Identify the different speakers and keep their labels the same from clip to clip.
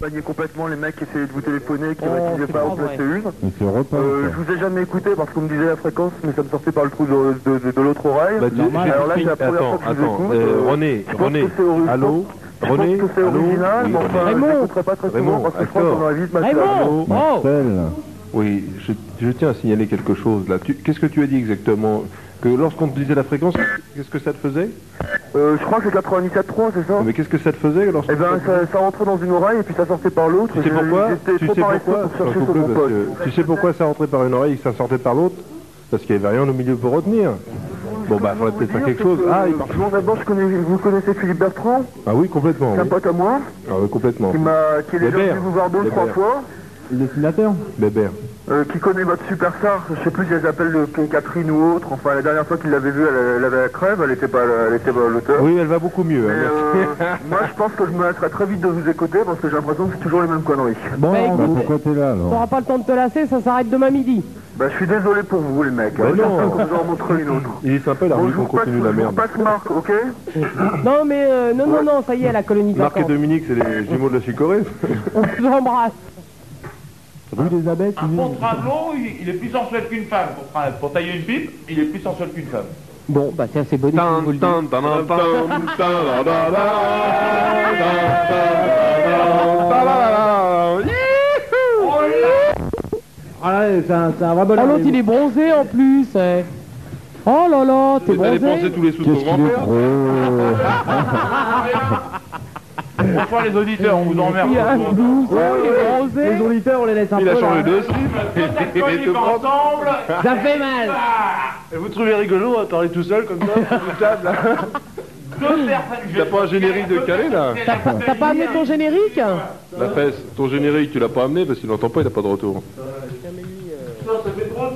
Speaker 1: panier complètement les mecs qui essayaient de vous téléphoner, qui réactivaient pas en place
Speaker 2: Ah,
Speaker 1: une.
Speaker 3: Mais c'est repas.
Speaker 1: Euh, je vous ai jamais écouté parce qu'on me disait la fréquence, mais ça me sortait par le trou de, de- de- de l'autre oreille.
Speaker 2: Bah, tu- j'ai
Speaker 1: Alors là,
Speaker 2: compris.
Speaker 1: c'est la première fois
Speaker 2: attends,
Speaker 1: que je vous
Speaker 2: attends,
Speaker 1: écoute.
Speaker 2: euh,
Speaker 1: Euh,
Speaker 2: René,
Speaker 1: je pense
Speaker 2: René,
Speaker 1: que c'est horrible.
Speaker 2: allô
Speaker 1: je pense
Speaker 2: René,
Speaker 1: que c'est
Speaker 2: allô
Speaker 1: original,
Speaker 2: Oui,
Speaker 1: mais
Speaker 2: René.
Speaker 1: enfin, je
Speaker 4: Raymond.
Speaker 1: l'écouterai pas très souvent
Speaker 2: Raymond,
Speaker 1: parce que je crois
Speaker 2: d'accord.
Speaker 1: qu'on a vite
Speaker 4: Raymond Oh
Speaker 3: Marcel.
Speaker 2: Oui, je, je tiens à signaler quelque chose là. Tu- Qu'est-ce que tu as dit exactement Que lorsqu'on te disait la fréquence, qu'est-ce que ça te faisait
Speaker 1: Euh, je crois que c'est 97.3, c'est ça
Speaker 2: Mais qu'est-ce que ça te faisait lorsque
Speaker 1: Eh ben, ça, ça rentrait dans une oreille et puis ça sortait par l'autre.
Speaker 2: Tu sais
Speaker 1: Je-
Speaker 2: pourquoi
Speaker 1: J'étais
Speaker 2: Tu
Speaker 1: trop
Speaker 2: sais
Speaker 1: paresseux
Speaker 2: pourquoi
Speaker 1: pour chercher
Speaker 2: Surtout
Speaker 1: sur
Speaker 2: que
Speaker 1: mon
Speaker 2: parce
Speaker 1: poste.
Speaker 2: que- Tu sais pourquoi ça rentrait par une oreille et que ça sortait par l'autre Parce qu'il n'y avait rien au milieu pour retenir. Bon bah, faudrait peut-être faire quelque chose. Ah, il part-
Speaker 1: Bon, d'abord, euh, je connais, vous connaissez Philippe Bertrand,
Speaker 2: ah oui, complètement.
Speaker 1: c'est un
Speaker 2: oui.
Speaker 1: pote à moi,
Speaker 2: Ah oui, complètement.
Speaker 1: qui m'a, qui est déjà
Speaker 2: Bébert.
Speaker 1: venu vous voir deux,
Speaker 2: Bébert.
Speaker 1: trois fois,
Speaker 3: Le dessinateur
Speaker 2: Bébert.
Speaker 1: euh, qui connaît votre superstar, je sais plus si elle s'appelle euh, Catherine ou autre, enfin, la dernière fois qu'il l'avait vue, elle, elle avait la crève, elle était pas, elle était pas à l'auteur.
Speaker 2: Oui, elle va beaucoup mieux.
Speaker 1: Mais,
Speaker 2: hein, merci.
Speaker 1: euh, moi, je pense que je me lasserai très vite de vous écouter parce que j'ai l'impression que c'est toujours les mêmes conneries.
Speaker 3: Bon,
Speaker 4: Bah,
Speaker 3: bah,
Speaker 4: écoute,
Speaker 3: pourquoi t'es là alors
Speaker 4: T'auras pas le temps de te lasser, ça s'arrête demain midi.
Speaker 1: Bah, je suis désolé pour vous, les mecs.
Speaker 2: Bah
Speaker 1: hein.
Speaker 2: non.
Speaker 1: J'espère que vous en montrez une autre.
Speaker 2: Il est sympa, il a
Speaker 1: Bon,
Speaker 2: envie
Speaker 1: je
Speaker 2: qu'on
Speaker 1: vous passe,
Speaker 2: continue
Speaker 1: je
Speaker 2: la
Speaker 1: vous
Speaker 2: merde.
Speaker 1: passe Marc, ok
Speaker 4: Non mais euh, non non non, ça y est, la colonie de
Speaker 2: Marc et
Speaker 4: vacances.
Speaker 2: Dominique, c'est les jumeaux de la chicorée.
Speaker 4: J'embrasse.
Speaker 3: Rue des Abeilles, tu
Speaker 2: Mmh.
Speaker 5: Un
Speaker 3: dis
Speaker 5: contrat il, il est plus sensuel qu'une femme. Pour, tra- pour tailler une pipe, il est plus sensuel qu'une femme.
Speaker 4: Bon, bah c'est assez bonne.
Speaker 2: Tan, tan, tan, tan, tan, tan, da, da, da, da, da, da, da, da.
Speaker 3: Ah là, c'est un, c'est un vrai
Speaker 4: Oh
Speaker 3: bonhomme.
Speaker 4: l'autre il est bronzé en plus. eh. Oh là là, t'es
Speaker 2: Vous allez
Speaker 4: bronzé.
Speaker 2: penser tous les sous de
Speaker 3: Qu'est-ce
Speaker 2: ton
Speaker 3: qu'il est
Speaker 2: grand-père
Speaker 3: gros
Speaker 5: Bonsoir les auditeurs, on vous emmerde.
Speaker 4: Il y a
Speaker 2: Mmh.
Speaker 4: un doux, il est bronzé.
Speaker 3: auditeurs, on les laisse un
Speaker 2: Il a changé de
Speaker 5: Ils
Speaker 2: slip. Il est
Speaker 5: connivent
Speaker 2: tout propre.
Speaker 5: ensemble.
Speaker 4: Ça fait mal.
Speaker 2: Vous trouvez rigolo à parler tout seul comme ça sur une table là
Speaker 5: Deux personnes.
Speaker 2: T'as pas un générique de Calais là
Speaker 4: T'as pas- t'as pas amené ton générique
Speaker 2: La fesse, ton générique tu l'as pas amené parce qu'il n'entend pas, il a pas de retour.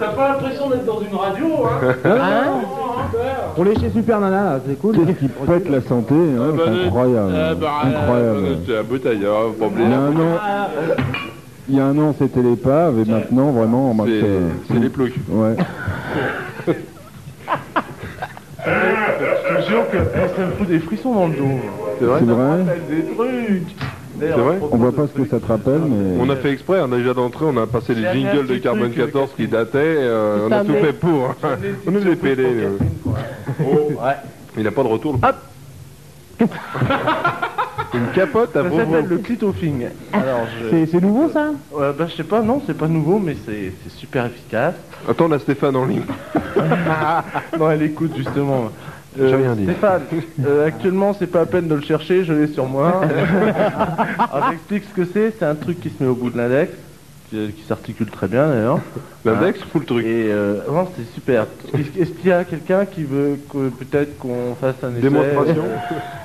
Speaker 5: T'as pas l'impression d'être dans une radio, hein
Speaker 2: Ah.
Speaker 4: Hein
Speaker 3: On est chez Super Nana, là, c'est cool. Qu'est-ce qui pète la santé hein, C'est
Speaker 2: Eh
Speaker 3: incroyable. incroyable.
Speaker 2: ben, euh, C'est hein, un bouteilleur,
Speaker 3: Il y a un an, il y a un an c'était l'épave et maintenant vraiment, on marque,
Speaker 2: C'est
Speaker 3: euh,
Speaker 2: c'est les ploucs.
Speaker 3: ouais.
Speaker 5: Je te jure que ça me fout des frissons dans le dos.
Speaker 2: C'est vrai
Speaker 3: C'est vrai.
Speaker 5: Des trucs.
Speaker 2: C'est vrai
Speaker 3: On voit pas ce que ça te rappelle, mais
Speaker 2: On a fait exprès, on a déjà d'entrée, on a passé les
Speaker 5: J'avais un
Speaker 2: jingles de
Speaker 5: petit
Speaker 2: Carbone
Speaker 5: truc, euh,
Speaker 2: 14 qui dataient, euh, on a
Speaker 4: Ça
Speaker 2: tout
Speaker 4: met-
Speaker 2: fait pour. On est les euh. pédés. nous.
Speaker 5: Oh,
Speaker 2: Il n'a pas de retour. Hop Une capote à
Speaker 6: Ça
Speaker 2: propos.
Speaker 6: s'appelle le clitofing. Alors, je...
Speaker 3: c'est c'est nouveau ça
Speaker 6: Ouais, bah, je sais pas, non, c'est pas nouveau, mais c'est c'est super efficace.
Speaker 2: Attends, on a Stéphane en ligne.
Speaker 6: non, elle écoute, justement. Euh,
Speaker 2: J'ai rien dit.
Speaker 6: Stéphane, euh, actuellement, c'est pas à peine de le chercher, je l'ai sur moi. Alors, j'explique ce que c'est. C'est un truc qui se met au bout de l'index, qui, qui s'articule très bien, d'ailleurs.
Speaker 2: L'index fout le truc.
Speaker 6: Et euh, non, c'est super. Est-ce est-ce qu'il y a quelqu'un qui veut que peut-être qu'on fasse un essai
Speaker 2: Démonstration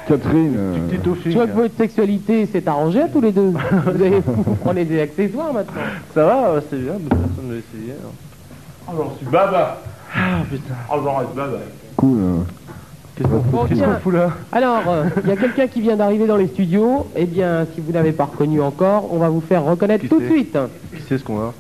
Speaker 3: Catherine. euh,
Speaker 4: Tu
Speaker 6: Clitofing.
Speaker 4: vois que votre sexualité s'est arrangée à tous les deux. Vous, avez, vous prenez des accessoires maintenant.
Speaker 6: Ça va, euh, c'est bien, mais personne ne l'a essayé. alors.
Speaker 5: Oh, j'en suis baba.
Speaker 6: Ah putain,
Speaker 5: Oh, j'en reste baba.
Speaker 3: Cool. hein.
Speaker 6: qu'est-ce qu'on
Speaker 4: Bon,
Speaker 6: qu'est-ce qu'on
Speaker 4: tiens.
Speaker 6: fout là
Speaker 4: Alors, euh, il y a quelqu'un qui vient d'arriver dans les studios. Eh bien, si vous n'avez pas reconnu encore, on va vous faire reconnaître
Speaker 6: Qui
Speaker 4: tout de
Speaker 6: c'est
Speaker 4: suite.
Speaker 6: Qui c'est ce qu'on a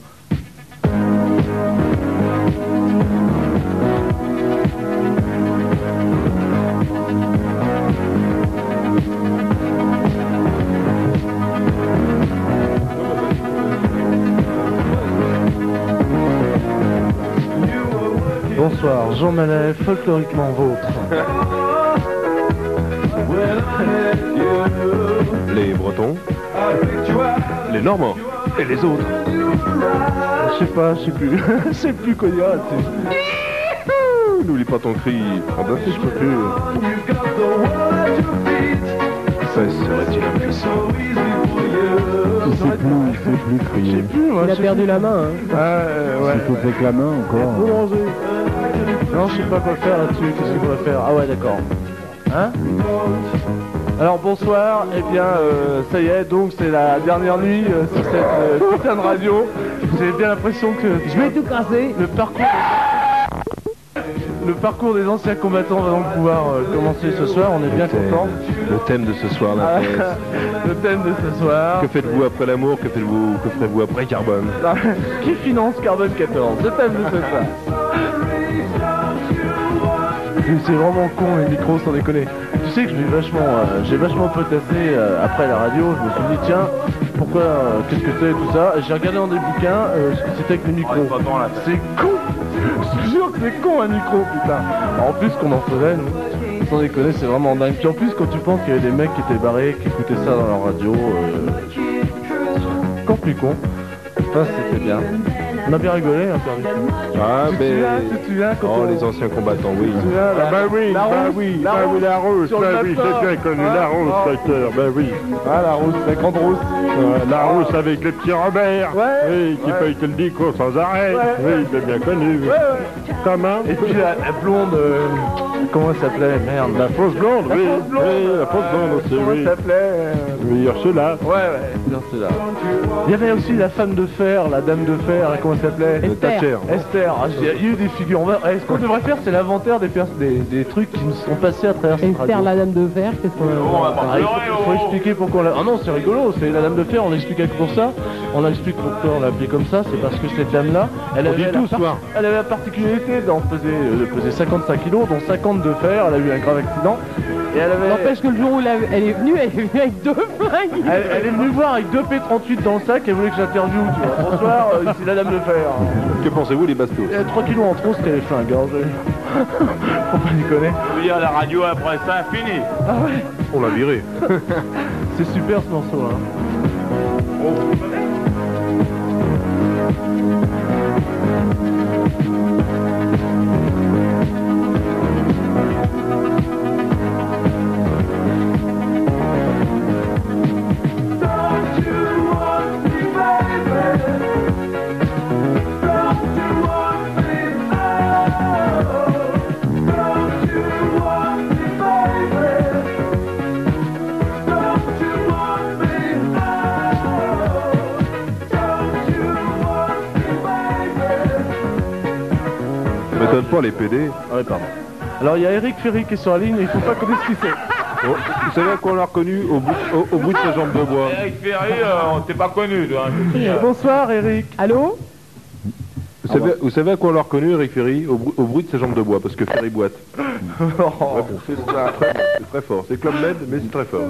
Speaker 6: Bonsoir, Jean Mallet, folkloriquement vôtre.
Speaker 2: Les Bretons, les Normands et les autres.
Speaker 6: Je sais pas, je sais plus, je sais plus quoi dire là-dessus.
Speaker 2: Ouh, N'oublie pas ton cri. Ah ben si je peux plus. Ça serait-il
Speaker 3: Il sait plus, il sait plus
Speaker 6: Je sais
Speaker 3: crier.
Speaker 6: plus, moi.
Speaker 4: Il a
Speaker 6: je sais
Speaker 4: perdu la main. hein.
Speaker 6: plus. Ah, euh, ouais.
Speaker 3: Il faut avec la main encore.
Speaker 6: Boulanger. Non, je sais pas quoi faire là-dessus. Qu'est-ce qu'on va faire Ah ouais, d'accord. Hein Alors bonsoir. Eh bien, euh, ça y est. Donc c'est la dernière nuit euh, sur cette euh, putain de radio. J'ai bien l'impression que
Speaker 4: Je vais tout casser.
Speaker 6: le parcours. Le parcours des anciens combattants va donc pouvoir euh, commencer ce soir, on est bien content.
Speaker 2: Le thème de ce soir,
Speaker 6: Ah.
Speaker 2: la fête.
Speaker 6: Le thème de ce soir.
Speaker 2: Que faites-vous après l'amour Que faites-vous Que ferez-vous après Carbone
Speaker 6: Qui finance Carbone 14 Le thème de ce soir. C'est vraiment con les micros sans déconner. Tu sais que je l'ai vachement, euh, j'ai vachement potassé euh, après la radio. Je me suis dit tiens, pourquoi, euh, qu'est-ce que c'est tout ça Et J'ai regardé dans des bouquins euh, ce que c'était avec le micro. C'est con Je te jure que c'est con un micro, putain En plus qu'on en faisait, nous. Sans déconner, c'est vraiment dingue. Puis en plus, quand tu penses qu'il y avait des mecs qui étaient barrés, qui écoutaient ça dans leur radio, euh, encore plus con. Enfin, c'était bien. On a bien rigolé, hein, permis.
Speaker 2: Ah,
Speaker 6: Tu te
Speaker 2: ben.
Speaker 6: souviens- tu te souviens quand
Speaker 2: Oh,
Speaker 6: on-
Speaker 2: les anciens combattants, oui.
Speaker 6: tu te souviens, la-
Speaker 2: Bah oui,
Speaker 6: la
Speaker 2: bah
Speaker 6: rousse,
Speaker 2: oui,
Speaker 6: la
Speaker 2: bah oui,
Speaker 6: rousse.
Speaker 2: la rousse,
Speaker 6: sur le
Speaker 2: bah oui,
Speaker 6: plateau.
Speaker 2: j'ai bien connu la
Speaker 6: Ah,
Speaker 2: rousse,
Speaker 6: ah.
Speaker 2: facteur, bah oui.
Speaker 6: Ah, la rousse, la grande rousse.
Speaker 2: Euh, la rousse avec le petit Robert,
Speaker 6: Ah. Ouais,
Speaker 2: oui, qui
Speaker 6: ouais.
Speaker 2: feuille le dico sans arrêt,
Speaker 6: Ouais.
Speaker 2: oui, j'ai bien connu.
Speaker 6: Ouais, ouais.
Speaker 2: Comment
Speaker 6: Et puis la, la blonde, euh, comment elle s'appelait Merde.
Speaker 2: La fausse blonde, oui, oui, la fausse blonde
Speaker 6: euh,
Speaker 2: aussi,
Speaker 6: comment
Speaker 2: oui.
Speaker 6: elle s'appelait euh,
Speaker 2: Oui, Ursula.
Speaker 6: Ouais, ouais, bien c'est là. Il y avait aussi la femme de fer, la dame de fer, comment elle s'appelait
Speaker 4: Esther.
Speaker 2: Thatcher.
Speaker 6: Esther, Ah, il y a eu des figures. On va- eh, Ce qu'on devrait faire, c'est l'inventaire des, pers- des, des trucs qui nous sont passés à travers cette
Speaker 4: Esther,
Speaker 6: radio.
Speaker 4: la dame de fer, qu'est-ce qu'on
Speaker 5: on va
Speaker 6: Ah,
Speaker 5: parler.
Speaker 6: il faut, il faut expliquer pourquoi on l'a... Ah non, c'est rigolo, c'est la dame de fer, on l'explique pour ça. On explique pourquoi on l'a appelée comme ça, c'est parce que cette dame-là, elle, avait la par- elle avait la particularité d'en peser, euh, de peser 55 kilos, dont 50 de fer, elle a eu un grave accident. Et elle avait...
Speaker 4: N'empêche que le jour où la- elle est venue, elle est venue avec deux fringues.
Speaker 6: Elle, elle est venue me voir avec deux P38 dans le sac, elle voulait que j'interviewe, tu vois. Bonsoir, euh, c'est la dame de fer.
Speaker 2: Que pensez-vous, les bastos
Speaker 6: Il y a 3 kilos en trop, c'était les flingues, hein, je... Faut pas déconner.
Speaker 5: Je veux dire, la radio après ça, fini.
Speaker 6: Ah ouais
Speaker 2: On l'a viré.
Speaker 6: C'est super ce morceau, hein.
Speaker 2: M'étonne pas, les PD.
Speaker 6: Ah ouais, pardon. Alors il y a Eric Ferry qui est sur la ligne, il faut pas connaître ce qu'il c'est.
Speaker 2: Oh, vous savez qu'on l'a reconnu au bout, au- au bout de sa jambe de bois.
Speaker 5: Eric Ferry, euh, on t'est pas connu, toi. hein, je te dis, euh.
Speaker 6: Bonsoir Eric.
Speaker 4: Allô
Speaker 2: Vous savez,
Speaker 6: Ah bah.
Speaker 2: vous savez à quoi on l'a reconnu, Eric Ferry au, brou- au bruit de sa jambe de bois, parce que Ferry boite.
Speaker 6: Oh.
Speaker 2: Ouais, bon, c'est ça, très bon, c'est très fort. C'est Club Med, mais c'est très fort.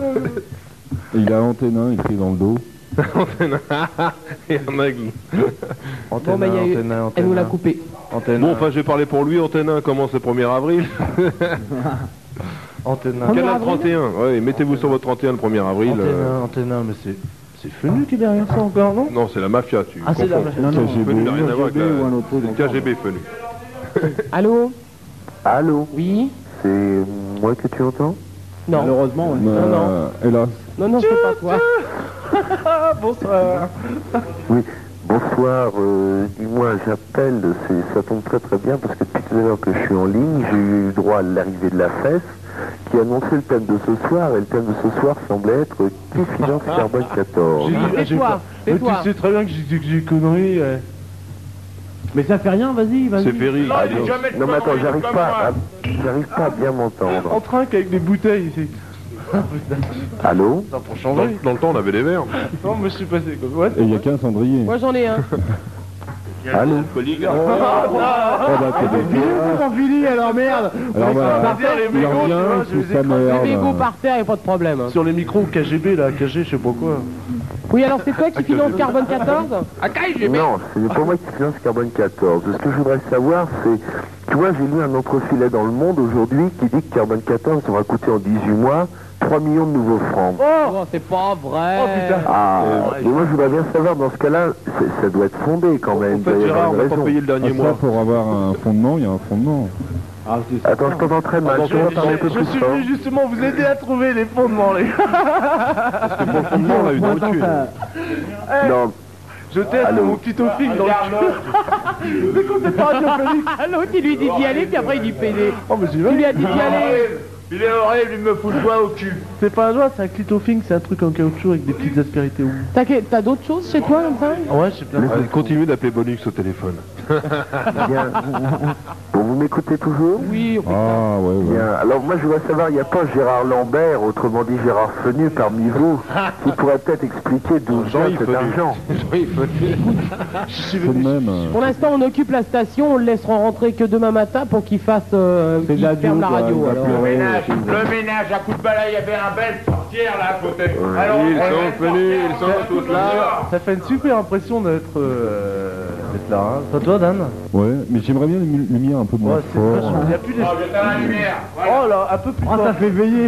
Speaker 3: Il a l'anténin écrit dans le dos.
Speaker 2: Et un aigle.
Speaker 4: Bon, bah, il y a eu- Elle nous l'a coupé.
Speaker 6: Antenne,
Speaker 2: Bon, enfin, j'ai parlé pour lui, Antenne 1 commence le 1er avril.
Speaker 6: antenne,
Speaker 4: Premier
Speaker 2: Canal
Speaker 4: avril
Speaker 2: 31, oui, mettez-vous sur votre 31 le 1er avril.
Speaker 6: antenne,
Speaker 2: euh,
Speaker 6: antenne, mais c'est... C'est Fenu qui est derrière ça encore, non
Speaker 2: Non, c'est la mafia, tu
Speaker 6: Ah, c'est la
Speaker 2: confonds.
Speaker 3: Non, non,
Speaker 2: Fenu n'a rien à voir avec
Speaker 3: KGB ou un
Speaker 2: la...
Speaker 3: autre truc.
Speaker 2: C'est KGB, Fenu.
Speaker 4: Allô
Speaker 7: Allô
Speaker 4: Oui
Speaker 7: C'est moi que tu entends
Speaker 4: Non,
Speaker 3: Malheureusement, ouais.
Speaker 4: Non, non.
Speaker 3: Euh, hélas.
Speaker 4: non, non, c'est pas toi.
Speaker 6: Ah, bonsoir
Speaker 7: Oui. Bonsoir, euh, dis-moi, j'appelle, c'est- ça tombe très très bien parce que depuis tout à l'heure que je suis en ligne, j'ai eu droit à l'arrivée de la fesse qui annonçait le thème de ce soir et le thème de ce soir semblait être euh, qui finance Carbone 14
Speaker 6: J'ai dit-
Speaker 4: C'est
Speaker 6: j'ai
Speaker 4: toi,
Speaker 6: pas-
Speaker 4: c'est
Speaker 6: Mais
Speaker 4: toi.
Speaker 6: tu sais très bien que j'ai dit que j'ai conneries. euh.
Speaker 4: Mais ça fait rien, vas-y, vas-y.
Speaker 2: C'est Ferry.
Speaker 5: Non,
Speaker 2: Ah,
Speaker 5: il est jamais de
Speaker 7: Non mais attends,
Speaker 5: conneries,
Speaker 7: j'arrive
Speaker 5: comme
Speaker 7: pas,
Speaker 5: moi.
Speaker 7: à, j'arrive pas à bien
Speaker 6: En
Speaker 7: m'entendre.
Speaker 6: trinque avec des bouteilles ici.
Speaker 7: Allô
Speaker 6: Non,
Speaker 2: Dans,
Speaker 6: pour changer.
Speaker 2: dans le temps, on avait des verres.
Speaker 6: Non, mais je suis passé comme. What
Speaker 3: Et il n'y a qu'un cendrier.
Speaker 4: Moi j'en ai un.
Speaker 7: Allô
Speaker 5: Colligue.
Speaker 3: Ah, bah, c'est bon.
Speaker 6: alors merde
Speaker 3: Alors, bah,
Speaker 6: dire les
Speaker 3: il
Speaker 6: mégots, tu vois,
Speaker 3: revient,
Speaker 6: je
Speaker 3: sous
Speaker 6: les ai
Speaker 3: sa
Speaker 6: cramés.
Speaker 4: Les mégots
Speaker 3: merde.
Speaker 4: par terre, y a pas de problème.
Speaker 6: Sur les micros KGB là, KG, je sais pas quoi.
Speaker 4: Oui, alors c'est toi qui finance Carbone 14
Speaker 7: Non, c'est pas moi qui finance Carbone 14. Ce que je voudrais savoir, c'est... Tu vois, j'ai lu un entrefilet dans le monde aujourd'hui qui dit que Carbone 14 aura coûté en 18 mois 3 millions de nouveaux francs.
Speaker 4: Oh, c'est pas vrai.
Speaker 6: Oh putain
Speaker 7: Ah,
Speaker 2: Euh,
Speaker 7: mais moi je voudrais bien savoir, dans ce cas-là, c'est- ça doit être fondé quand même.
Speaker 2: En
Speaker 7: il
Speaker 2: fait,
Speaker 7: doit y avoir
Speaker 2: Gérard, on
Speaker 7: une
Speaker 2: va pas
Speaker 7: raison.
Speaker 2: payer le dernier
Speaker 3: Ah, ça,
Speaker 2: mois.
Speaker 3: pour avoir un fondement, il y a un fondement.
Speaker 7: Attends, je t'entends très mal,
Speaker 2: Attends,
Speaker 7: je vais
Speaker 2: attends,
Speaker 7: parler un
Speaker 6: Je
Speaker 7: peu plus
Speaker 6: suis
Speaker 7: fort.
Speaker 6: venu justement vous aider à trouver les fondements les gars.
Speaker 2: Parce que pour le fondement, on l'a eu dans le cul. Eh,
Speaker 7: Non,
Speaker 6: Je teste mon petit film dans le cul.
Speaker 4: L'autre, il lui dit d'y aller, puis après il dit pédé.
Speaker 6: Oh mais j'y
Speaker 4: Tu
Speaker 6: vais
Speaker 4: lui as dit d'y aller.
Speaker 5: Il est horrible, il me fout le doigt au cul.
Speaker 6: C'est pas un doigt, c'est un clitofing, c'est un truc en caoutchouc avec des petites aspérités ou.
Speaker 4: T'inquiète, T'as d'autres choses chez toi comme ça
Speaker 6: Ouais, je sais plein de
Speaker 2: Allez, Continuez d'appeler Bonux au téléphone.
Speaker 7: bien. Bon, vous m'écoutez toujours
Speaker 4: Oui,
Speaker 3: Ah, ouais, ouais.
Speaker 7: Bien, alors moi je voudrais savoir, il n'y a pas Gérard Lambert, autrement dit Gérard Fenu parmi vous, qui pourrait peut-être expliquer d'où vient
Speaker 2: Jean-Yves
Speaker 7: cet
Speaker 2: Fenu.
Speaker 7: argent.
Speaker 3: Tout de même. euh,
Speaker 4: Pour l'instant, on occupe la station, on le laissera rentrer que demain matin pour qu'il fasse. euh,
Speaker 3: C'est de
Speaker 4: qu'il
Speaker 3: la
Speaker 4: ferme la radio.
Speaker 3: radio, quoi, il va
Speaker 4: alors.
Speaker 2: Eh,
Speaker 3: pleurer.
Speaker 5: ménage, Ah, le ménage à coup de balai, il y avait un bel portière là à côté. Alors,
Speaker 2: Ils
Speaker 5: on
Speaker 2: sont
Speaker 5: met le
Speaker 2: venus,
Speaker 5: portière,
Speaker 2: ils
Speaker 5: on
Speaker 2: sont
Speaker 5: met tout
Speaker 2: tous
Speaker 5: le
Speaker 2: là.
Speaker 5: dehors.
Speaker 6: Ah, Ça fait une super impression d'être euh, d'être là. Hein. Ça toi, Dan
Speaker 3: euh, Ouais, mais j'aimerais bien une lumière un peu moins
Speaker 6: Ouais, c'est
Speaker 3: forte.
Speaker 6: vachement- Il y a plus des...
Speaker 5: Oh, j'éteins la lumière. Voilà.
Speaker 6: Oh là, un peu plus Ah, fort. Ah, ça fait veiller.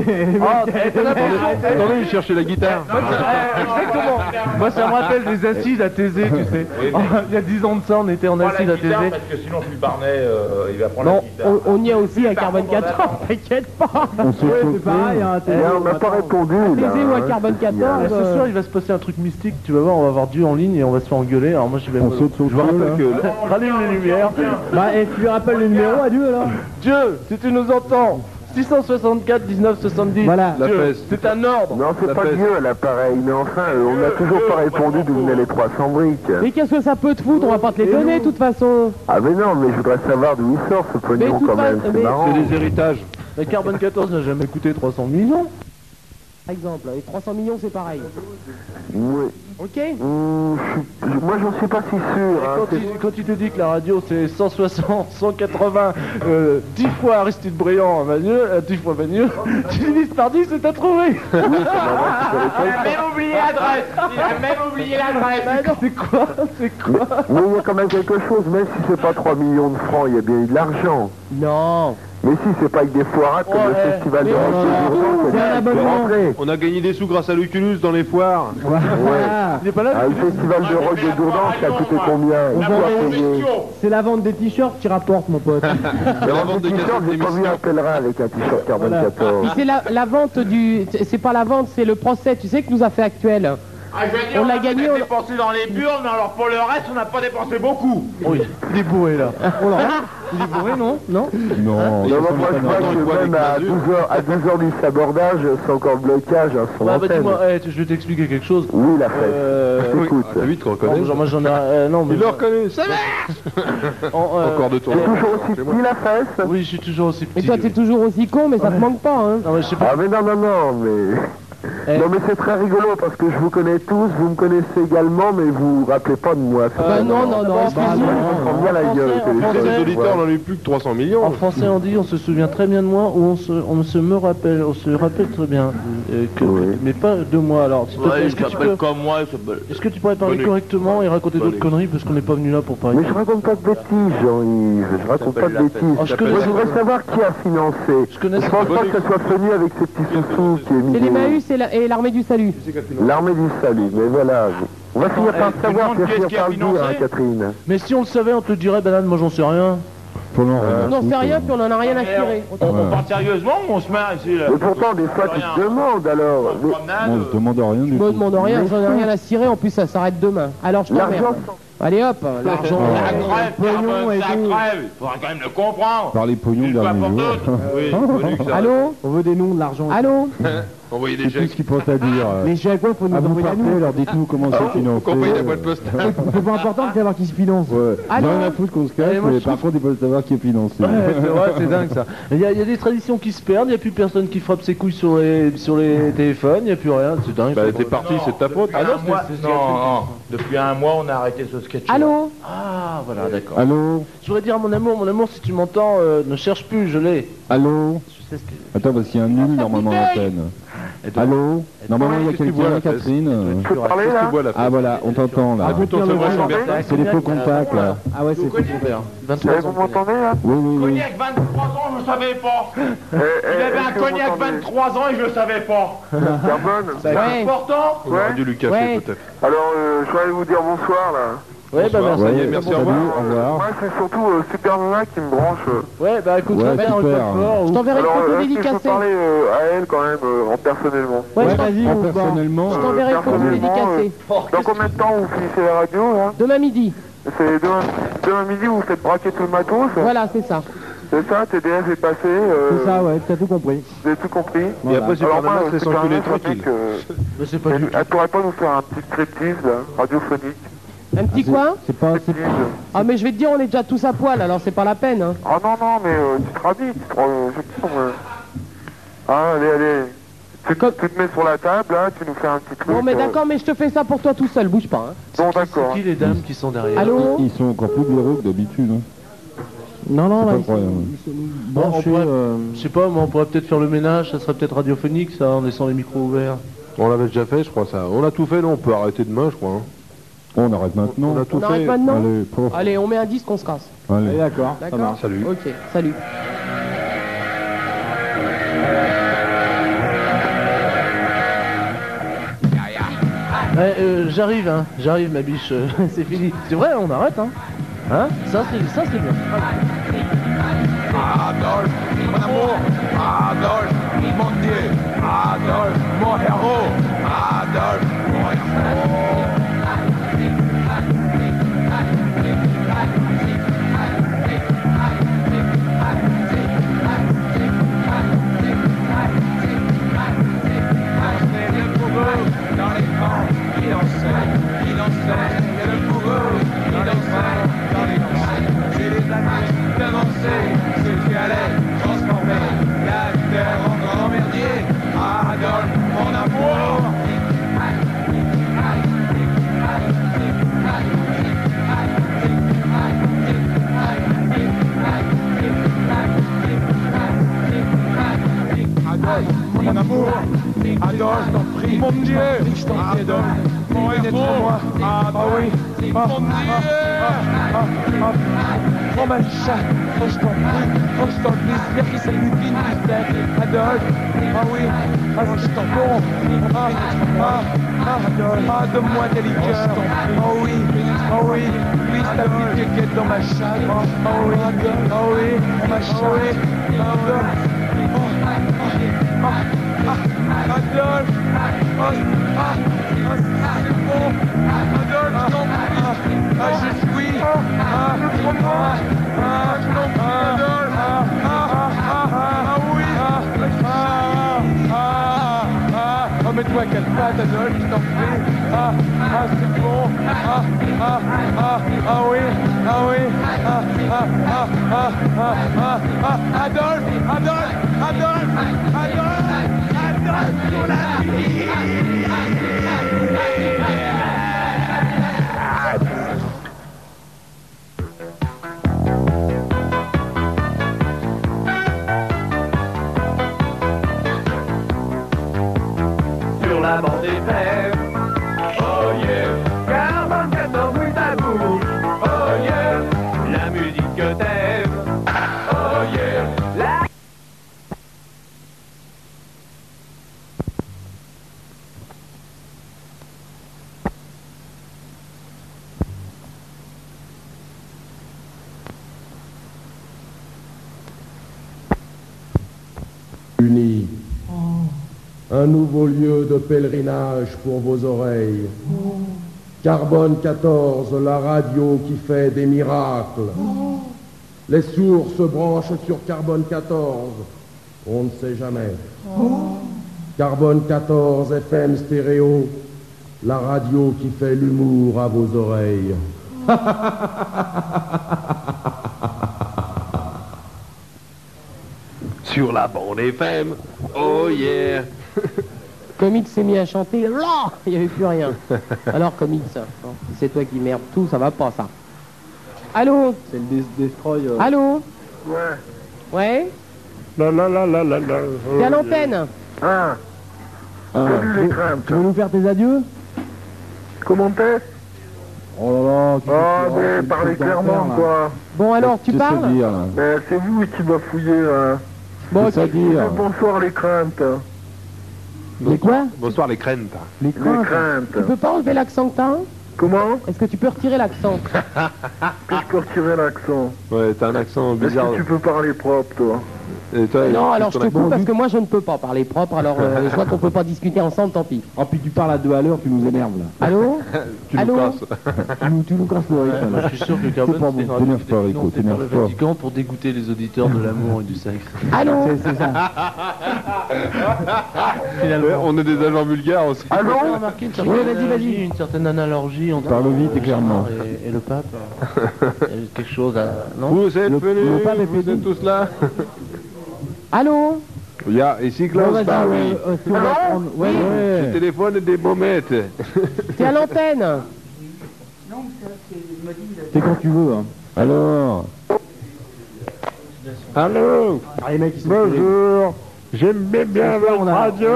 Speaker 2: Attendez, il cherchait la guitare.
Speaker 6: exactement. Moi, ça me rappelle des assises à Thésée, tu sais. Oh, Il y a 10 ans de ça, on était en
Speaker 5: Prends la
Speaker 6: assises à
Speaker 5: guitare,
Speaker 6: Thésée.
Speaker 5: parce que sinon, plus Barnet, euh, il va prendre la
Speaker 4: Non,
Speaker 5: guitare.
Speaker 4: on, on y est aussi à carbone
Speaker 5: contre, on
Speaker 4: 14, t'inquiète pas.
Speaker 3: On se Eh,
Speaker 7: C'est pareil, hein,
Speaker 2: Eh,
Speaker 7: t'es-
Speaker 1: Là, on m'a pas répondu. là,
Speaker 4: Thésée ou à
Speaker 1: hein,
Speaker 4: carbone
Speaker 1: c'est signal.
Speaker 4: 14
Speaker 6: Ce soir, il va se passer un truc mystique, tu vas voir, on va avoir Dieu en ligne et on va se faire engueuler. Alors moi, je vais
Speaker 3: On saute sur le
Speaker 6: Je vous
Speaker 3: col,
Speaker 6: rappelle
Speaker 3: là.
Speaker 6: que rallume les lumières.
Speaker 7: Bah,
Speaker 4: eh,
Speaker 7: et tu lui rappelles le numéro à Dieu, alors
Speaker 6: Dieu, si tu nous entends, 664 1970.
Speaker 7: Voilà.
Speaker 2: La
Speaker 6: Dieu,
Speaker 2: fesse.
Speaker 6: c'est un ordre.
Speaker 1: Non,
Speaker 2: La
Speaker 1: c'est pas
Speaker 2: peste.
Speaker 1: Dieu à l'appareil, mais enfin, euh, on n'a toujours pas répondu d'où venaient les 300 briques.
Speaker 4: Mais qu'est-ce que ça peut te foutre On va pas te les donner, de toute façon.
Speaker 1: Ah mais non, mais je voudrais savoir d'où il sort ce pognon
Speaker 4: Mais tout
Speaker 1: quand
Speaker 4: va-
Speaker 1: même, c'est
Speaker 4: mais-
Speaker 1: marrant.
Speaker 2: C'est des héritages.
Speaker 6: La carbone 14 n'a jamais coûté 300 millions.
Speaker 4: Par exemple, et 300 millions, c'est pareil.
Speaker 1: Ouais.
Speaker 4: Ok
Speaker 1: Mmh, je suis- moi j'en suis pas si sûr.
Speaker 2: Ah,
Speaker 1: hein,
Speaker 6: Quand
Speaker 1: c'est-
Speaker 6: il, quand il te dit que la radio c'est 160, 180, euh, 10 fois Aristide Briand à Magneux, euh, 10 fois Magneux, tu divises par 10 et t'as trouvé
Speaker 5: Il a même oublié l'adresse. Il a même oublié l'adresse.
Speaker 6: C'est quoi C'est quoi
Speaker 1: Mais il y a quand même quelque chose, même si c'est pas 3 millions de francs, il y a bien eu de l'argent.
Speaker 6: Non
Speaker 1: Mais si c'est pas avec des foirats comme le
Speaker 6: Ouais,
Speaker 1: festival de
Speaker 6: mais on s'en
Speaker 1: rock
Speaker 7: c'est un abonnement.
Speaker 2: On a gagné des sous grâce à l'Oculus dans les foires.
Speaker 7: Voilà.
Speaker 6: Il n'est pas là
Speaker 1: Ah, le festival de rock de Dourdan, ça a coûté combien
Speaker 5: La bonne question.
Speaker 7: C'est la vente des t-shirts qui rapporte, mon pote.
Speaker 2: Mais la vente de
Speaker 1: t-shirt,
Speaker 2: cassettes
Speaker 1: j'ai pas
Speaker 2: d'émission.
Speaker 1: vu un pèlerin avec un t-shirt carbone
Speaker 7: Voilà.
Speaker 1: 14.
Speaker 4: Mais c'est la, la vente du... c'est- C'est pas la vente, c'est le procès, tu sais, que nous a fait actuel.
Speaker 5: Ah, je veux dire,
Speaker 4: On
Speaker 5: on
Speaker 4: l'a
Speaker 5: a
Speaker 4: gagné,
Speaker 5: peut-être
Speaker 4: on-
Speaker 5: dépensé dans les burnes, mais alors pour le reste, on n'a pas dépensé beaucoup.
Speaker 6: Il est bourré là.
Speaker 3: Non,
Speaker 1: Non, non,
Speaker 3: ça sonne
Speaker 1: moi je
Speaker 3: pas
Speaker 1: crois
Speaker 3: normal.
Speaker 2: on voit
Speaker 1: que même
Speaker 2: avec
Speaker 1: à
Speaker 2: les yeux.
Speaker 1: 12h à 12 heures du sabordage, c'est encore le blocage hein, sur
Speaker 6: Ouais, bah
Speaker 1: l'antenne.
Speaker 6: dis-moi, eh, tu- je vais t'expliquer quelque chose.
Speaker 1: Oui, la fête.
Speaker 6: Euh...
Speaker 1: Je t'écoute.
Speaker 2: Ah, c'est vite qu'on
Speaker 6: non,
Speaker 2: reconnaît.
Speaker 6: genre, moi j'en ai un- euh, non, mais...
Speaker 2: Il le reconnaît, ça va
Speaker 6: en, euh,
Speaker 2: Encore de
Speaker 1: T'es
Speaker 2: tournoi.
Speaker 1: toujours aussi petit la fesse
Speaker 6: Oui, je suis toujours aussi
Speaker 4: Mais
Speaker 6: petit.
Speaker 4: toi, t'es toujours aussi con, mais ça te manque pas, hein.
Speaker 6: Non, mais je sais pas.
Speaker 1: Ah mais non, non, non, mais...
Speaker 6: Eh.
Speaker 1: Non mais c'est très rigolo parce que je vous connais tous, vous me connaissez également mais vous vous rappelez pas de moi. ça.
Speaker 4: Bah non, non, non,
Speaker 1: Ah,
Speaker 4: excuse-moi.
Speaker 1: non,
Speaker 6: bah,
Speaker 1: je prends bien la
Speaker 6: Euh, En
Speaker 1: gueule au
Speaker 6: français, en
Speaker 1: téléphone,
Speaker 2: Les auditeurs, on
Speaker 1: ouais.
Speaker 2: en a eu plus que 300
Speaker 6: En
Speaker 2: millions.
Speaker 6: français, on dit on se souvient très bien de moi ou on se, on se me rappelle, on se rappelle très bien. euh, que-
Speaker 1: Oui.
Speaker 6: Mais pas de moi alors. s'il te plaît,
Speaker 5: Ouais,
Speaker 6: est-ce,
Speaker 5: il
Speaker 6: que tu
Speaker 5: s'appelle
Speaker 6: peux,
Speaker 5: comme moi, il s'appelle...
Speaker 6: est-ce que tu pourrais parler
Speaker 2: Bonnet.
Speaker 6: correctement et raconter d'autres
Speaker 2: Bonnet.
Speaker 6: conneries parce qu'on n'est pas venu là pour parler
Speaker 1: Mais je raconte pas de bêtises Jean-Yves, je raconte pas de bêtises.
Speaker 6: Oh, je connais-
Speaker 1: Moi je voudrais savoir qui a financé.
Speaker 6: Je connais
Speaker 1: Je pense pas que ça soit connu avec ces petits sous qui est mis
Speaker 4: C'est l'Emmaüs et la- et l'armée du salut.
Speaker 1: L'armée du salut, mais voilà. On va
Speaker 5: Eh,
Speaker 1: finir par le savoir,
Speaker 5: demandes
Speaker 1: je vais
Speaker 5: qu'est-ce
Speaker 1: finir
Speaker 5: qui a
Speaker 1: par le dire, hein,
Speaker 5: financé
Speaker 1: Catherine.
Speaker 6: Mais si on le savait, on te le dirait, banane, moi j'en sais rien.
Speaker 3: Faut l'en
Speaker 4: On
Speaker 3: regarder.
Speaker 4: n'en sait rien, puis on en a rien à tirer.
Speaker 5: On, on part sérieusement ou on se marre ici là
Speaker 1: Mais pourtant, des fois, tu te demandes alors. mais-
Speaker 3: On se demande rien du
Speaker 4: Je me
Speaker 3: tout.
Speaker 4: demande rien, j'en ai rien à cirer, en plus ça s'arrête demain. Alors je
Speaker 1: L'argent,
Speaker 4: t'emmerde. Allez hop, l'argent.
Speaker 5: Ça crève,
Speaker 7: pognon
Speaker 5: euh, Carbone,
Speaker 7: et
Speaker 5: ça
Speaker 7: tout.
Speaker 5: crève. Il faudra quand même le comprendre.
Speaker 3: Par les pognons
Speaker 5: Une fois
Speaker 3: dernier
Speaker 5: pour
Speaker 3: jour.
Speaker 5: toutes.
Speaker 2: Oui, connu que ça.
Speaker 4: Allô
Speaker 7: On veut des noms de l'argent.
Speaker 4: Allô
Speaker 2: Envoyez des
Speaker 3: C'est tout
Speaker 2: chèques.
Speaker 3: ce qu'ils pensent à dire. euh.
Speaker 7: Les chèques, ouais, faut nous
Speaker 3: Ah, vous
Speaker 7: envoyer à
Speaker 3: partez,
Speaker 7: nous.
Speaker 3: leur dites-nous comment c'est financé.
Speaker 2: Compagnie Ah, la
Speaker 3: euh.
Speaker 2: boîte postale.
Speaker 7: C'est pas important de savoir qui se finance.
Speaker 3: Ouais.
Speaker 4: Allô
Speaker 3: Rien à foutre qu'on se
Speaker 6: Allez,
Speaker 3: cache,
Speaker 6: moi,
Speaker 3: mais
Speaker 6: je
Speaker 3: par contre, ils veulent savoir qui est financé.
Speaker 6: Ouais, c'est vrai, c'est dingue ça. Il y, a- il y a des traditions qui se perdent, il n'y a plus personne qui frappe ses couilles sur les, sur les téléphones, il n'y a plus rien, c'est dingue.
Speaker 2: Bah,
Speaker 6: ça.
Speaker 2: t'es parti, c'est de ta faute.
Speaker 5: Ah non,
Speaker 6: c'est-
Speaker 5: mois...
Speaker 6: c'est- c'est-
Speaker 5: non, non. Depuis un mois, on a arrêté ce sketch.
Speaker 4: Allô
Speaker 6: Ah voilà, d'accord.
Speaker 3: Allô
Speaker 6: Je voudrais dire à mon amour, mon amour, si tu m'entends, euh, ne cherche plus, je l'ai.
Speaker 3: Allô
Speaker 6: Je sais ce que-
Speaker 3: Attends, parce qu'il y a un nul normalement à l'antenne.
Speaker 6: Et donc-
Speaker 3: Allô Normalement, il y a
Speaker 2: Qu'est-ce que tu vois,
Speaker 3: quelqu'un,
Speaker 2: la fesse
Speaker 3: Catherine. euh.
Speaker 1: tu peux parler
Speaker 2: Qu'est-ce que tu
Speaker 1: là
Speaker 2: bois là
Speaker 3: Ah voilà, on t'entend là.
Speaker 2: Écoute, on se voit sur Bercy.
Speaker 3: C'est les faux contacts là.
Speaker 7: Ah ouais, c'est
Speaker 6: Mon père,
Speaker 1: Eh,
Speaker 5: euh,
Speaker 6: 23
Speaker 1: Vous
Speaker 6: ans.
Speaker 1: m'entendez là
Speaker 3: Oui, oui, oui.
Speaker 5: Cognac 23 ans, je ne savais pas.
Speaker 1: Eh, eh,
Speaker 5: Il avait
Speaker 1: est-ce
Speaker 5: un
Speaker 1: que vous
Speaker 5: cognac
Speaker 1: m'entendez
Speaker 5: 23 ans et je le savais pas.
Speaker 1: Carbone
Speaker 4: Ouais.
Speaker 5: Pourtant,
Speaker 2: On aurait dû lui cacher
Speaker 4: Ouais.
Speaker 2: peut-être.
Speaker 1: Alors, euh, je voudrais vous dire bonsoir là.
Speaker 6: Ouais, bah merci.
Speaker 2: Ça y
Speaker 3: Ouais,
Speaker 2: est, merci,
Speaker 3: salut,
Speaker 2: au revoir.
Speaker 3: Au revoir.
Speaker 1: Moi, c'est surtout euh, Super Nana qui me branche. euh.
Speaker 6: Ouais, bah écoute,
Speaker 3: Ouais,
Speaker 6: va faire un
Speaker 3: super.
Speaker 6: top fort.
Speaker 4: Je
Speaker 6: ou-
Speaker 4: t'enverrai une
Speaker 1: Alors,
Speaker 4: photo
Speaker 1: euh, est-ce que je peux
Speaker 4: dédicacée.
Speaker 1: parler euh, à elle quand même, euh, en personnellement
Speaker 4: Ouais, je
Speaker 3: Ouais,
Speaker 4: t'en-
Speaker 7: vas-y,
Speaker 3: moi,
Speaker 7: on se barre.
Speaker 3: personnellement, euh,
Speaker 4: je t'enverrai une photo
Speaker 1: personnellement,
Speaker 4: dédicacée.
Speaker 1: Dans combien de temps vous finissez la radio là
Speaker 4: Demain midi.
Speaker 1: C'est demain, demain midi, vous vous faites braquer tout le matos
Speaker 4: Voilà, c'est ça.
Speaker 1: C'est ça, TDF est passé, euh,
Speaker 7: C'est ça, ouais, t'as tout compris.
Speaker 1: vous avez tout compris
Speaker 2: Et après,
Speaker 1: Alors, moi,
Speaker 2: Superman,
Speaker 1: euh,
Speaker 2: c'est sans
Speaker 1: Super
Speaker 2: tous les
Speaker 1: Nana, je dis
Speaker 2: tranquille.
Speaker 1: que-
Speaker 6: Mais c'est pas du tout.
Speaker 1: Elle pourrait pas nous faire un petit striptease là, radiophonique
Speaker 4: Un petit coin
Speaker 7: C'est pas. c'est-
Speaker 1: Striptease.
Speaker 4: Ah mais je vais te dire, on est déjà tous à poil, alors c'est pas la peine. hein.
Speaker 1: Ah non, non, mais euh, tu te rhabilles, tu te... euh, je sais pas, moi. Ah, allez, allez. Tu, tu te mets sur la table, là, tu nous fais un petit truc.
Speaker 4: Bon mais
Speaker 1: euh,
Speaker 4: d'accord, mais je te fais ça pour toi tout seul, bouge pas. hein.
Speaker 1: Bon, d'accord.
Speaker 6: Qui les dames qui sont derrière
Speaker 4: Allô
Speaker 3: ils sont encore plus bureaux que d'habitude. hein. Non, non,
Speaker 8: C'est
Speaker 3: là,
Speaker 8: pas
Speaker 3: ils sont,
Speaker 8: incroyable.
Speaker 3: ils sont
Speaker 6: Bon, on
Speaker 3: branchés,
Speaker 6: pourrait-
Speaker 3: euh,
Speaker 6: Je sais pas, mais on pourrait peut-être faire le ménage, ça serait peut-être radiophonique ça, en laissant les micros ouverts.
Speaker 2: On l'avait déjà fait, je crois, ça. On a tout fait, là, on peut arrêter demain, je crois. hein.
Speaker 8: On arrête maintenant.
Speaker 2: On a tout
Speaker 4: On arrête
Speaker 2: fait.
Speaker 4: maintenant Ah,
Speaker 8: Allez, prof,
Speaker 4: Allez, on met un disque, on se casse.
Speaker 8: allez.
Speaker 3: D'accord.
Speaker 4: D'accord
Speaker 2: Salut.
Speaker 4: Ok, salut.
Speaker 6: Ouais, euh, j'arrive, hein, j'arrive ma biche, euh, c'est fini. C'est vrai, on arrête, hein. Hein Ça c'est ça c'est bien.
Speaker 5: Adolf, mon amour, Adolf, mon Dieu, Adolf, mon héros, Adolf, mon héros. Lancez le bourreau dans les vents, il en sait, il en sait, le bourreau, il en sait, dans les vents. J'ai les amis d'avancer, ce qui allait transformer la terre en grand merdier. Adolphe, mon amour, Adolphe, mon amour, Adolphe, t'en prie, mon Dieu, je t'en prie, Adolphe, mon héros, ah bah oui, ah, mon Dieu, ah, ah, ah, oh ma chatte, oh je t'en prie, oh je t'en prie, c'est bien qui s'allumine, tu sais, Adolphe, ah oui, ah je t'en prie, ah, ah, ah, Adolphe, ah de moi délicat, oh oui, oh oui, oui, ta vie te guette dans ma chatte, oh oui, Adolphe, oh oui, ma chatte, Adolphe, Adolphe Oh, ah, ah, c'est bon Adolphe, je t'en prie Ah, je jouis Ah, ah, ah, je t'en prie, Adolphe Ah, ah, ah, ah, ah, oui Ah, ah, ah, ah Oh, mets-toi à quatre pattes, Adolphe, je t'en prie Ah, ah, c'est bon Ah, ah, ah, ah, oui Ah, oui Ah, ah, ah, ah, ah, ah, ah Adolphe, Adolphe, Adolphe, Adolphe Adolphe pour la vie sur la bande des fers. Oh yeah, 44 rue d'amour. Oh yeah, la musique que t'aimes. Oh yeah, la
Speaker 9: Unis.
Speaker 3: Oh.
Speaker 9: Un nouveau lieu de pèlerinage pour vos oreilles.
Speaker 3: Oh.
Speaker 9: Carbone 14, la radio qui fait des miracles.
Speaker 3: Oh.
Speaker 9: Les sourds se branchent sur Carbone 14. On ne sait jamais. Carbone 14, FM stéréo, la radio qui fait l'humour à vos oreilles.
Speaker 2: Sur la bande FM. Oh yeah.
Speaker 4: Comics s'est mis à chanter, là, il n'y avait plus rien. Alors Comics, hein, c'est toi qui merde tout, ça va pas ça. Allô
Speaker 6: C'est le destroy.
Speaker 3: euh.
Speaker 4: Allô Ouais. Ouais
Speaker 10: La la la la la la.
Speaker 4: T'es à l'antenne
Speaker 1: Ah,
Speaker 9: Ah.
Speaker 3: Ah,
Speaker 1: salut les
Speaker 3: Tu veux nous faire tes adieux
Speaker 1: Comment t'es
Speaker 3: Oh là là. qu'est-ce
Speaker 1: Ah,
Speaker 3: que tu-
Speaker 1: mais
Speaker 3: oh, quel
Speaker 1: parlez
Speaker 3: truc d'enfer,
Speaker 1: clairement,
Speaker 3: là.
Speaker 1: quoi.
Speaker 4: Bon alors, tu
Speaker 8: Qu'est-ce que
Speaker 4: parles
Speaker 8: dire, là
Speaker 1: Euh, c'est vous qui bafouillez, là.
Speaker 4: Bon,
Speaker 8: Qu'est-ce
Speaker 4: ok.
Speaker 8: à dire
Speaker 1: Bonsoir les craintes.
Speaker 4: Mais quoi
Speaker 2: Bonsoir les crènes.
Speaker 3: Les
Speaker 1: Les
Speaker 3: craintes.
Speaker 1: craintes.
Speaker 4: Tu peux pas enlever l'accent que t'as hein
Speaker 1: Comment
Speaker 4: Est-ce que tu peux retirer l'accent
Speaker 1: Puis-je peux retirer l'accent
Speaker 2: Ouais, t'as un accent
Speaker 1: Est-ce
Speaker 2: bizarre.
Speaker 1: que tu peux parler propre, toi
Speaker 2: Et toi,
Speaker 4: Euh, Non,
Speaker 2: ton
Speaker 4: alors je te
Speaker 2: accent-
Speaker 4: coupe parce que moi je ne peux pas parler propre, alors euh, je vois qu'on peut pas discuter ensemble, tant pis.
Speaker 3: Oh, puis tu parles à deux à l'heure, tu nous énerves là.
Speaker 4: Allô
Speaker 2: Tu nous
Speaker 4: Allô
Speaker 2: casses.
Speaker 3: Ah, tu, nous, tu nous casses le rythme. là.
Speaker 6: Moi, je suis sûr que Carbone
Speaker 8: C'est pas bon,
Speaker 6: c'est une
Speaker 8: t'énerve
Speaker 6: radio
Speaker 8: pas, Rico,
Speaker 6: qui est financée par le
Speaker 8: t'énerve pas.
Speaker 6: Vatican pour dégoûter les auditeurs de l'amour et du sexe.
Speaker 4: Allô
Speaker 3: C'est- c'est ça.
Speaker 2: Ouais, on est des agents vulgaires aussi.
Speaker 6: Allô remarqué une certaine,
Speaker 3: Oui, vas-y, vas-y.
Speaker 6: analogie, une certaine analogie entre
Speaker 8: Parle vite et
Speaker 6: euh,
Speaker 8: clairement.
Speaker 6: Jean Et, et le pape. euh, il y a quelque chose à... Non
Speaker 2: Vous êtes
Speaker 8: Le-
Speaker 2: venus,
Speaker 8: le pape est
Speaker 2: vous
Speaker 8: venu.
Speaker 2: êtes tous là.
Speaker 4: Allô
Speaker 2: Il y a ici
Speaker 3: Bon,
Speaker 2: Klaus
Speaker 3: vas-y,
Speaker 2: Barry.
Speaker 3: euh, euh, si on va prendre- ouais, ouais.
Speaker 2: Le téléphone des baumettes.
Speaker 4: T'es à l'antenne
Speaker 8: C'est quand tu veux. hein. Alors
Speaker 11: Allô
Speaker 12: Ah, les mecs, ils sont
Speaker 11: Bonjour J'aimais bien
Speaker 12: Ce soir,
Speaker 11: votre
Speaker 12: on a-
Speaker 11: radio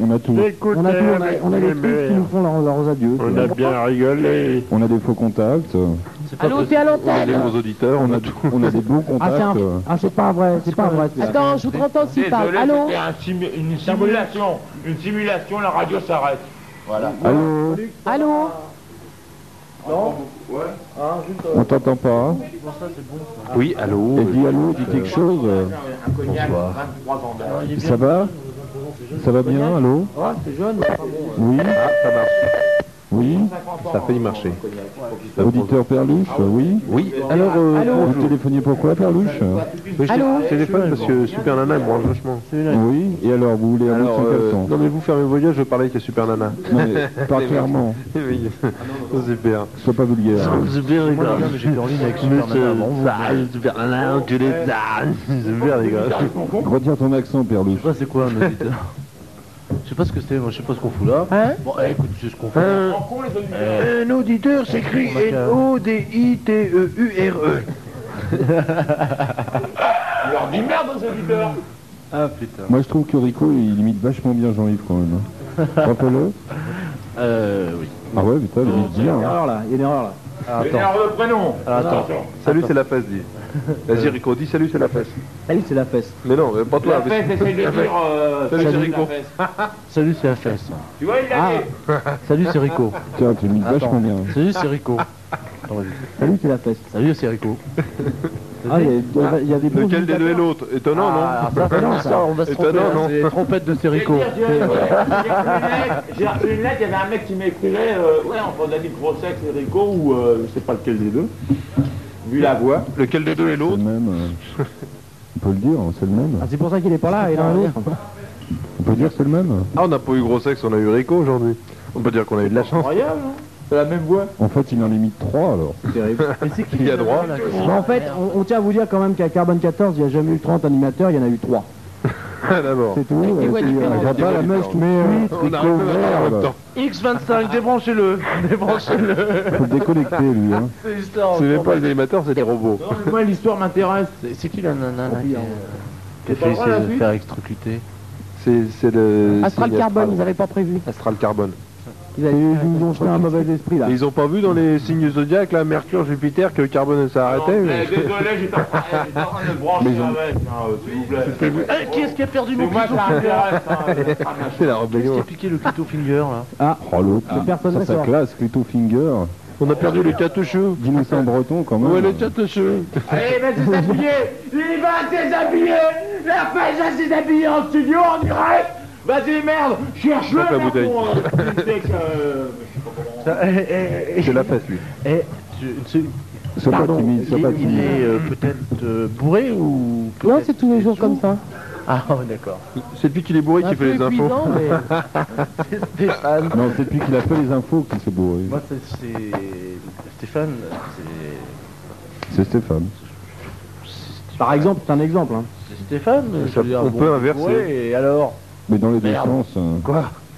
Speaker 12: On a tout.
Speaker 11: Écoutez,
Speaker 12: on a tout, on a, on a les
Speaker 11: mais-
Speaker 12: trucs qui nous font leurs, leurs adieux. tu
Speaker 11: On
Speaker 12: vois.
Speaker 11: a bien rigolé
Speaker 3: On a des faux contacts.
Speaker 4: Allô, t'es à l'antenne
Speaker 3: auditeurs, on a, on a des bons
Speaker 12: Ah, c'est
Speaker 3: contacts.
Speaker 12: un- ah, c'est pas vrai, c'est pas vrai. ça.
Speaker 4: Attends, je voudrais entendre s'il parle.
Speaker 5: Désolé,
Speaker 4: Allô
Speaker 5: c'était un simu- une simulation. Une simulation, la radio s'arrête. Voilà.
Speaker 3: Allô
Speaker 4: Allô
Speaker 6: Non
Speaker 5: Ouais.
Speaker 6: Hein, juste.
Speaker 3: On t'entend pas
Speaker 2: Oui, allô
Speaker 3: Et dis allô, dis quelque chose.
Speaker 5: Un cognac, 23 ans.
Speaker 3: Ça va Ça va bien, allô
Speaker 6: Ah, c'est jeune, mais pas bon.
Speaker 3: Oui
Speaker 2: Ah, ça marche.
Speaker 3: Oui
Speaker 2: Ça a failli marcher.
Speaker 3: Auditeur Perluche, oui
Speaker 2: Oui.
Speaker 3: Alors, euh, vous téléphoniez pourquoi, Perluche
Speaker 2: Oui, je
Speaker 4: Allô
Speaker 2: téléphone parce que Super Nana me branche vachement.
Speaker 3: Oui, et alors, vous voulez avoir
Speaker 2: Alors,
Speaker 3: son
Speaker 2: euh,
Speaker 3: caleçon
Speaker 2: non mais vous fermez vos yeux, je veux parler avec Super Nana.
Speaker 3: Non, mais parle clairement.
Speaker 2: Eh oui, super.
Speaker 3: Sois pas vulgaire.
Speaker 2: Super les gars.
Speaker 6: mais j'étais en ligne avec
Speaker 2: Super Nana avant. Super Nana, tu les as. Super les gars.
Speaker 3: Retire ton accent, Perluche.
Speaker 6: c'est quoi un auditeur Je sais pas ce que c'est, moi je sais pas ce qu'on fout là. bon, eh, écoute, c'est ce qu'on fait. Euh,
Speaker 13: Un auditeur s'écrit N-O-D-I-T-E-U-R-E.
Speaker 5: On leur dit merde aux auditeurs.
Speaker 6: Ah putain.
Speaker 3: Moi, je trouve que Rico, il imite vachement bien Jean-Yves quand même. hein. Rappelle-le.
Speaker 6: Euh, oui.
Speaker 3: Ah ouais, putain, il imite bien.
Speaker 12: Il y a une
Speaker 3: hein.
Speaker 12: erreur là, il y a une erreur là.
Speaker 6: Ah,
Speaker 5: C'est
Speaker 6: attends.
Speaker 5: le prénom.
Speaker 6: Ah, attends.
Speaker 2: Salut, c'est la fesse, dis. Vas-y
Speaker 6: Euh.
Speaker 2: Rico, dis salut, c'est la fesse.
Speaker 12: Salut, c'est la fesse.
Speaker 2: Mais non, euh, pas toi.
Speaker 5: La fesse, essaye de dire. euh,
Speaker 2: Salut,
Speaker 5: salut,
Speaker 2: Rico.
Speaker 5: la fesse.
Speaker 6: Salut, c'est la fesse.
Speaker 5: Tu vois, il l'a dit.
Speaker 6: Salut, c'est Rico.
Speaker 3: Tiens, tu imites vachement bien.
Speaker 6: Salut, c'est Rico. Attends, vas-y.
Speaker 12: Salut, c'est la fesse.
Speaker 6: Salut, c'est Rico.
Speaker 12: Ah, il y a- il y a, il y a des bons
Speaker 2: Lequel des deux est l'autre Étonnant,
Speaker 6: Ah, ça, ça, non, ça, on va se
Speaker 2: Étonnant,
Speaker 6: tromper.
Speaker 2: non
Speaker 6: hein, C'est trompette de Cérico.
Speaker 5: J'ai j'ai- j'ai reçu une lettre, j'ai reçu une lettre, il y avait un mec qui m'écrivait, euh, ouais, entre David Grossex et Rico, ou euh, je sais pas lequel des deux, vu la voix.
Speaker 6: hein.
Speaker 2: non Lequel des deux est
Speaker 3: C'est le
Speaker 2: l'autre
Speaker 3: même. euh, On peut le dire, hein, c'est le même.
Speaker 12: Ah, c'est pour ça qu'il est pas là, il a un autre.
Speaker 3: On peut dire c'est le même.
Speaker 2: Ah, on n'a pas eu gros sexe, on a eu Rico aujourd'hui. On peut dire qu'on a eu de la chance.
Speaker 5: Incroyable, hein C'est la même voix.
Speaker 3: En fait, il en limite trois alors.
Speaker 2: Il y a droit.
Speaker 12: Bah, en fait, on, on tient à vous dire quand même qu'à Carbone 14, il n'y a jamais eu 30 animateurs, il y en a eu 3.
Speaker 2: Ah, D'abord.
Speaker 12: C'est tout. euh,
Speaker 4: quoi,
Speaker 12: c'est-
Speaker 4: tu fais
Speaker 12: euh,
Speaker 4: dans-
Speaker 12: regarde pas la meuf, mais euh,
Speaker 2: On a un peu en même temps.
Speaker 6: X25, débranchez-le. Débranchez-le.
Speaker 3: Faut le déconnecter lui. Hein.
Speaker 6: C'est l'histoire.
Speaker 2: C'est même pas les animateurs, c'est des robots.
Speaker 6: Non, mais moi, l'histoire m'intéresse. C'est- C'est qui la nana là, qui, euh, qui a
Speaker 5: pas
Speaker 6: fait
Speaker 5: vrai, la
Speaker 6: essayer de
Speaker 5: fille
Speaker 6: faire extrocuter
Speaker 2: C'est c'est le.
Speaker 4: Astral
Speaker 2: c'est
Speaker 4: Carbone, ils
Speaker 2: Astral.
Speaker 4: avaient pas prévu.
Speaker 2: Astral Carbone.
Speaker 12: ils ils nous ont jeté un mauvais esprit là.
Speaker 2: Et ils ont pas vu dans les signes zodiaques, là, Mercure, Jupiter, que le carbone ça arrêtait
Speaker 5: Non,
Speaker 2: mais-
Speaker 5: mais désolé, j'étais en train eh, j'étais en train de brancher la mèche, hein, euh, s'il vous plaît.
Speaker 6: Eh, qui est-ce qui a perdu
Speaker 5: Mais
Speaker 6: mon
Speaker 5: moi,
Speaker 6: couteau
Speaker 5: ça m'intéresse, hein, euh,
Speaker 2: C'est la
Speaker 6: Qui est-ce qui a
Speaker 2: rébellion.
Speaker 6: piqué le couteau finger là
Speaker 3: Oh l'autre.
Speaker 2: Ah,
Speaker 12: personne
Speaker 3: ça,
Speaker 12: ne
Speaker 3: ça
Speaker 12: sort.
Speaker 3: classe, Clito Finger.
Speaker 2: On a perdu le catoucheux.
Speaker 3: Dis-nous ça en breton quand même.
Speaker 2: Ouais, le catoucheux.
Speaker 5: Allez, Eh, va se déshabiller Il va se déshabiller La pêche va se déshabiller en studio, en direct Vas-y, merde Cherche-le,
Speaker 2: Porte la
Speaker 5: merde,
Speaker 2: bouteille.
Speaker 5: pour, euh, une tech, euh, je sais pas comment-
Speaker 2: C'est la fesse, lui.
Speaker 6: Eh, tu- tu-
Speaker 3: Sois pas timide, sois
Speaker 6: il,
Speaker 3: pas
Speaker 6: il
Speaker 3: timide.
Speaker 6: est euh, peut-être euh, bourré ou
Speaker 4: Non,
Speaker 6: peut-être-
Speaker 4: c'est tous les jours comme ça.
Speaker 6: Ah, ouais, d'accord.
Speaker 2: C'est depuis qu'il est bourré
Speaker 4: Un
Speaker 2: qu'il
Speaker 4: peu
Speaker 2: fait les infos.
Speaker 4: épuisant, mais...
Speaker 6: Stéphane.
Speaker 3: Non, c'est depuis qu'il a fait les infos qu'il s'est bourré.
Speaker 6: Moi, c'est c'est- Stéphane. c'est-
Speaker 3: C'est Stéphane.
Speaker 12: Par exemple, c'est un exemple. Hein.
Speaker 6: C'est Stéphane. euh, je
Speaker 2: Ça-
Speaker 6: veux dire,
Speaker 2: on peut inverser.
Speaker 6: bourré, et alors
Speaker 3: Mais dans les deux
Speaker 6: Merde.
Speaker 3: sens. hein.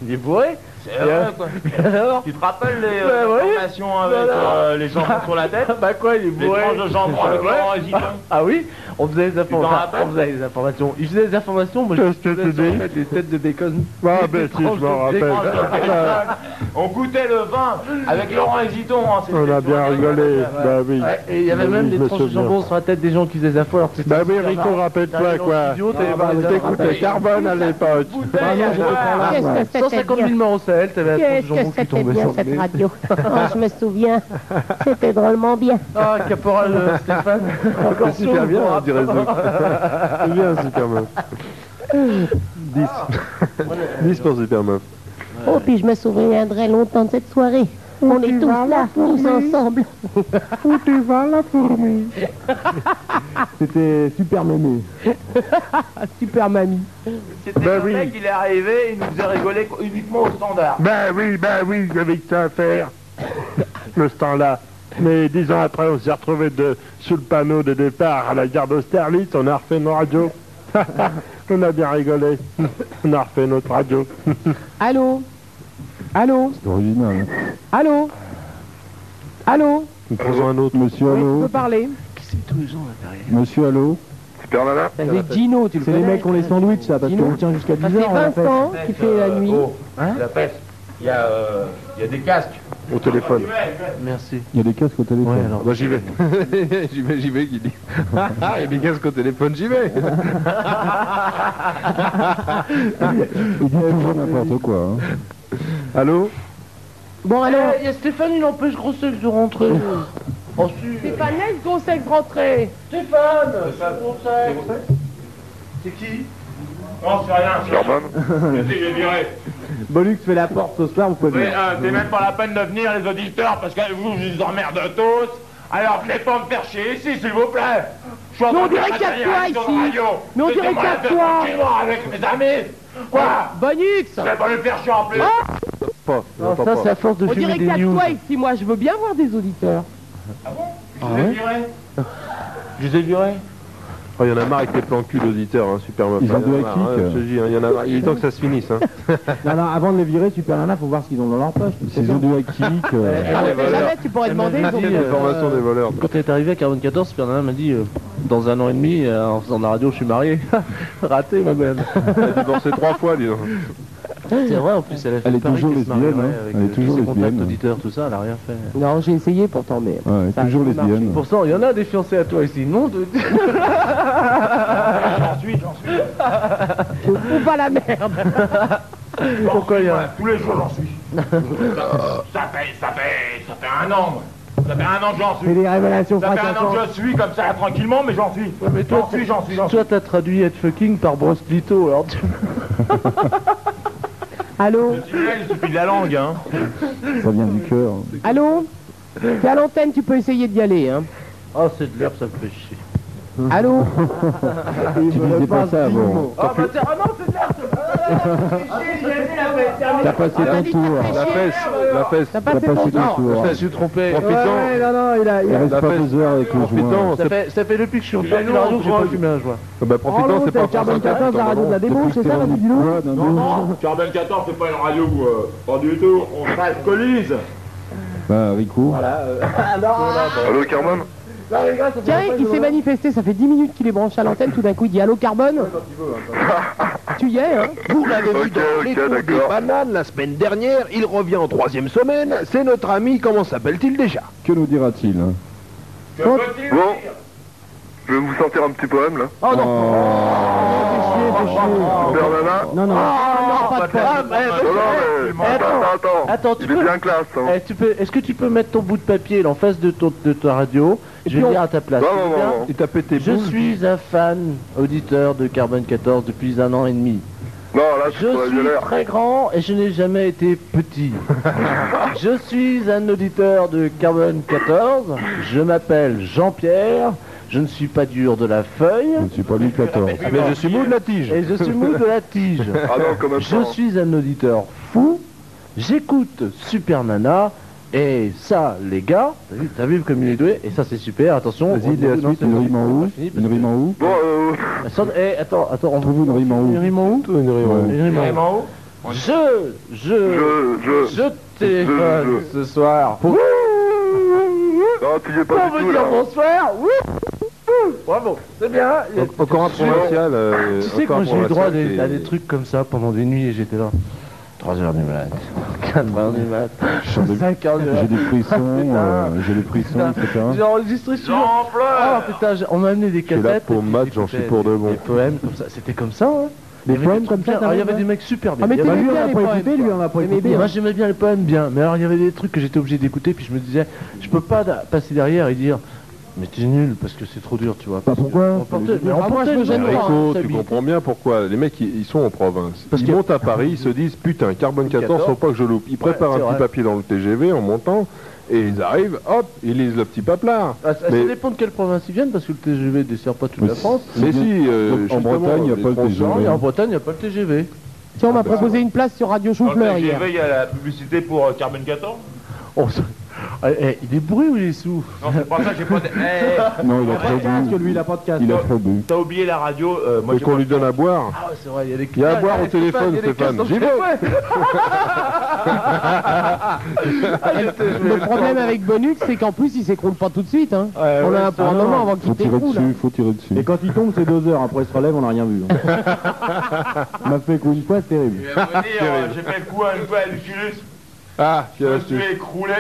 Speaker 6: Il est bourré
Speaker 5: C'est vrai, quoi.
Speaker 6: Et alors
Speaker 5: Tu te rappelles les
Speaker 6: Bah,
Speaker 5: euh,
Speaker 6: oui.
Speaker 5: formations avec euh, les jambons sur la tête
Speaker 6: Bah quoi, il est
Speaker 5: Les
Speaker 6: bourré
Speaker 5: tranches de jambon
Speaker 6: Ah,
Speaker 5: avec
Speaker 6: ouais.
Speaker 5: l'orange et giton
Speaker 6: Ah oui On faisait des
Speaker 5: t'en
Speaker 6: informations.
Speaker 5: rappelles
Speaker 6: On faisait des informations. Il faisait des informations, moi je
Speaker 11: Qu'est-ce que tu
Speaker 6: faisais
Speaker 11: dis
Speaker 6: en fait, les têtes de bacon.
Speaker 11: Ah, ben si, je m'en rappelle.
Speaker 5: On goûtait le vin avec l'orange et giton hein, c'était
Speaker 11: On a
Speaker 5: sur la
Speaker 11: bien rigolé. Bah oui.
Speaker 6: Ouais, et il y avait
Speaker 11: Oui,
Speaker 6: même
Speaker 11: je
Speaker 6: des
Speaker 11: me
Speaker 6: tranches de
Speaker 11: souviens.
Speaker 6: jambon sur la tête des gens qui faisaient des infos alors que c'était
Speaker 11: Bah oui,
Speaker 6: super marrant.
Speaker 11: Rico, rappelle-toi,
Speaker 6: T'arrivais dans le
Speaker 11: quoi.
Speaker 6: studio,
Speaker 2: Ah,
Speaker 6: t'allais voir les infos.
Speaker 11: T'écoutes carbone à l'époque.
Speaker 5: bouteille à boire.
Speaker 4: Ah,
Speaker 6: Ah,
Speaker 4: Qu'est-ce que
Speaker 6: 150 000 morts au Sahel, t'avais la tranche de jambon qui tombait sur le nez.
Speaker 4: radio Je me souviens, c'était drôlement bien.
Speaker 6: Ah, caporal euh, Stéphane. Encore
Speaker 2: Super bien, hein, on dirait Zouk. C'est bien, Super Meuf. 10. 10 pour Super Meuf.
Speaker 14: Oh, puis je me souviendrai longtemps de cette soirée. On est tous là, tous ensemble.
Speaker 12: C'était super mémé.
Speaker 4: Super mamie.
Speaker 5: C'était
Speaker 11: Bah
Speaker 5: le
Speaker 11: oui.
Speaker 5: mec, il est arrivé, il nous faisait rigoler uniquement au standard.
Speaker 11: Bah oui, bah oui, j'avais que ça à faire. Le ce temps-là. Mais dix ans après, on s'est retrouvés de, sous le panneau de départ à la gare d'Austerlitz. On a refait nos radios. on a bien rigolé. on a refait notre radio.
Speaker 4: Allô Allô
Speaker 3: C'est original. hein.
Speaker 4: Allô Allô
Speaker 2: Nous prenons un autre.
Speaker 3: Monsieur
Speaker 4: Oui, tu
Speaker 3: Allo
Speaker 4: peux parler
Speaker 3: Monsieur Allo
Speaker 2: super nana.
Speaker 4: Avec Gino, tu le
Speaker 3: C'est les mecs qui ont les sandwichs, ça, parce
Speaker 4: Dis-nous.
Speaker 3: qu'on tient jusqu'à 10
Speaker 4: Ça fait
Speaker 3: heures. on
Speaker 4: 20 ans qu'il fait la nuit.
Speaker 6: Euh,
Speaker 5: Hein La peste. Il y, a, euh, il y a des casques.
Speaker 2: Au téléphone.
Speaker 6: Merci.
Speaker 15: Il y a des casques au téléphone.
Speaker 2: Ah bah j'y vais. j'y vais, j'y vais, qui dit. Ah, ah, il y a des casques au téléphone, j'y vais.
Speaker 15: Il dit toujours n'importe quoi. hein.
Speaker 2: Allô
Speaker 4: Bon, alors.
Speaker 6: Il y a eh, Stéphane, il empêche gros sexe de rentrer. Oh, si.
Speaker 4: Stéphane, laisse gros sexe rentrer.
Speaker 6: Stéphane
Speaker 5: euh,
Speaker 6: C'est gros sexe C'est qui
Speaker 5: Non, c'est rien.
Speaker 16: Norman.
Speaker 5: Je l'ai viré.
Speaker 3: Bolux fait la porte ce soir, vous pouvez
Speaker 5: Mais,
Speaker 3: venir.
Speaker 5: euh, c'est même pas la peine de venir, les auditeurs, parce que vous, je vous emmerde tous. Alors, venez pas me faire chier ici, s'il vous plaît. Je suis en
Speaker 17: Mais on
Speaker 5: train de
Speaker 17: dirait
Speaker 5: faire
Speaker 17: qu'il y a
Speaker 5: la
Speaker 17: toi
Speaker 5: dernière émission de
Speaker 17: ici.
Speaker 5: radio.
Speaker 17: Mais on dirait
Speaker 5: Laissez-moi
Speaker 17: qu'il y a
Speaker 5: la faire
Speaker 17: toi.
Speaker 5: tranquillement avec mes amis. Quoi
Speaker 4: Bonux
Speaker 5: Je vais pas le faire chier en plus.
Speaker 2: Pas.
Speaker 4: Non,
Speaker 6: ça, c'est à force de
Speaker 4: On
Speaker 6: fumer
Speaker 4: dirait
Speaker 6: des
Speaker 4: qu'il y a
Speaker 6: news.
Speaker 4: toi ici, moi je veux bien voir des auditeurs.
Speaker 6: Ah ouais
Speaker 2: Je les ai virés. Oh, il y en a marre avec tes plans cul d'auditeurs, hein, super meuf.
Speaker 3: Ils
Speaker 2: hein,
Speaker 3: ont deux
Speaker 2: il y en a marre,
Speaker 3: à clic,
Speaker 6: euh
Speaker 2: hein, je te dis, hein, il y en a marre. Il est temps que ça se finisse. Hein.
Speaker 3: Non, non, avant de les virer, Super Nana, faut voir ce qu'ils ont dans leur poche. S'ils ont du actique.
Speaker 15: euh,
Speaker 6: Ah,
Speaker 4: jamais, tu pourrais demander, ils ont
Speaker 6: dit,
Speaker 4: des-
Speaker 6: euh,
Speaker 2: Information des voleurs.
Speaker 6: Quand elle est arrivée à 44 Supernana m'a dit euh, Dans un an et demi, euh, en faisant de la radio, je suis marié. Raté, ma belle.
Speaker 2: Elle a divorcé trois fois, disons.
Speaker 6: C'est vrai, Ah, en plus, elle a fait
Speaker 15: Elle est
Speaker 6: Paris
Speaker 15: toujours
Speaker 6: qui se marie,
Speaker 15: lesbienne,
Speaker 6: ouais,
Speaker 15: hein.
Speaker 6: avec,
Speaker 15: Elle est
Speaker 6: euh,
Speaker 15: toujours
Speaker 6: tous ses
Speaker 15: lesbienne.
Speaker 6: contacts auditeurs, tout ça, elle a rien fait.
Speaker 4: Non, j'ai essayé pourtant, mais.
Speaker 15: Ouais,
Speaker 4: ça a
Speaker 15: toujours
Speaker 4: pas marché.
Speaker 15: lesbienne.
Speaker 6: Pourtant, il y en a des fiancés à toi ici, non de...
Speaker 5: Ah,
Speaker 4: Ou pas la merde
Speaker 6: Pourquoi il y a
Speaker 5: Tous les jours, j'en suis. ça, fait, ça, fait, ça fait un an, moi. Ça fait un an que j'en suis.
Speaker 6: C'est des révélations
Speaker 5: Ça fait un an que
Speaker 6: fracassantes.
Speaker 5: je suis comme ça, tranquillement, mais j'en suis.
Speaker 6: mais
Speaker 5: j'en suis, j'en suis, j'en suis.
Speaker 6: Toi, t'as traduit être fucking par Bruce Plito, alors tu...
Speaker 4: Allô
Speaker 5: Il suffit de la langue, hein.
Speaker 15: Ça vient du cœur.
Speaker 4: Allô T'es à l'antenne, tu peux essayer d'y aller, hein.
Speaker 6: Oh, c'est de l'herbe, ça me fait chier.
Speaker 3: Mmh.
Speaker 4: Allô
Speaker 15: Tu disais pas ça avant.
Speaker 6: Ah, bah, tiens, ah non, c'est de l'herbe
Speaker 15: T'as passé ton tour.
Speaker 2: La fesse, la fesse.
Speaker 15: T'as passé ton tour.
Speaker 6: Je me suis trompé.
Speaker 4: Oh,
Speaker 2: Profitant.
Speaker 6: Ouais, non, non, il a...
Speaker 15: Il reste pas deux heures avec le joint.
Speaker 6: Profitant, ça fait, ça fait depuis que je suis en train de la radio que j'ai pas fumé un joint.
Speaker 2: Ah Bah,
Speaker 6: Oh,
Speaker 2: profitant, c'est pas
Speaker 3: Carbone
Speaker 2: France
Speaker 3: 14, la radio de la débauche, c'est ça, vas-y, dis-nous
Speaker 5: Non, non, Carbel 14, c'est pas une radio, euh, pas du tout, on se colise.
Speaker 15: Bah, Rico.
Speaker 2: Allô, Carmen
Speaker 4: Tiens, il s'est manifesté, ça fait 10 minutes qu'il est branché à l'antenne, tout d'un coup il dit Allô Carbone Tu y es, hein
Speaker 18: Vous l'avez vu dans les tours des bananes la semaine dernière, il revient en troisième semaine, c'est notre ami, comment s'appelle-t-il déjà
Speaker 15: Que nous dira-t-il hein
Speaker 18: Bon, je vais vous sortir un petit poème là.
Speaker 15: Oh
Speaker 18: Super Nana
Speaker 3: Non, non.
Speaker 18: Oh,
Speaker 6: pas de problème.
Speaker 18: Ah, Attends, attends,
Speaker 6: Attends, tu
Speaker 18: il est
Speaker 6: peux...
Speaker 18: bien classe hein.
Speaker 6: Eh, tu peux... Est-ce que tu peux mettre ton bout de papier là, en face de, ton- de ta radio Je vais
Speaker 18: puis on-
Speaker 6: lire à ta place.
Speaker 18: Non,
Speaker 6: Eh, Tu
Speaker 18: non,
Speaker 6: veux
Speaker 18: non,
Speaker 6: bien
Speaker 18: non.
Speaker 2: Il t'a pété
Speaker 6: Je suis un fan auditeur de Carbone 14 depuis un an et demi.
Speaker 18: Non, là,
Speaker 6: Je suis très grand et je n'ai jamais été petit. je suis un auditeur de Carbone 14. Je m'appelle Jean-Pierre. Je ne suis pas dur de la feuille.
Speaker 15: Je ne suis pas lui 14.
Speaker 2: Ah, Mais je suis mou de la tige.
Speaker 6: Et je suis mou de la tige.
Speaker 18: Ah non, quand même pas,
Speaker 6: je
Speaker 18: hein.
Speaker 6: suis un auditeur fou. J'écoute Super Nana. Et ça, les gars, t'as vu, t'as vu comme il est doué Et ça, c'est super. Attention.
Speaker 15: Vas-y, dis la
Speaker 6: Non,
Speaker 15: suite.
Speaker 6: c'est
Speaker 15: Une
Speaker 6: pas
Speaker 15: rime en
Speaker 6: fini,
Speaker 15: où
Speaker 6: c'est pas fini,
Speaker 15: Une rime en où
Speaker 18: Bon, euh,
Speaker 6: Attends, eh, attends, attends, on
Speaker 15: Trouve une rime en où
Speaker 6: Une rime en où
Speaker 2: Une rime en haut.
Speaker 6: Une rime en haut. Je, je,
Speaker 18: je, je,
Speaker 6: je téléphone ce soir pour,
Speaker 18: non, tu y es pas
Speaker 6: pour
Speaker 18: du
Speaker 6: vous
Speaker 18: tout là.
Speaker 6: dire bonsoir. Wouh, wouh. Bravo, c'est bien. Il y a-
Speaker 2: Encore un provincial. euh,
Speaker 6: Tu sais que
Speaker 2: encore
Speaker 6: moi
Speaker 2: un
Speaker 6: j'ai eu droit à des,
Speaker 2: provincial
Speaker 6: à des
Speaker 2: qui-
Speaker 6: trucs comme ça pendant des nuits et j'étais là. 3h du mat, 4h du mat, 5h du
Speaker 15: J'ai
Speaker 6: mat.
Speaker 15: des frissons, euh, j'ai des frissons,
Speaker 6: Putain.
Speaker 15: etc.
Speaker 6: J'ai enregistré sur. Ah putain, j'ai- on m'a amené des
Speaker 2: Je suis là
Speaker 6: cassettes.
Speaker 2: pour
Speaker 6: et puis
Speaker 2: match, j'en suis
Speaker 6: j'écoutais
Speaker 2: pour de bon.
Speaker 6: Des poèmes comme ça, c'était comme ça. Hein.
Speaker 3: Des
Speaker 6: Il y avait
Speaker 3: poèmes
Speaker 6: trucs
Speaker 3: comme ça,
Speaker 6: bien.
Speaker 3: t'as
Speaker 6: Alors, Il y
Speaker 3: aimé
Speaker 6: avait des
Speaker 3: ça
Speaker 6: mecs super bien.
Speaker 3: Ah, mais
Speaker 6: Il y
Speaker 3: t'aimais
Speaker 6: avait-
Speaker 3: bien lui, on a
Speaker 4: les
Speaker 3: pas
Speaker 4: poèmes,
Speaker 3: écouté, lui,
Speaker 4: quoi.
Speaker 3: on a pas
Speaker 4: T'aimais
Speaker 3: écouté.
Speaker 4: bien.
Speaker 6: Moi j'aimais bien les poèmes bien, mais alors il y avait des trucs que j'étais obligé d'écouter, puis je me disais, je peux pas da- passer derrière et dire, mais t'es nul parce que c'est trop dur, tu vois.
Speaker 3: Bah, pourquoi
Speaker 6: On portait- mais on
Speaker 4: Ah, moi,
Speaker 6: portait
Speaker 4: je me
Speaker 6: le
Speaker 4: gêne
Speaker 6: même
Speaker 4: pas.
Speaker 6: rythme.
Speaker 2: Rico, tu
Speaker 4: celui-
Speaker 2: comprends bien pourquoi les mecs ils ils sont en province.
Speaker 6: Parce
Speaker 2: ils
Speaker 6: que-
Speaker 2: montent à Paris, ils se disent putain, carbone 14, faut pas que je loupe. Ils préparent
Speaker 6: c'est
Speaker 2: un petit
Speaker 6: vrai.
Speaker 2: papier dans le TGV en montant et ils arrivent, hop, ils lisent le petit paplard.
Speaker 6: Ah, ça, ça
Speaker 2: Mais-
Speaker 6: dépend de quelle province ils viennent, parce que le TGV dessert pas toute
Speaker 15: Mais
Speaker 6: la France.
Speaker 15: c'est-
Speaker 2: Mais si, euh,
Speaker 15: En
Speaker 2: justement,
Speaker 15: Bretagne, y a
Speaker 2: les
Speaker 15: pas le
Speaker 2: transports,
Speaker 6: Non,
Speaker 15: TGV.
Speaker 6: et en Bretagne, il n'y a pas le TGV.
Speaker 3: hein.
Speaker 4: Tiens, on m'a proposé une place sur Radio
Speaker 5: Dans le
Speaker 4: Choufleur hier.
Speaker 5: TGV, il y a la publicité pour euh, Carbone 14.
Speaker 6: On se- Eh, eh, il est bourré ou il est sous
Speaker 5: Non, c'est pas ça, j'ai pas de. Eh,
Speaker 15: Non, il a
Speaker 5: on va
Speaker 15: trop
Speaker 5: pas
Speaker 15: bu.
Speaker 5: dire que
Speaker 3: lui, il a pas de casque.
Speaker 15: Il a trop bu.
Speaker 5: Eh, T'as oublié la radio, euh, moi
Speaker 15: Et
Speaker 5: j'ai
Speaker 15: qu'on
Speaker 5: pas
Speaker 15: lui
Speaker 5: de
Speaker 15: donne
Speaker 5: casque.
Speaker 15: à boire.
Speaker 6: Ah ouais, c'est vrai, il y a des
Speaker 15: Il y a à boire au
Speaker 6: des
Speaker 15: téléphone,
Speaker 6: il y a des
Speaker 15: Stéphane.
Speaker 6: cartons
Speaker 15: J'y vais.
Speaker 4: Le problème avec Bonux, c'est qu'en plus, il s'écroule pas tout de suite. Hein.
Speaker 6: Ah,
Speaker 4: on a un pour un moment avant qu'il
Speaker 15: Faut tirer
Speaker 4: t'écroule.
Speaker 15: dessus, faut tirer dessus.
Speaker 3: Et quand il tombe, c'est deux heures. Après, il se relève, on n'a rien vu. Il m'a fait coup une fois, c'est terrible.
Speaker 5: Il va me dire, euh, j'ai fait le coup à une fois à Lucullus,
Speaker 2: Ah,
Speaker 5: je me suis écroulé.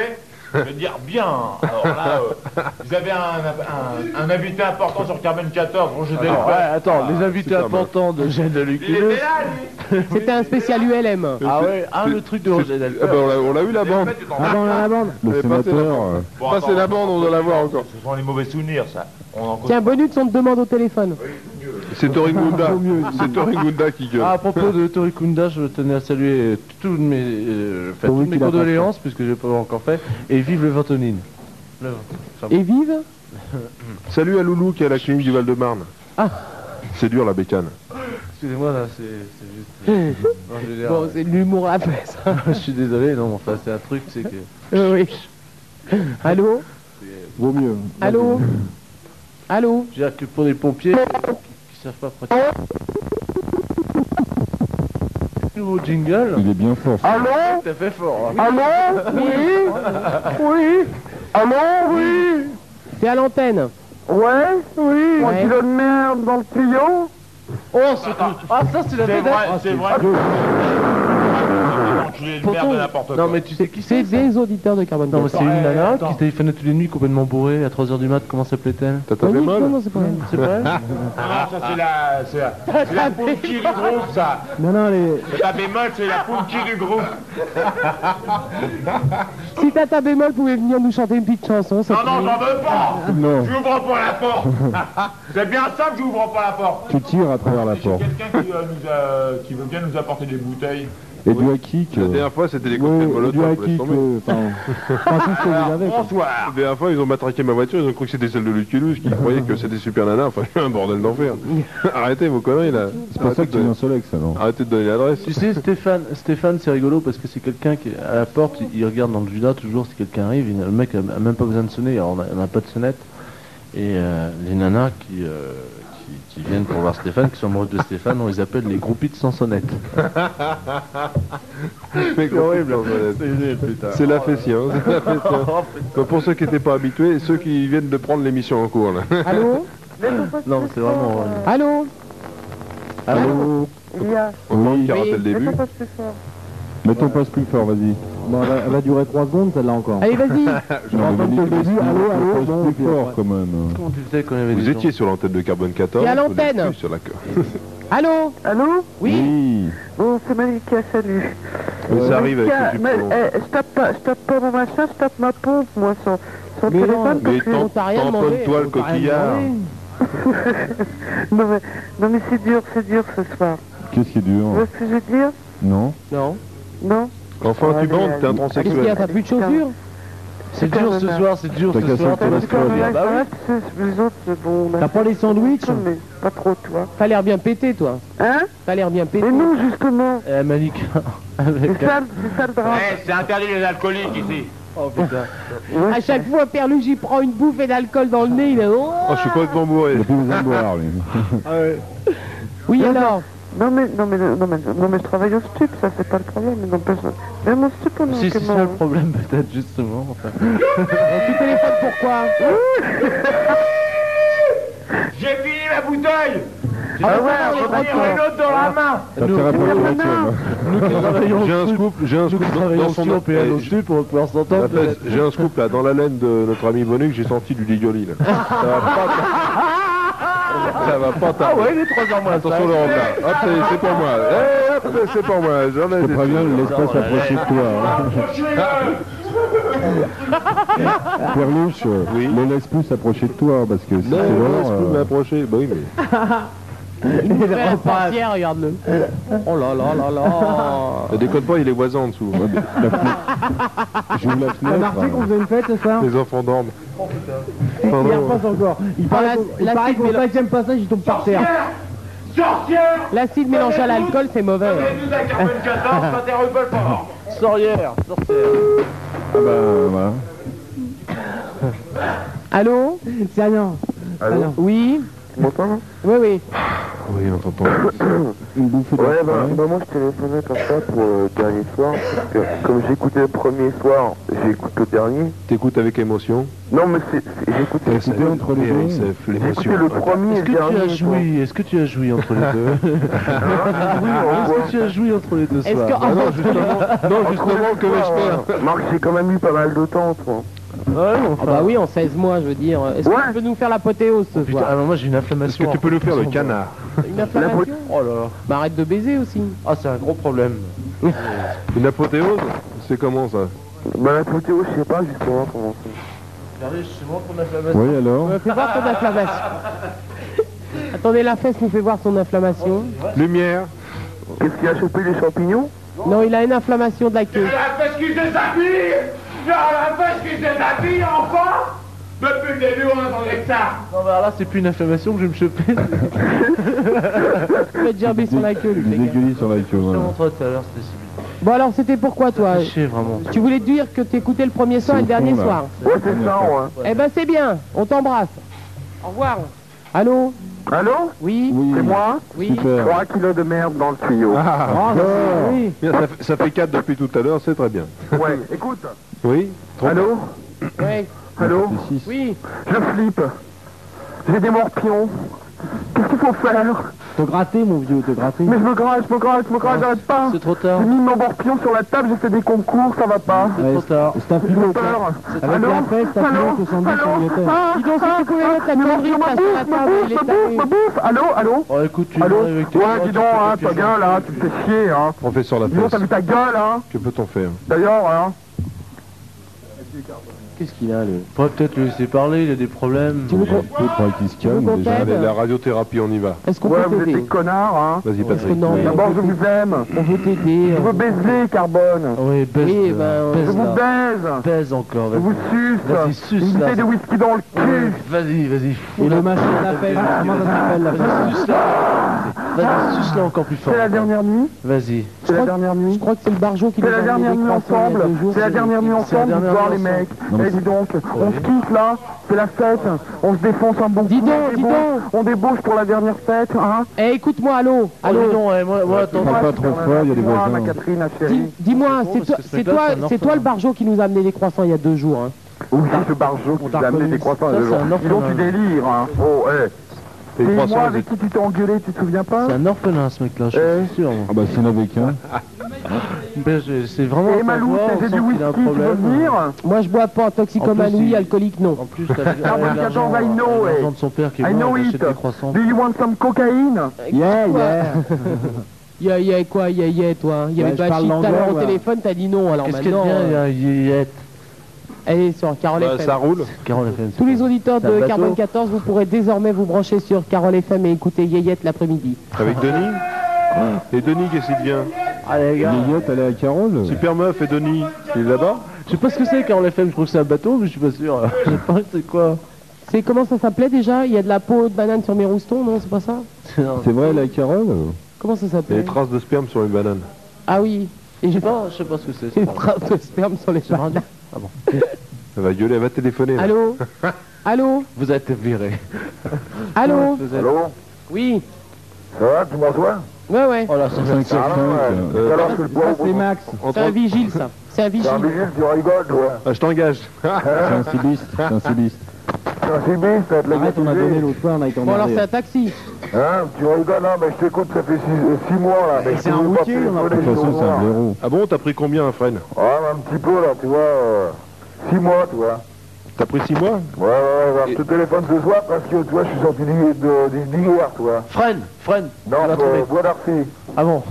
Speaker 5: Je vais dire bien. Alors là, euh, vous avez un, un- un invité important sur Carmen 14. Bon, je
Speaker 6: Alors, Ah, ouais, attends, les invités importants de Gênes de
Speaker 5: Il
Speaker 6: Luculus.
Speaker 5: était là, lui.
Speaker 4: C'était un spécial ULM.
Speaker 6: Ah ouais, ah, le truc de Roger
Speaker 2: Ah ben, on l'a- on l'a eu la
Speaker 5: Hum.
Speaker 2: bande.
Speaker 3: Ah, on a la bande.
Speaker 15: Le
Speaker 2: Eh, passez la-
Speaker 15: sénateur. euh,
Speaker 5: Bon,
Speaker 2: Passez
Speaker 5: attends,
Speaker 2: la bande, on doit la voir encore.
Speaker 5: Ce sont les mauvais souvenirs, ça. On en
Speaker 4: Tiens, Bonux, on te demande au téléphone.
Speaker 2: C'est Toringunda. C'est Toringunda qui gueule.
Speaker 6: Ah, à propos de Torikunda, je tenais à saluer euh, toutes mes, euh, enfin,
Speaker 3: Pourvu
Speaker 6: toutes mes
Speaker 3: qu'il a pas
Speaker 6: condoléances, puisque je n'ai pas encore fait, et vive le Ventonine.
Speaker 4: Et vive
Speaker 2: Salut à Loulou qui est à la clinique du Val-de-Marne.
Speaker 4: Ah.
Speaker 2: C'est dur la bécane.
Speaker 6: Excusez-moi, là, c'est c'est juste... Non, je veux dire,
Speaker 4: Bon, c'est de l'humour à la place.
Speaker 6: je suis désolé, non, mais enfin, c'est un truc, c'est que...
Speaker 4: Euh, oui. Allô
Speaker 15: Vaut mieux.
Speaker 4: Allô Allô
Speaker 6: Je veux dire que pour les pompiers euh, qui, qui savent pas pratiquer... Nouveau jingle
Speaker 15: Il est bien fort. ça.
Speaker 6: T'as fait fort, hein.
Speaker 19: Allô Oui Oui Allô Oui
Speaker 4: T'es à l'antenne
Speaker 19: Ouais Oui
Speaker 4: Mon Ouais. kilo
Speaker 19: de merde dans le tuyau
Speaker 6: Oh, c'est tout Ah, ça, c'est la
Speaker 5: C'est
Speaker 6: vedette
Speaker 5: vrai, hein, c'est vrai. Enculé de merde,
Speaker 4: Pourtant,
Speaker 5: n'importe
Speaker 6: Non,
Speaker 5: quoi.
Speaker 6: mais tu sais qui
Speaker 4: C'est
Speaker 6: c'est
Speaker 4: des auditeurs de Carbone
Speaker 6: Non, mais
Speaker 4: 14.
Speaker 6: c'est une
Speaker 5: Eh,
Speaker 6: nana
Speaker 5: attends.
Speaker 6: qui téléphonait toutes les nuits complètement bourrée à 3h du mat, comment s'appelait-elle
Speaker 2: Tata
Speaker 4: Vas-y,
Speaker 2: bémol
Speaker 4: comment c'est pas vrai
Speaker 6: C'est vrai
Speaker 5: Ah, ça, c'est la, c'est la, c'est la punky du groupe, ça.
Speaker 3: Non, non, les...
Speaker 5: C'est pas bémol, c'est la punky du groupe.
Speaker 4: Si Tata Bémol pouvait venir nous chanter une petite chanson, ça
Speaker 5: Non, non, j'en veux pas.
Speaker 15: Non,
Speaker 5: J'ouvre pas la porte. c'est bien simple, j'ouvre pas la porte.
Speaker 15: tu tires à travers la
Speaker 5: Si j'ai
Speaker 15: porte.
Speaker 5: quelqu'un qui, euh, nous a- qui veut bien nous apporter des bouteilles.
Speaker 15: Et du hackik.
Speaker 2: La
Speaker 15: euh,
Speaker 2: dernière fois, c'était les cocktails
Speaker 15: Ouais, et du
Speaker 2: Molotov. laisse
Speaker 15: hackik.
Speaker 2: tomber. Ah,
Speaker 15: euh, Enfin, enfin, tout ce que vous avez. quoi.
Speaker 5: Bonsoir.
Speaker 2: La dernière fois, ils ont matraqué ma voiture, ils ont cru que c'était celle de Luculus, qui croyaient que c'était Super Nana. Enfin, un bordel d'enfer. Arrêtez vos conneries là.
Speaker 15: C'est pour ça que tu viens Solex alors.
Speaker 2: Arrêtez de donner l'adresse.
Speaker 6: Tu sais, Stéphane, Stéphane c'est rigolo parce que c'est quelqu'un qui, à la porte, il- il regarde dans le Judas toujours si quelqu'un arrive. il- Le mec a a même pas besoin de sonner, alors on a- on n'a pas de sonnette. Et euh, les nanas qui, euh, qui, qui viennent pour voir Stéphane, qui sont amoureuses de Stéphane, on les appelle les groupies de sans sonnette.
Speaker 2: C'est horrible. C'est la fessier, hein, c'est la fessier.
Speaker 15: Oh,
Speaker 2: Bon, pour ceux qui n'étaient pas habitués, et ceux qui viennent de prendre l'émission en cours là.
Speaker 4: Allô
Speaker 6: Non, mais c'est vraiment. euh,
Speaker 4: Allô
Speaker 15: Allô
Speaker 19: Il y a...
Speaker 2: On manque qui a raté le début.
Speaker 19: pas plus fort.
Speaker 15: Mais t'en passes plus fort, vas-y.
Speaker 3: Bon, elle va, elle va durer trois secondes, celle-là encore.
Speaker 4: Allez, vas-y
Speaker 15: J'en
Speaker 3: mais dès le début, allô, allô, bon,
Speaker 15: plus
Speaker 3: puis
Speaker 15: fort
Speaker 3: après.
Speaker 15: quand même.
Speaker 6: Comment tu faisais quand il y avait
Speaker 2: Vous
Speaker 6: des gens
Speaker 2: étiez sur l'antenne de Carbone 14.
Speaker 4: Et à
Speaker 2: vous n'êtes
Speaker 4: l'antenne.
Speaker 2: plus Sur la queue.
Speaker 4: Allô
Speaker 19: Allô
Speaker 4: Oui
Speaker 19: Bon, c'est Malika, salut.
Speaker 2: Mais ça arrive avec
Speaker 19: Malika,
Speaker 2: le
Speaker 19: mais,
Speaker 2: Dupont.
Speaker 19: eh, je, tape pas, je tape pas mon machin, je tape ma pompe, moi, sans, sans
Speaker 3: Mais non,
Speaker 19: téléphone.
Speaker 2: Mais
Speaker 19: parce que-
Speaker 4: on
Speaker 2: tam-
Speaker 4: t'a rien
Speaker 2: tamponne-toi
Speaker 4: demandé,
Speaker 2: le coquillard.
Speaker 19: non, mais, non, mais c'est dur, c'est dur ce soir.
Speaker 15: Qu'est-ce qui est
Speaker 19: Tu
Speaker 15: dur
Speaker 19: vois ce que je veux dire
Speaker 15: Non
Speaker 6: Non.
Speaker 19: Non
Speaker 2: Enfin, tu
Speaker 19: Allez,
Speaker 2: bandes, t'es un
Speaker 19: allez.
Speaker 4: Qu'est-ce qu'il y a
Speaker 2: transsexuel.
Speaker 4: T'as plus de chaussures
Speaker 6: C'est dur ce soir, c'est dur
Speaker 15: T'as
Speaker 6: ce
Speaker 15: cassé
Speaker 6: soir.
Speaker 15: le
Speaker 6: t'as
Speaker 15: téléphone.
Speaker 6: pas de dire, bah oui.
Speaker 19: parce que les autres, bon... on a-
Speaker 3: T'as pas les sandwichs
Speaker 19: Mais pas trop, toi.
Speaker 4: T'as l'air bien pété, toi.
Speaker 19: Hein
Speaker 4: T'as l'air bien pété.
Speaker 19: Mais non, justement.
Speaker 6: Eh, Malika, avec.
Speaker 19: C'est ça, c'est ça le drame.
Speaker 5: Eh, c'est interdit les alcooliques ici.
Speaker 6: Oh putain.
Speaker 4: À chaque fois, Perluge, il prend une bouffée d'alcool dans le nez, il est... Oh
Speaker 2: Oh, je suis complètement bourré.
Speaker 15: Il a plus besoin de boire, lui.
Speaker 4: oui, alors
Speaker 19: Non mais, non mais, non mais, non mais je travaille au stup, ça c'est pas le problème, mais n'empêche, même au stup on
Speaker 6: Si,
Speaker 19: est
Speaker 6: c'est
Speaker 19: comment
Speaker 6: ça le problème, peut-être, justement. enfin.
Speaker 4: Tu téléphones pourquoi
Speaker 5: J'ai fini ma bouteille.
Speaker 19: Ah ouais,
Speaker 5: J'en ai une autre dans la main.
Speaker 15: T'as intérêt à prendre le
Speaker 19: non, non.
Speaker 15: vingtième.
Speaker 2: J'ai un scoop, j'ai un
Speaker 6: Nous
Speaker 2: scoop dans, dans
Speaker 6: travaillons
Speaker 2: son
Speaker 6: sur PNO
Speaker 2: Eh,
Speaker 6: dessus pour pouvoir s'entendre.
Speaker 2: la fesse, J'ai un scoop là, dans la laine de notre ami Bonuc, j'ai senti du ligoli là. Ça va pas tar- Ça va pas tarder.
Speaker 6: il est 3h moins
Speaker 2: Attention le retard. Hop, c'est- c'est pour moi. Eh, hop, c'est pour moi. J'en ai
Speaker 15: Je te
Speaker 2: des-
Speaker 15: préviens, ne laisse pas s'approcher de toi. hein. Perlouche, euh, ne laisse plus s'approcher de toi, parce que si
Speaker 2: Non,
Speaker 15: c'est
Speaker 2: non,
Speaker 15: l'or,
Speaker 2: je peux
Speaker 15: euh,
Speaker 2: m'approcher. Bah oui, mais.
Speaker 4: Il nous fait la portière, regarde-le. Oh là là là là
Speaker 2: Ne déconne pas, il est voisin en dessous.
Speaker 15: la fenêtre- j'ouvre la
Speaker 3: T'as
Speaker 15: fenêtre.
Speaker 3: marqué Ah, qu'on faisait une fête, c'est ça
Speaker 2: Les enfants dorment.
Speaker 3: Il y a pas encore. Il
Speaker 4: Ah, la-
Speaker 3: paraît qu'au- il
Speaker 4: la
Speaker 3: paraît
Speaker 4: suite,
Speaker 3: qu'au
Speaker 4: mais le-
Speaker 3: cinquième passage, il tombe par terre.
Speaker 5: Sorcière
Speaker 4: L'acide mélangé à l'alcool, c'est mauvais.
Speaker 5: Venez-nous à Carbone 14, ça t'es pas mort.
Speaker 6: Sorcière, sorcière.
Speaker 7: Ah bah voilà.
Speaker 4: Allô C'est Alain.
Speaker 1: Allô
Speaker 4: Oui
Speaker 1: Tu m'entends
Speaker 4: Oui, oui.
Speaker 1: Oui, on t'entend. ouais, bah, bah, moi je téléphonais comme ça pour le dernier soir, parce que comme j'écoutais le premier soir, j'écoute le dernier.
Speaker 2: T'écoutes avec émotion
Speaker 1: Non, mais c'est- c'est- j'écoute
Speaker 2: Écoutez entre les deux.
Speaker 1: J'écoutais le premier et
Speaker 6: Est-ce
Speaker 1: le
Speaker 6: que tu as
Speaker 1: dernier. soir.
Speaker 6: joui Est-ce que tu as joui entre les deux
Speaker 1: Ah,
Speaker 6: Est-ce que tu as joui entre les deux
Speaker 1: Est-ce
Speaker 6: soirs
Speaker 1: que-
Speaker 6: Ah Non, justement, non, justement que vais-je faire
Speaker 1: hein. Marc, j'ai quand même eu pas mal de temps, toi.
Speaker 4: Ah bah oui, en 16 mois, je veux dire. Est-ce que tu peux nous faire l'apothéose ce soir
Speaker 6: Ah non, moi j'ai une inflammation.
Speaker 4: Est-ce que tu peux nous faire le
Speaker 6: canard
Speaker 4: Une inflammation
Speaker 6: Oh là là.
Speaker 4: Bah arrête de baiser aussi.
Speaker 6: Ah, c'est un gros problème.
Speaker 2: Une apothéose C'est comment ça
Speaker 1: Bah l'apothéose, je sais pas justement comment
Speaker 6: Regardez, c'est moi pour l'inflammation.
Speaker 7: Oui alors
Speaker 4: Euh, Fais voir ton inflammation. Attendez, la fesse nous fait voir son inflammation.
Speaker 2: Lumière.
Speaker 1: Qu'est-ce qu'il a chopé les champignons
Speaker 4: Non, il a une inflammation de la queue.
Speaker 5: la pêche qui se déshabille J'ai la pêche qui se déshabille, enfin Depuis le début, on entendait ça
Speaker 6: Non, bah là, c'est plus une inflammation que je vais me choper.
Speaker 4: Il va te gerber sur la queue, lui.
Speaker 7: Des aiguilles sur la queue, voilà.
Speaker 6: Toi, tout à l'heure, c'était si
Speaker 4: Bon alors, c'était pourquoi toi
Speaker 6: chier, vraiment.
Speaker 4: Tu voulais dire que t'écoutais le premier soir et le dernier
Speaker 6: là.
Speaker 4: soir.
Speaker 1: Ouais, c'est ça, ouais.
Speaker 4: Eh ben c'est bien, on t'embrasse. Au revoir. Allô
Speaker 1: Allô
Speaker 4: Oui,
Speaker 1: C'est moi
Speaker 4: Oui.
Speaker 2: Euh.
Speaker 1: 3 kilos de merde dans le tuyau.
Speaker 2: Ah,
Speaker 1: Ah,
Speaker 4: oui.
Speaker 2: Bien, ça, fait- ça fait 4 depuis tout à l'heure, c'est très bien.
Speaker 1: Ouais, écoute.
Speaker 2: Oui
Speaker 1: Allô
Speaker 4: Ouais.
Speaker 1: Allô
Speaker 4: Oui.
Speaker 1: Je flippe. J'ai des morpions. Qu'est-ce qu'il faut faire
Speaker 3: Te gratter, mon vieux, te gratter.
Speaker 1: Mais je me gratte, je me gratte, je me gratte, j'arrête pas. C'est
Speaker 6: trop tard.
Speaker 1: J'ai mis mon morpion sur la table, j'ai fait des concours, ça va pas.
Speaker 3: Ouais, c'est- C'est un
Speaker 1: J'ai
Speaker 3: filou.
Speaker 1: peur.
Speaker 3: Avec
Speaker 1: Allô
Speaker 3: la fesse, t'as filé
Speaker 1: Allô
Speaker 3: au 70 sur le terre.
Speaker 1: Ah,
Speaker 4: Dis donc, si
Speaker 1: ah,
Speaker 4: tu pouvais
Speaker 1: ah,
Speaker 4: mettre ta
Speaker 1: mais mon
Speaker 4: connerie
Speaker 1: Dieu,
Speaker 4: par
Speaker 1: ma
Speaker 4: sur la
Speaker 1: bouffe, ma
Speaker 4: table,
Speaker 1: bouffe,
Speaker 4: il est
Speaker 1: ma bouffe,
Speaker 4: tapé.
Speaker 1: ma bouffe. Allô, allô
Speaker 6: Oh, écoute, tu
Speaker 1: Allô
Speaker 6: vas avec tes
Speaker 1: Ouais,
Speaker 6: potes,
Speaker 1: dis
Speaker 6: tu
Speaker 1: donc,
Speaker 6: fais
Speaker 1: hein,
Speaker 6: tes
Speaker 1: ta
Speaker 6: pigeons.
Speaker 1: gueule, hein, tu me fais chier, hein.
Speaker 2: Professeur
Speaker 1: Dis donc, t'as
Speaker 2: Lafesse,
Speaker 1: vu ta gueule, hein
Speaker 2: que peut-on faire
Speaker 1: D'ailleurs, hein.
Speaker 6: Qu'est-ce qu'il a, le Faudrait peut-être le laisser parler, il a des problèmes. Tu veux qu'il se
Speaker 4: calme, qu'on déjà. t'aide
Speaker 3: bah.
Speaker 2: Allez, la radiothérapie, on y va.
Speaker 4: Est-ce qu'on
Speaker 1: Ouais,
Speaker 4: peut
Speaker 1: vous êtes des
Speaker 4: t'aider
Speaker 1: connards, hein.
Speaker 2: Vas-y,
Speaker 4: Est-ce que
Speaker 2: Patrick.
Speaker 4: non, on
Speaker 1: D'abord, je
Speaker 4: veut-
Speaker 1: vous aime.
Speaker 4: on veut t'aider.
Speaker 1: Je
Speaker 4: on-
Speaker 1: veux baiser, Carbone.
Speaker 6: Oui, baise,
Speaker 4: Oui,
Speaker 6: là.
Speaker 4: ben,
Speaker 6: baise,
Speaker 1: Je vous
Speaker 6: là.
Speaker 1: baise.
Speaker 6: Baise encore,
Speaker 1: Je
Speaker 6: vas-y.
Speaker 1: vous
Speaker 6: Vas-y,
Speaker 1: suce.
Speaker 6: suce,
Speaker 1: Une
Speaker 6: là.
Speaker 1: bouteille de whisky dans le cul.
Speaker 6: Vas-y, vas-y,
Speaker 3: Et
Speaker 6: fous
Speaker 3: le
Speaker 6: la-
Speaker 3: machin d'appel, comment ça s'appelle la
Speaker 6: Vas-y, suce là. Vas-y, suce là encore plus fort.
Speaker 1: C'est la dernière nuit.
Speaker 6: Vas-y.
Speaker 1: C'est la dernière nuit.
Speaker 4: Je crois que c'est le barjo qui
Speaker 1: C'est
Speaker 4: nous a
Speaker 1: la
Speaker 4: mis
Speaker 1: dernière
Speaker 4: des
Speaker 1: nuit
Speaker 4: croissants il y a
Speaker 1: ensemble,
Speaker 4: deux jours,
Speaker 1: c'est la dernière nuit
Speaker 4: c'est la
Speaker 1: ensemble, vous
Speaker 4: dernière
Speaker 1: voir
Speaker 4: nuit
Speaker 1: les mecs.
Speaker 4: ensemble.
Speaker 1: Eh dis donc, on se quitte là, c'est la fête, on se défonce un bon coup,
Speaker 4: donc,
Speaker 1: on,
Speaker 4: dis
Speaker 1: débauche,
Speaker 4: donc.
Speaker 1: on débauche pour la dernière fête, hein
Speaker 4: Eh, écoute-moi, allô
Speaker 6: Allô
Speaker 4: Allô
Speaker 6: non, eh, moi, moi, attends.
Speaker 7: Parle pas trop fort, il y a des
Speaker 1: Moi, ma
Speaker 7: voisins.
Speaker 1: Catherine, ma
Speaker 4: hein. Dis-
Speaker 1: chérie,
Speaker 4: Dis-moi,
Speaker 6: bon,
Speaker 4: c'est
Speaker 6: parce
Speaker 4: toi,
Speaker 6: que ce
Speaker 4: c'est
Speaker 6: mec-là,
Speaker 4: toi,
Speaker 6: c'est un
Speaker 4: c'est toi
Speaker 6: orphelin.
Speaker 4: le barjo qui nous a amené les croissants il y a deux jours. hein.
Speaker 1: oui, ce barjot qui vous a amené des croissants
Speaker 6: Ça,
Speaker 1: le
Speaker 6: c'est
Speaker 1: jour.
Speaker 6: un
Speaker 1: Dis donc, tu
Speaker 6: orphelin.
Speaker 1: délires, hein Oh, eh
Speaker 2: Les
Speaker 1: C'est
Speaker 2: croissants,
Speaker 1: moi
Speaker 2: ils
Speaker 1: avec qui tu t'es engueulé, tu te souviens pas
Speaker 6: C'est un orphelin, ce mec-là, je
Speaker 1: Euh.
Speaker 6: suis sûr. moi.
Speaker 7: Ah bah s'il n'y en avait qu'un.
Speaker 6: Ben, je- C'est vraiment
Speaker 1: Et
Speaker 6: un
Speaker 1: Malou,
Speaker 6: savoir, on
Speaker 1: j'ai du
Speaker 6: sent qu'il a un
Speaker 1: whisky, tu veux
Speaker 6: problème.
Speaker 1: venir
Speaker 4: Moi, je bois pas,
Speaker 6: En
Speaker 4: toxicomanie,
Speaker 6: plus, il-
Speaker 4: alcoolique, non.
Speaker 6: En plus, t'as vu
Speaker 1: Ah,
Speaker 6: avec
Speaker 1: moi, j'adore,
Speaker 6: l'argent,
Speaker 1: I know,
Speaker 6: avec
Speaker 1: eh.
Speaker 6: l'argent de son père qui est
Speaker 1: I
Speaker 6: mort,
Speaker 1: know
Speaker 6: il
Speaker 1: it
Speaker 6: achète des croissants.
Speaker 1: Do you want some cocaïne
Speaker 3: Yeah, yeah.
Speaker 4: Y'a y'a quoi, y'a y'a toi Il y
Speaker 3: Ouais,
Speaker 4: avait
Speaker 3: je
Speaker 4: pas
Speaker 3: parle
Speaker 4: shit tout à l'heure au
Speaker 3: l'anglais, ouais.
Speaker 4: téléphone, t'as dit non, alors
Speaker 6: Qu'est-ce qu'elle
Speaker 4: maintenant...
Speaker 6: devient, il y a
Speaker 4: euh,
Speaker 6: un yéyette
Speaker 4: Elle est sur Carole
Speaker 2: Bah,
Speaker 4: FM.
Speaker 2: ça roule.
Speaker 6: Carole FM, c'est
Speaker 4: Tous les auditeurs
Speaker 6: C'est un
Speaker 4: de
Speaker 6: bateau.
Speaker 4: Carbone 14, vous pourrez désormais vous brancher sur Carole FM et écouter Yayette l'après-midi.
Speaker 2: Avec Denis Et Denis, qu'est-ce qu'il devient
Speaker 6: Ah les gars,
Speaker 7: Lillette, elle est à Carole
Speaker 2: Super meuf et Denis, il est là-bas
Speaker 6: je sais pas ce que c'est Carole FM, je trouve que c'est un bateau, mais je suis pas sûr. Je sais pas, c'est quoi
Speaker 4: C'est comment ça s'appelait déjà Il y a de la peau de banane sur mes roustons, non C'est pas ça
Speaker 6: Non,
Speaker 7: C'est vrai, elle est à Carole
Speaker 4: Comment ça
Speaker 2: Il y a
Speaker 4: s'appelait
Speaker 2: des traces de sperme sur les bananes.
Speaker 4: Ah oui, et
Speaker 6: Je
Speaker 4: j'ai
Speaker 6: sais
Speaker 4: pas
Speaker 6: pas, je sais pas ce que c'est.
Speaker 4: j'ai des traces de sperme sur les bananes.
Speaker 2: Elle va gueuler, elle va téléphoner. là.
Speaker 4: Allô Allô
Speaker 6: Vous êtes viré.
Speaker 4: Allô
Speaker 6: Vous êtes...
Speaker 1: Allô
Speaker 4: Oui,
Speaker 1: Ça va, tu me rejoins
Speaker 4: ouais, ouais.
Speaker 6: Oh là, ça
Speaker 3: Ah,
Speaker 6: fait
Speaker 7: 5 sur 5.
Speaker 1: ouais.
Speaker 7: euh,
Speaker 1: Tout à l'heure, je le bois
Speaker 3: Ça,
Speaker 1: au
Speaker 3: c'est
Speaker 1: bout.
Speaker 3: Max.
Speaker 4: C'est un vigile, ça. C'est
Speaker 1: C'est
Speaker 4: un
Speaker 1: un
Speaker 4: vigile.
Speaker 1: délire, tu rigoles, toi.
Speaker 2: Ah, je t'engage.
Speaker 7: C'est un cibiste, c'est un cibiste.
Speaker 1: C'est un cibiste, t'as de la
Speaker 3: Arrête, on a
Speaker 1: gaieté.
Speaker 3: donné l'autre fois, on a été en
Speaker 4: Bon, alors c'est
Speaker 3: arrière.
Speaker 4: un taxi.
Speaker 1: Hein, tu rigoles, hein, mais je t'écoute, ça fait 6 mois, là. mais je
Speaker 3: c'est un
Speaker 1: peux pas
Speaker 3: routier, on a
Speaker 1: téléphoner,
Speaker 7: De toute
Speaker 1: je
Speaker 7: façon,
Speaker 1: te
Speaker 7: c'est un
Speaker 1: vois.
Speaker 7: blaireau.
Speaker 2: Ah bon, t'as pris combien, un frêne
Speaker 1: Ouais, mais un petit peu, là, tu vois. Euh, six mois, tu vois.
Speaker 2: T'as pris 6 mois
Speaker 1: Ouais, ouais, ouais, ouais. Je te téléphone ce soir parce que, tu vois, je suis sorti d'hi- de- d'hi- d'hier, tu vois.
Speaker 6: Fren, Fren
Speaker 1: Non,
Speaker 6: l'a
Speaker 1: euh,
Speaker 6: trouvé.
Speaker 1: bois d'Arcy.
Speaker 6: Ah bon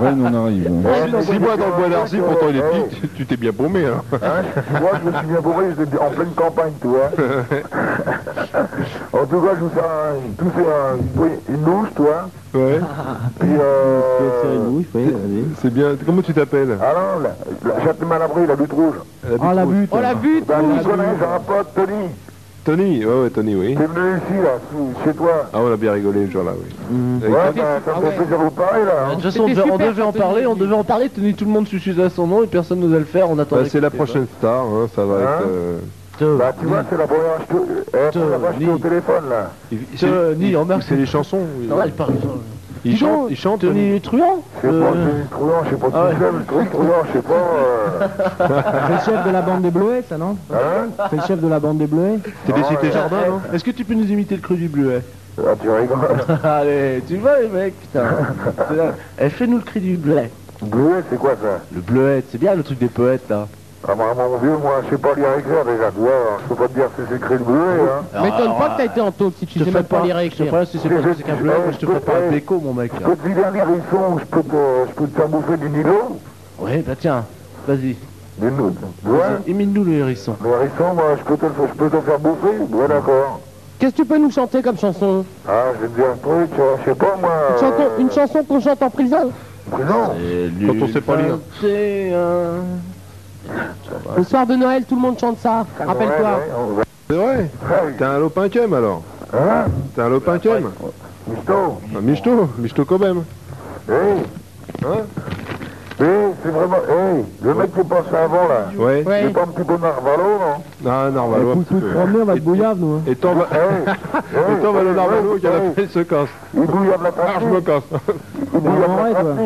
Speaker 7: Rennes, on arrive. hein.
Speaker 2: 6 mois dans le bois d'Arcy, pourtant il est petit, tu t'es bien paumé. Hein.
Speaker 1: Hein, moi, je me suis bien bourré, j'étais en pleine campagne, tu vois. en tout cas, je vous fais un, je vous fais un- oui, une douche, tu vois.
Speaker 2: Ouais,
Speaker 1: Et,
Speaker 3: C'est une
Speaker 1: euh...
Speaker 3: bouche, oui, allez.
Speaker 2: c'est bien. Comment tu t'appelles
Speaker 1: Ah non, la, la, Châtelet Malabry, la lutte rouge.
Speaker 3: Oh la butte
Speaker 4: Oh la butte
Speaker 1: Ben, tu connais, j'ai un pote, Tony.
Speaker 2: Tony, ouais, ouais, Tony, oui.
Speaker 1: T'es venu ici, là, sous- chez toi.
Speaker 2: Ah, on a bien rigolé le jour-là, oui.
Speaker 1: Ouais, bah, ça me fait plaisir de vous parler, là.
Speaker 6: De
Speaker 1: hein.
Speaker 6: toute façon, on devait, on devait en parler, on devait en parler, tenez tout le monde suscita son nom et personne n'osait le faire, on attendait.
Speaker 2: Bah, c'est la prochaine star, hein, ça va
Speaker 1: Hein
Speaker 2: être. euh,
Speaker 1: Bah, tu vois, c'est la première fois que je te- eh, première fois que je suis au téléphone, là.
Speaker 2: Tony, remarque. C'est les chansons. oui.
Speaker 6: Non, elle parle.
Speaker 2: Il chante, il chante. Tony.
Speaker 6: Tony Truand
Speaker 1: Je sais pas, Tony Truand, je sais pas qui c'est, mais Tony Truand, je sais pas. euh,
Speaker 3: C'est le chef de la bande des Bleuets, ça, non
Speaker 1: Hein
Speaker 3: C'est le chef de la bande des Bleuets
Speaker 6: T'es
Speaker 1: des cités
Speaker 6: jardin, non Ah Est-ce que tu peux nous imiter le cru du bleuet
Speaker 1: Ah, tu rigoles.
Speaker 6: Allez, tu vois les mecs, putain. C'est là. Eh, fais-nous le cri du bleuet.
Speaker 1: Bleuet, c'est quoi ça
Speaker 6: Le bleuet, c'est bien le truc des poètes là.
Speaker 1: Ah, bah, mon vieux, moi, je sais pas lire et écrire, déjà, tu vois, alors, je peux pas te dire si c'est écrit le bleuet, hein.
Speaker 4: M'étonne pas que t'as été en taupe si tu sais même pas lire et
Speaker 6: Je sais
Speaker 4: écrire.
Speaker 6: pas si c'est pas
Speaker 1: Je-
Speaker 6: c'est qu'un bleuet, mais je te ferai pas un déco, mon mec.
Speaker 1: Je
Speaker 6: là.
Speaker 1: peux te dire un hérisson, je peux te, je peux te faire bouffer du nilo
Speaker 6: Ouais, bah tiens, vas-y.
Speaker 1: Du nilo, tu vois
Speaker 6: Vas-y, Imite-nous le hérisson.
Speaker 1: Le hérisson, moi, je peux te, le- je peux te le faire bouffer Ouais, d'accord.
Speaker 4: Qu'est-ce que tu peux nous chanter comme chanson
Speaker 1: Ah, je vais te dire un truc, euh, je sais pas, moi...
Speaker 4: Une chanson, une chanson qu'on chante en prison
Speaker 1: Prison
Speaker 2: Quand on sait pas lire.
Speaker 6: C'est un...
Speaker 4: Le soir de Noël, tout le monde chante ça. Rappelle-toi.
Speaker 2: C'est vrai T'es un lopinquem alors
Speaker 1: Hein
Speaker 2: T'es un lopinquem
Speaker 1: Misto
Speaker 2: Un michto, michto Bah, quand même.
Speaker 1: Hé
Speaker 2: Hein
Speaker 1: Hé, c'est vraiment... Hé, le mec qui est passé avant, là
Speaker 2: Ouais.
Speaker 1: C'est pas un petit peu narvalo, non
Speaker 2: Ah, Narvalo. un petit peu.
Speaker 3: Promener, on va te bouillarde, nous. hein.
Speaker 2: Et t'en vas... Et t'en vas le Narvalo qui a la pelle se casse.
Speaker 1: Il bouillard de la trappe.
Speaker 2: Ah, je me casse.
Speaker 1: Il bouillard de la trappe.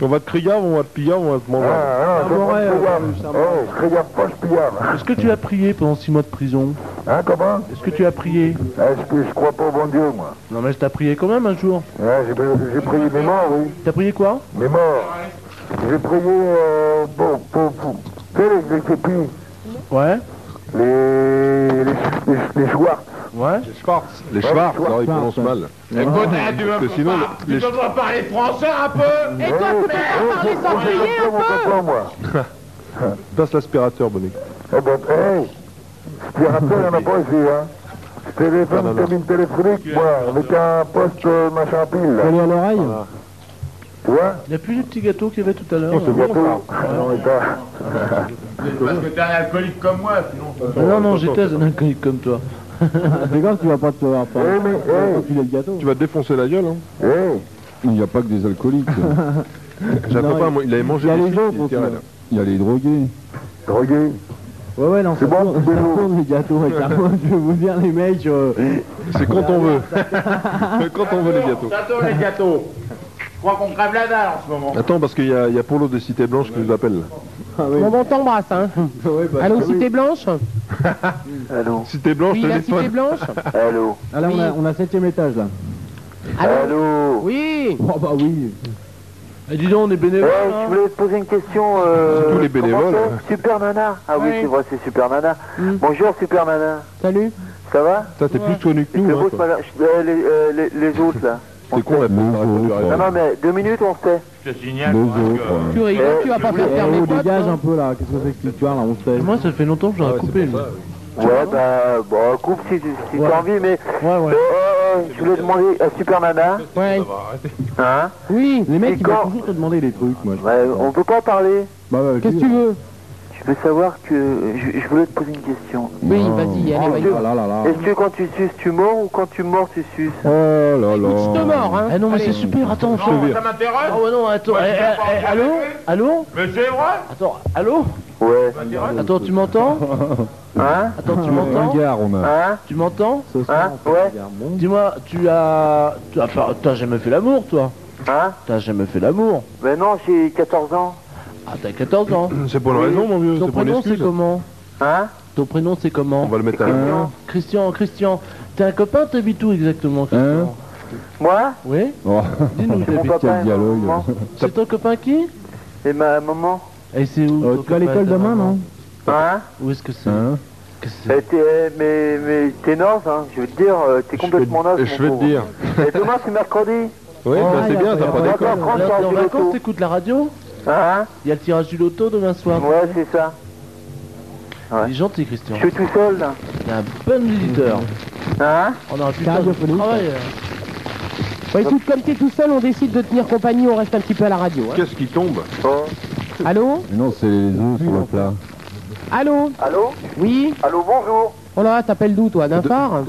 Speaker 2: On va te crier, on va te piller, on va te manger.
Speaker 1: Ah, non, je
Speaker 3: bon, ouais,
Speaker 1: pas pillarde. Oh, je regarde pas, je pillarde.
Speaker 6: Est-ce que tu as prié pendant six mois de prison
Speaker 1: Hein, comment
Speaker 6: Est-ce que tu as prié
Speaker 1: Ah, je, je crois pas au bon Dieu, moi.
Speaker 6: Non mais je t'ai prié quand même un jour.
Speaker 1: Ouais, j'ai prié- j'ai prié mes morts, oui.
Speaker 6: T'as prié quoi
Speaker 1: Mes morts. J'ai prié euh, pour, pour, pour- tu sais, les, les képis,
Speaker 6: Ouais.
Speaker 1: les, les, les, les jouards.
Speaker 6: Ouais.
Speaker 2: Les Schwartz. Les Schwartz, alors ils prononcent mal.
Speaker 5: Écoute, eh, tu
Speaker 2: Parce que
Speaker 5: veux
Speaker 2: sinon,
Speaker 5: pas,
Speaker 2: les-
Speaker 5: tu peux pas parler français un peu
Speaker 1: Et toi, tu parles les sangliers un peu eh, moi.
Speaker 2: Passe l'aspirateur, Bonnet.
Speaker 1: Eh ben, hey, je te rappelle, il n'y en a pas ici, hein. Je téléphone, une cabine téléphonique, moi, avec un poste euh, machin pile, là.
Speaker 3: Coller à l'oreille
Speaker 1: Tu vois
Speaker 6: Il n'y a plus les petits gâteaux qu'il y avait tout à l'heure.
Speaker 1: C'est
Speaker 7: Ah,
Speaker 1: bientôt. Non, mais ça...
Speaker 5: Parce que t'es un alcoolique comme moi, sinon.
Speaker 6: Ah non, non, j'étais un alcoolique comme toi.
Speaker 3: Fais gaffe, tu vas pas te voir pas.
Speaker 1: Eh, mais, eh,
Speaker 3: Tu le gâteau.
Speaker 2: Tu vas te défoncer la gueule, hein.
Speaker 1: eh,
Speaker 15: Il n'y a pas que des alcooliques.
Speaker 2: J'avais pas, moi, il avait mangé
Speaker 3: y a
Speaker 2: des
Speaker 3: les
Speaker 2: frites,
Speaker 3: autres
Speaker 2: il était
Speaker 3: aussi,
Speaker 2: raide.
Speaker 3: ouais.
Speaker 15: Il y a les drogués.
Speaker 1: drogué.
Speaker 3: Ouais, ouais, non, ça
Speaker 1: bon,
Speaker 3: tourne,
Speaker 1: c'est
Speaker 3: ça
Speaker 1: bon.
Speaker 3: tourne les gâteaux avec la main. Je vais vous dire, les mecs, euh,
Speaker 2: C'est quand on veut. quand on veut les gâteaux.
Speaker 5: Ça tourne les gâteaux. Je crois qu'on crève la dalle en ce moment.
Speaker 2: Attends, parce qu'il y, a- il y a Polo de Cité Blanche qui nous appelle.
Speaker 4: Bon, bon, t'embrasse, hein.
Speaker 3: ouais, bah,
Speaker 4: Allô,
Speaker 3: oui.
Speaker 4: Cité Blanche
Speaker 1: Allô
Speaker 2: Cité Blanche,
Speaker 4: Oui, la Cité
Speaker 2: téléphone.
Speaker 4: Blanche
Speaker 1: Allô
Speaker 3: Ah, là, on a,
Speaker 4: Oui.
Speaker 3: on a septième étage, là.
Speaker 4: Allô
Speaker 1: Allô
Speaker 4: Oui
Speaker 3: Oh, bah oui.
Speaker 6: Et Eh, dis donc, on est
Speaker 20: Ouais,
Speaker 6: bénévoles. hein.
Speaker 20: je voulais te poser une question. Euh,
Speaker 2: Surtout les
Speaker 20: comment
Speaker 2: bénévoles.
Speaker 20: c'est Super Nana. Ah oui,
Speaker 4: Ouais.
Speaker 20: c'est vrai, c'est Super Nana.
Speaker 1: Hum.
Speaker 4: Mm.
Speaker 20: Bonjour Super Nana.
Speaker 4: Salut
Speaker 20: Ça va
Speaker 2: Ça, t'es plus connu que
Speaker 20: C'est
Speaker 2: nous.
Speaker 20: beau,
Speaker 2: Hein,
Speaker 20: ce
Speaker 2: quoi.
Speaker 20: malin- euh, les, euh, les- les autres là.
Speaker 2: C'est con, la
Speaker 20: Non, non, mais deux minutes, on sait.
Speaker 5: Je te signale.
Speaker 15: Les
Speaker 5: moi,
Speaker 15: autres,
Speaker 5: que-
Speaker 4: Tu rigoles, tu vas pas faire
Speaker 3: Eh,
Speaker 4: fermer
Speaker 3: oh,
Speaker 4: potes,
Speaker 3: dégage
Speaker 4: hein.
Speaker 3: un peu, là. Qu'est-ce que c'est que cette histoire, là On se tait.
Speaker 6: Et Moi, ça fait longtemps que j'aurais coupé. moi.
Speaker 20: Ouais, bah, bon, coupe si, tu- si
Speaker 6: Ouais.
Speaker 20: t'as envie, mais.
Speaker 6: Ouais, ouais.
Speaker 20: mais, euh, je voulais demander à Super Nana.
Speaker 4: Ouais.
Speaker 20: Hein
Speaker 4: Oui
Speaker 3: Les mecs,
Speaker 20: Et
Speaker 3: ils vont
Speaker 20: quand-
Speaker 3: toujours te demander des trucs, moi. je-
Speaker 20: Ouais, on peut pas en parler.
Speaker 3: Bah, ouais,
Speaker 4: Qu'est-ce que tu
Speaker 3: oui.
Speaker 4: veux
Speaker 20: Je veux savoir que. Je, je voulais te poser une question.
Speaker 4: Oui,
Speaker 21: Ah.
Speaker 15: Non.
Speaker 4: vas-y, allez,
Speaker 3: Oh
Speaker 4: vas-y.
Speaker 3: là là là
Speaker 1: Ah.
Speaker 3: là.
Speaker 20: Est-ce que quand tu suces, tu mords ou quand tu mords, tu suces
Speaker 15: Oh là
Speaker 4: Écoute, je te
Speaker 15: là.
Speaker 4: mords, hein.
Speaker 6: Eh non, mais
Speaker 4: Allez.
Speaker 6: c'est super, attends. je te-
Speaker 5: Non, ça m'intéresse.
Speaker 6: Ah ouais, non, attends.
Speaker 5: Bah,
Speaker 6: eh,
Speaker 5: je vais pas
Speaker 6: eh, eh,
Speaker 5: en
Speaker 6: allô
Speaker 5: parler.
Speaker 6: Allô
Speaker 5: Mais c'est vrai
Speaker 6: Attends, allô
Speaker 20: Ouais.
Speaker 6: Attends, tu m'entends
Speaker 20: Hein
Speaker 6: Attends, tu
Speaker 15: Un
Speaker 6: m'entends
Speaker 15: regard,
Speaker 1: Ah.
Speaker 15: on a.
Speaker 20: Hein
Speaker 6: Tu m'entends
Speaker 3: Ce soir, on fait
Speaker 20: Ouais.
Speaker 3: la guerre monde.
Speaker 6: Dis-moi, tu as... tu as pas- T'as jamais fait l'amour, toi
Speaker 20: Hein
Speaker 6: T'as jamais fait l'amour
Speaker 20: Ben non, j'ai 14 ans.
Speaker 6: Ah, t'as 14 ans.
Speaker 2: C'est pour la raison, mon vieux.
Speaker 6: Ton
Speaker 2: C'est pour
Speaker 6: prénom, c'est
Speaker 2: l'excuse.
Speaker 6: comment
Speaker 20: Hein
Speaker 6: Ton prénom, c'est
Speaker 2: On
Speaker 6: comment
Speaker 2: va le mettre à
Speaker 3: Hein
Speaker 6: Christian, Christian, Christian. T'es un copain, t'habites où exactement,
Speaker 3: Hein
Speaker 6: Christian
Speaker 20: Moi
Speaker 6: Oui
Speaker 15: Oh,
Speaker 6: Dis-nous,
Speaker 20: Mon
Speaker 6: t'habites-
Speaker 20: papa
Speaker 15: quel
Speaker 20: et ma
Speaker 15: dialogue.
Speaker 20: maman.
Speaker 6: c'est ton copain qui
Speaker 20: Et ma maman
Speaker 6: Et c'est où
Speaker 3: Euh,
Speaker 6: ton
Speaker 3: Tu vas à
Speaker 6: copain,
Speaker 3: l'école
Speaker 6: ta
Speaker 3: demain,
Speaker 6: maman
Speaker 3: non
Speaker 20: Hein
Speaker 6: Où est-ce que c'est
Speaker 15: Hein
Speaker 6: Qu'est-ce que c'est
Speaker 20: Euh, t'es, euh, mais mais t'es naze, hein. je veux te dire, euh, t'es complètement naze.
Speaker 2: Et
Speaker 20: mon
Speaker 2: je veux te
Speaker 20: pauvre.
Speaker 2: dire.
Speaker 20: Et demain c'est mercredi.
Speaker 2: Oui, bah, c'est bien, t'as pas
Speaker 20: T'es
Speaker 2: d'accord.
Speaker 20: encore en France,
Speaker 6: Là,
Speaker 20: t'as
Speaker 6: t'es en
Speaker 20: du
Speaker 6: vacances,
Speaker 20: loto.
Speaker 6: t'écoutes la radio
Speaker 7: Ah,
Speaker 20: Hein
Speaker 6: Il y a le tirage du loto demain soir.
Speaker 20: Ouais, c'est ça.
Speaker 6: Il est gentil, Christian.
Speaker 20: Je suis tout seul là.
Speaker 6: T'es un bon visiteur.
Speaker 20: Hein
Speaker 6: On aurait pu
Speaker 3: T'as
Speaker 6: faire
Speaker 3: radio
Speaker 6: notre
Speaker 3: phonique,
Speaker 6: travail.
Speaker 4: Bah, écoute, comme t'es tout seul, on décide de tenir compagnie, on reste un petit peu à la radio. hein.
Speaker 2: Qu'est-ce qui tombe
Speaker 20: Bon.
Speaker 4: Allô
Speaker 15: Non, c'est les œufs sur le plat.
Speaker 4: Allô
Speaker 20: Allô
Speaker 4: Oui
Speaker 20: Allô, bonjour.
Speaker 4: Oh là là, t'appelles d'où toi D'un phare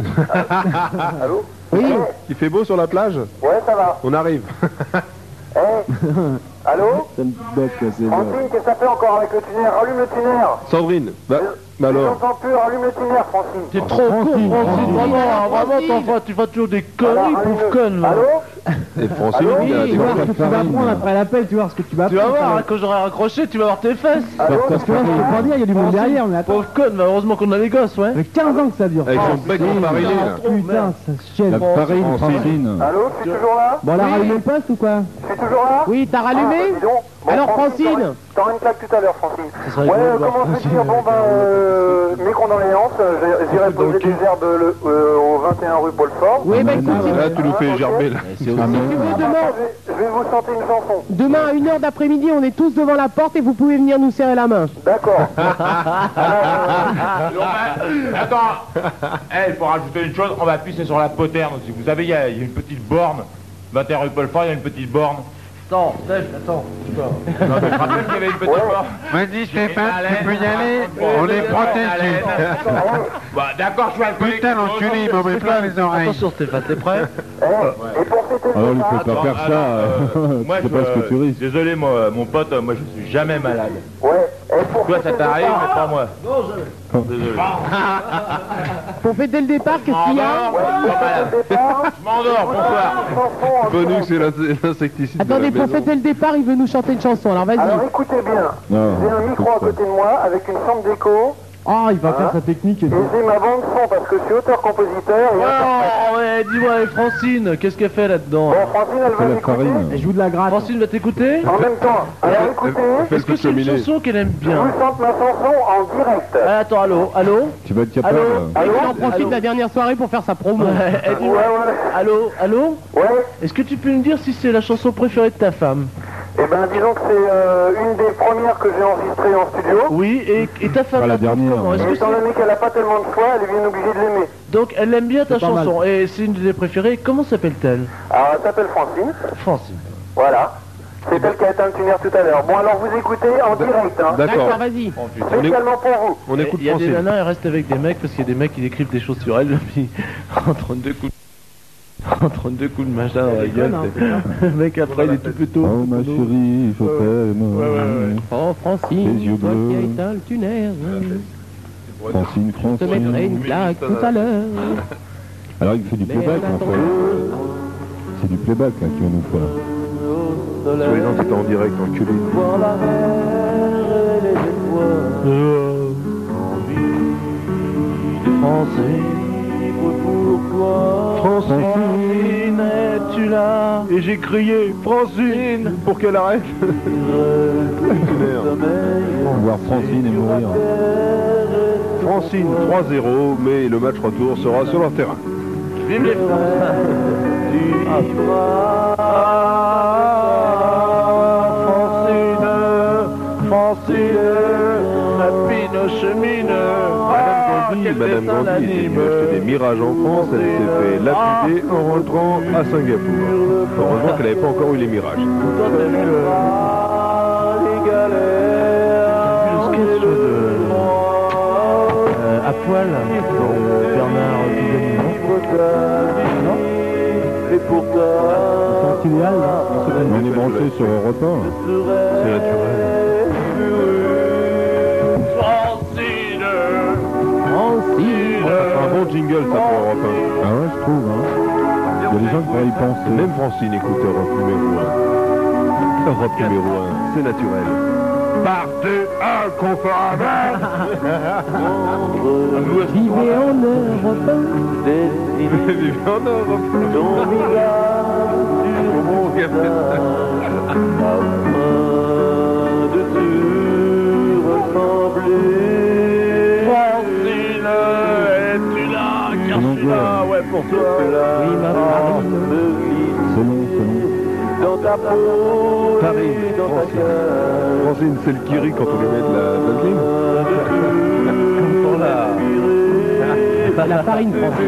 Speaker 2: Allô Oui Il fait beau sur la plage
Speaker 7: Ouais, ça va.
Speaker 2: On arrive.
Speaker 7: Allô
Speaker 3: C'est une bête, c'est
Speaker 7: Francine, qu'est-ce que ça fait encore avec le tunnel Allume le tunnel
Speaker 2: Sandrine, bah, bah
Speaker 7: Je
Speaker 2: alors
Speaker 7: t'entends plus, allume le tunnel, Francine
Speaker 6: T'es trop con, Francine, vraiment, hein, vraiment, t'en fais- tu fais toujours des conneries, pauvre conne, là.
Speaker 2: Et Francine,
Speaker 6: Allô
Speaker 2: il a
Speaker 6: Oui,
Speaker 2: des
Speaker 6: voilà.
Speaker 2: problèmes.
Speaker 21: Tu vas prendre après l'appel, tu vas voir ce que tu vas
Speaker 6: Tu vas
Speaker 21: apprendre, ça
Speaker 6: voir,
Speaker 21: va-
Speaker 6: hein, quand j'aurai raccroché, tu vas voir tes fesses.
Speaker 20: Ah.
Speaker 21: Allô Parce que là, je peux pas dire, il y a du monde derrière, mais attends.
Speaker 6: Pauvre conne, bah, heureusement qu'on a les gosses, ouais.
Speaker 21: Mais 15 ans que ça dure.
Speaker 6: Avec son
Speaker 21: Oh,
Speaker 6: bec
Speaker 21: putain,
Speaker 6: enfarinné, là.
Speaker 21: Putain, ça chienne.
Speaker 6: La farine,
Speaker 21: Bon,
Speaker 6: Francine.
Speaker 7: Allô, tu es toujours là
Speaker 21: Bon, elle a rallumé le poste ou quoi
Speaker 7: toujours là
Speaker 4: Oui, t'as
Speaker 7: Ah,
Speaker 4: rallumé
Speaker 7: bah, dis donc. Bon,
Speaker 4: Alors
Speaker 7: Francine,
Speaker 4: Francine
Speaker 7: T'auras une claque tout à l'heure, Francine.
Speaker 4: serait
Speaker 7: Ouais,
Speaker 4: rigolo
Speaker 7: euh,
Speaker 4: de voir
Speaker 7: comment je
Speaker 4: Francine
Speaker 7: vais dire Bon,
Speaker 4: avec
Speaker 7: ben,
Speaker 4: un
Speaker 7: euh, mes condoléances, euh, j'ai- j'irai poser des herbes le- euh, au 21 rue Paul Fort.
Speaker 6: Ah
Speaker 4: Oui, ben, écoute, si-
Speaker 2: Là, tu nous fais gerber, là.
Speaker 4: demain,
Speaker 7: Ah, bah, Je vais vous chanter une chanson.
Speaker 4: demain à 1h d'après-midi, on est tous devant la porte et vous pouvez venir nous serrer la main.
Speaker 7: D'accord.
Speaker 5: Alors, ben, attends, Eh, il faut rajouter une chose, on va pisser sur la poterne aussi. Vous savez, il y, a il y a une petite borne. 21 rue Paul Fort, il y a une petite borne.
Speaker 6: Attends, Steph, attends.
Speaker 5: Non, mais je rappelle qu'il y avait une petite borne.
Speaker 22: Vas-y, Stéphane,
Speaker 5: J'ai
Speaker 22: tu peux y aller
Speaker 5: une
Speaker 22: On
Speaker 5: haleine.
Speaker 22: est protégés.
Speaker 5: Bah, d'accord, je suis alcoolique.
Speaker 22: Putain, l'enculé, il m'en met plein les oreilles.
Speaker 6: Attention, Stéphane, t'es prêt
Speaker 3: Alors, il faut pas faire
Speaker 5: alors,
Speaker 3: ça.
Speaker 5: euh, moi,
Speaker 3: C'est
Speaker 5: je-
Speaker 3: pas ce que tu risques.
Speaker 5: Désolé, moi, euh, mon pote, euh, moi, je suis jamais malade. Toi, ça t'arrive, mais pas moi.
Speaker 6: Non,
Speaker 5: Désolé.
Speaker 4: Pour fêter le départ, qu'est-ce qu'il y
Speaker 6: Ah,
Speaker 4: a
Speaker 5: Je m'endors, bonsoir.
Speaker 2: Bonux, c'est l'in- c'est l'insecticide. de la
Speaker 4: Attendez, pour
Speaker 2: maison.
Speaker 4: fêter le départ, il veut nous chanter une chanson, alors vas-y.
Speaker 7: Alors écoutez bien, j'ai un micro à côté de moi avec une chambre d'écho. Hein
Speaker 21: Ah, il va faire sa technique.
Speaker 7: Et j'ai ma bande son parce que je suis auteur-compositeur. et
Speaker 6: Oh, ouais, dis-moi, et Francine, qu'est-ce qu'elle fait là-dedans Bon,
Speaker 7: Francine, elle
Speaker 6: va t'écouter.
Speaker 21: Elle joue de la gratte.
Speaker 6: Francine va t'écouter
Speaker 7: En même temps, alors écoutez,
Speaker 6: Est-ce que c'est une chanson qu'elle aime
Speaker 7: je
Speaker 6: bien
Speaker 7: vous chante ma chanson en direct.
Speaker 6: Ah, Attends, allô, allô
Speaker 3: Tu vas être capable.
Speaker 6: Allô
Speaker 4: Et il en profite de la dernière soirée pour faire sa promo.
Speaker 6: Ouais, eh, dis-moi. Allô, allô Est-ce que tu peux me dire si c'est la chanson préférée de ta femme
Speaker 7: Eh ben, disons que c'est euh, une des premières que j'ai enregistrées en studio.
Speaker 6: Oui, et, et ta femme
Speaker 3: Pas la dernière.
Speaker 6: comment Est-ce
Speaker 7: Et
Speaker 6: que
Speaker 7: étant
Speaker 6: c'est-
Speaker 7: donné qu'elle n'a pas tellement de choix, elle est bien obligée de l'aimer.
Speaker 6: Donc elle aime bien ta
Speaker 7: C'est pas mal.
Speaker 6: chanson et c'est une de tes préférées. Comment s'appelle-t-elle
Speaker 7: Alors, elle s'appelle Francine.
Speaker 6: Francine.
Speaker 7: Voilà. C'est elle qui a éteint le tunnel tout à l'heure. Bon, alors vous écoutez en direct. Hein.
Speaker 6: D'accord, vas-y.
Speaker 7: Spécialement pour vous.
Speaker 6: On
Speaker 7: écoute
Speaker 6: Il y a des
Speaker 7: Francine.
Speaker 6: nanas, elles restent avec des mecs parce qu'il y a des mecs qui décrivent des choses sur elles puis en 32 coups. de- En 32 coups de machin dans la gueule.
Speaker 3: connes, hein,
Speaker 6: c'est- Le mec après il est tout plutôt.
Speaker 3: Oh, ma chérie, je t'aime.
Speaker 4: Oh,
Speaker 3: Les yeux
Speaker 4: Francine, toi qui as
Speaker 3: bleus.
Speaker 4: éteint le tunnel,
Speaker 3: Francine,
Speaker 4: je te mettrai une
Speaker 3: Francine.
Speaker 4: claque tout à l'heure.
Speaker 3: Alors, il fait du playback, en fait. C'est du playback, là, qu'il va nous faire.
Speaker 2: Oui, non, c'était en direct, enculé.
Speaker 6: Francine, es-tu là Et j'ai crié Francine pour qu'elle arrête.
Speaker 3: On va voir Francine et mourir.
Speaker 2: Francine 3-0, mais le match retour sera sur leur terrain.
Speaker 6: Vive les Francine, Francine, la pine chemine. Ah,
Speaker 2: Oui, Madame Gandhi était venue acheter des mirages en France, elle s'est fait lapider en rentrant à Singapour. Heureusement qu'elle n'avait pas encore eu les mirages.
Speaker 6: Le sketch de. euh, à poil, de Bernard Pivoni, non Et
Speaker 3: C'est idéal, là. On est branché sur Europe 1.
Speaker 2: C'est naturel. Un bon jingle, ça, pour Europe 1.
Speaker 3: Ah ouais, je trouve, hein. Il y a des gens qui pourraient y penser.
Speaker 2: Même Francine écoute Europe numéro 1. Europe numéro 1, c'est naturel.
Speaker 22: Partie 1 qu'on fera
Speaker 4: Vivez en Europe
Speaker 2: Vivez en Europe.
Speaker 6: ouais, pour toi. Oui, ma
Speaker 3: C'est long, c'est long.
Speaker 6: Dans ta peau,
Speaker 2: Paris, Francine. Francine, c'est le Kiri quand on lui met de la vaseline.
Speaker 4: La farine française.
Speaker 3: Tu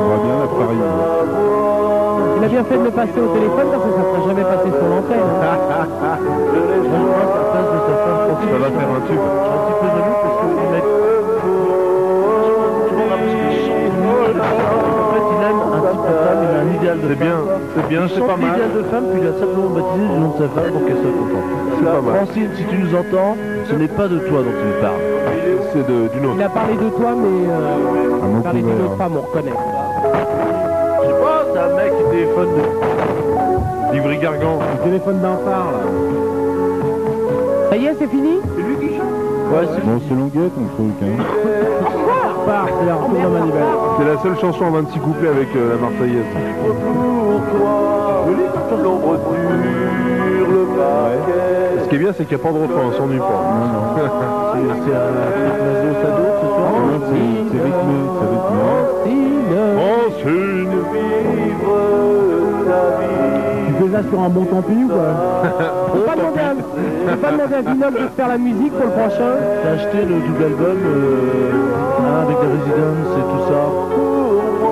Speaker 3: vois bien la farine.
Speaker 4: Il a bien bien fait de le passer au téléphone parce que ça ne serait jamais passé sur l'antenne.
Speaker 2: Ça va faire un tube.
Speaker 6: C'est bien, c'est bien, c'est pas mal. idéal de femme, puis il a simplement baptisé du nom de sa femme pour qu'elle soit contente. C'est pas mal. Francine, si tu nous entends, ce n'est pas de toi dont tu nous parles. C'est d'une
Speaker 4: Il a parlé de toi, mais euh, il a parlé d'une
Speaker 6: couvert,
Speaker 4: autre
Speaker 6: hein.
Speaker 4: femme, on reconnaît.
Speaker 6: Je sais pas, c'est un mec qui téléphone de- d'Ivry Gargan. Le téléphone d'un phare, là.
Speaker 4: Ça y est, c'est fini C'est lui qui
Speaker 23: Bon, c'est longuette, ton truc, hein.
Speaker 4: c'est la retour de Manivelle.
Speaker 2: C'est la seule chanson en 26 couplets avec euh, la Marseillaise. Ouais. Ce qui est bien, c'est qu'il n'y a pas de refrain, on s'ennuie pas. C'est
Speaker 23: Ah, C'est rythmé, c'est rythmé.
Speaker 2: Ah.
Speaker 24: Tu fais ça sur un bon tant pis ou quoi
Speaker 4: On va demander à- on va pas demander à Vinol de faire la musique pour le prochain.
Speaker 6: T'as acheté le double album euh, hein, avec des Residents et tout ça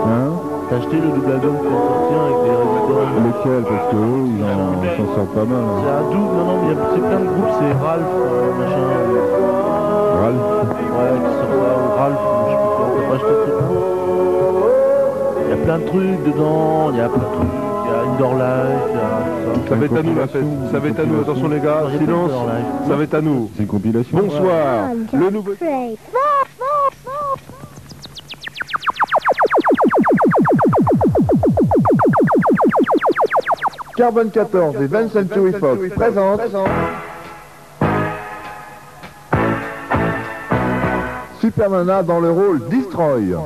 Speaker 6: Hein T'as acheté le double album qui va sortir avec des Residents
Speaker 23: Lequel Parce que eux, ils en- ils s'en sortent pas mal. hein.
Speaker 6: C'est un double, non, non, mais il y a- c'est plein de groupes, c'est Ralph, euh, machin. Ralph Ouais, qui sort ça, ou Ralph, ou je sais plus quoi, t'as pas acheté le truc Il y a plein de trucs dedans, il y a plein de trucs, il y a Indoor Life, il y a tout ça.
Speaker 2: Ça va être à nous la fête, ça va être à nous, attention les gars,
Speaker 6: Non, j'ai pas
Speaker 2: silence,
Speaker 6: Indoor Life.
Speaker 2: ça va être à nous.
Speaker 23: C'est une compilation.
Speaker 2: Bonsoir, le nouveau...
Speaker 3: Carbone 14 et 20 Century Fox présente Super Nana dans le rôle Destroy.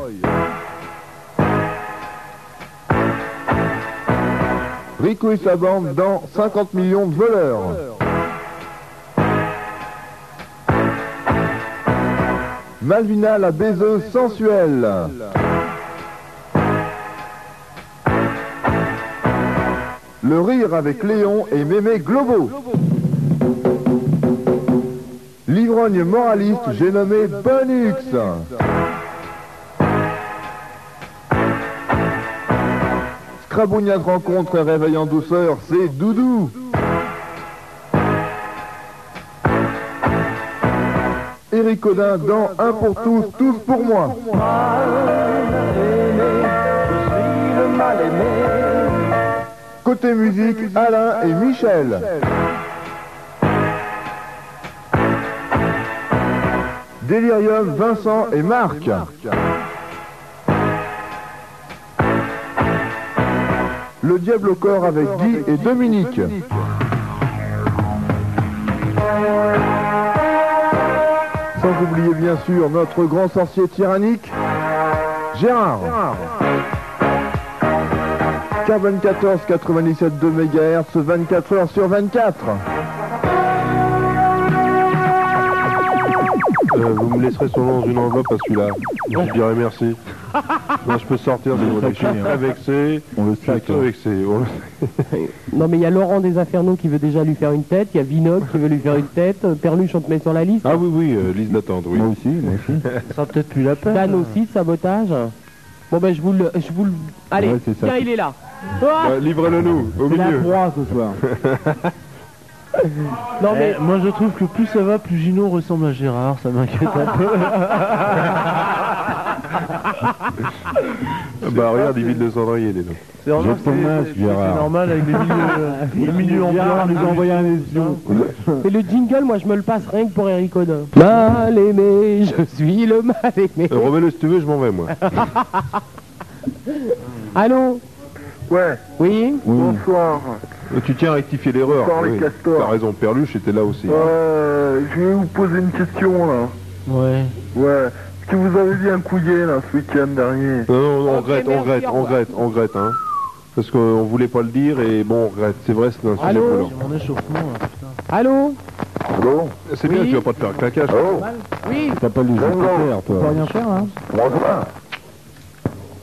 Speaker 3: Rico et sa bande dans 50 millions de voleurs. Malvina la baiseuse sensuelle. Le rire avec Léon et Mémé Globo. L'ivrogne moraliste, j'ai nommé Bonux. Scrabougnac rencontre et réveil en douceur, c'est Doudou. Éric Odin dans Un pour tous, tous pour moi. Côté musique, Alain et Michel. Delirium, Vincent et Marc. Le diable au corps avec Guy et Dominique. Sans oublier bien sûr notre grand sorcier tyrannique, Gérard. Carbone 14 97 2 MHz 24 heures sur 24.
Speaker 2: Euh, vous me laisserez son nom dans une enveloppe à celui-là. Je dirais merci. Non, je peux sortir de votre
Speaker 23: sac, hein.
Speaker 2: très vexé. On le
Speaker 23: sac, hein.
Speaker 2: Oh.
Speaker 4: Non mais il y a Laurent des Infernaux qui veut déjà lui faire une tête, il y a Vinod qui veut lui faire une tête, euh, Perluche on te met sur la liste.
Speaker 2: Ah oui, oui, euh, liste d'attente, oui. Moi
Speaker 23: aussi, moi aussi.
Speaker 6: Ça sera peut-être plus la peine.
Speaker 4: Dan aussi de sabotage. Bon ben je vous le. Je vous le... Allez,
Speaker 2: Ouais, c'est ça.
Speaker 4: tiens il est là. Ah
Speaker 2: Euh, Livrez-le nous, au
Speaker 4: C'est la
Speaker 2: milieu.
Speaker 4: proie,
Speaker 2: ce soir.
Speaker 6: Non mais Eh, moi je trouve que plus ça va, plus Gino ressemble à Gérard, ça m'inquiète un peu.
Speaker 2: bah regarde, il vide le cendrier, les deux.
Speaker 6: C'est normal, c'est- c'est- c'est normal avec les milieux, les milieux ambiants, les envoyer un
Speaker 4: Mais le jingle moi je me le passe rien que pour Eric Odin. Mal aimé, je suis le mal aimé.
Speaker 2: Euh, Remets-le si tu veux, je m'en vais, moi.
Speaker 4: Allô
Speaker 1: Ouais.
Speaker 4: Oui
Speaker 20: Hum.
Speaker 1: Bonsoir.
Speaker 2: Euh, Tu tiens à rectifier l'erreur.
Speaker 1: Encore les castors.
Speaker 2: T'as raison, Perluche était là aussi. hein.
Speaker 1: Euh, je vais vous poser une question là.
Speaker 6: Ouais.
Speaker 1: Ouais. Est-ce que vous avez bien couillé là ce week-end dernier
Speaker 2: Non, non, Euh, on regrette, on
Speaker 1: merci,
Speaker 2: regrette,
Speaker 1: au
Speaker 2: on regrette, on regrette, hein. Parce qu'on voulait pas le dire et bon, on regrette. C'est vrai, c'est un sujet
Speaker 4: Allô
Speaker 2: brûlant.
Speaker 6: Mon échauffement, là.
Speaker 4: Allô
Speaker 1: Allô
Speaker 2: C'est bien,
Speaker 4: Oui.
Speaker 2: tu vas pas te faire claquage.
Speaker 4: Oui
Speaker 23: T'appelles les
Speaker 2: Bonjour.
Speaker 23: secrétaires, toi.
Speaker 2: Faut rien
Speaker 24: faire, hein
Speaker 1: Bonsoir.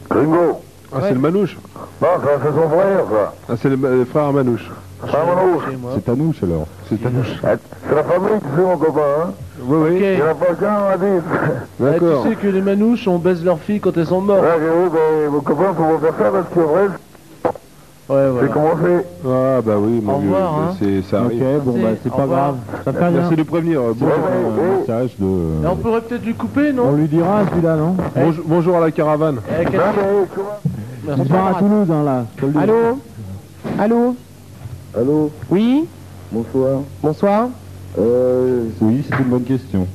Speaker 1: Gringo.
Speaker 2: Ah, c'est le manouche
Speaker 1: Non, ça, c'est son frère, ça.
Speaker 2: Ah, c'est le, ma- le frère Manouche.
Speaker 1: Frère Manouche.
Speaker 23: C'est Tanouche, alors.
Speaker 2: C'est Tanouche.
Speaker 1: C'est la famille, tu sais, mon copain, hein
Speaker 2: Oui, oui.
Speaker 1: Il n'y en a pas qu'un à dire.
Speaker 6: D'accord. Bah, tu sais que les manouches, on baise leurs filles quand elles sont mortes.
Speaker 1: Ouais, Gringo, ben, vos copains, faut vous faire ça parce que, en vrai, C'est commencé.
Speaker 15: Ah bah oui, mon
Speaker 1: Au
Speaker 15: vieux,
Speaker 1: revoir, hein.
Speaker 15: c'est ça
Speaker 1: Ok,
Speaker 15: arrive.
Speaker 1: bon, bah, c'est Au pas revoir. grave. Ça fait rien.
Speaker 15: Merci de prévenir. euh, Bonjour,
Speaker 1: Ouais, ouais,
Speaker 15: euh,
Speaker 1: ouais.
Speaker 15: message de...
Speaker 6: Et on pourrait peut-être lui couper, non
Speaker 15: On lui dira, celui-là, non
Speaker 2: Bonjour, bonjour à la caravane.
Speaker 6: Eh, qu'est-ce que-
Speaker 3: On part à Toulouse, hein, là. je te le dis.
Speaker 4: Allô Allô
Speaker 15: Allô
Speaker 4: Oui
Speaker 15: Bonsoir.
Speaker 4: Bonsoir. Euh,
Speaker 15: Oui, c'est une bonne question.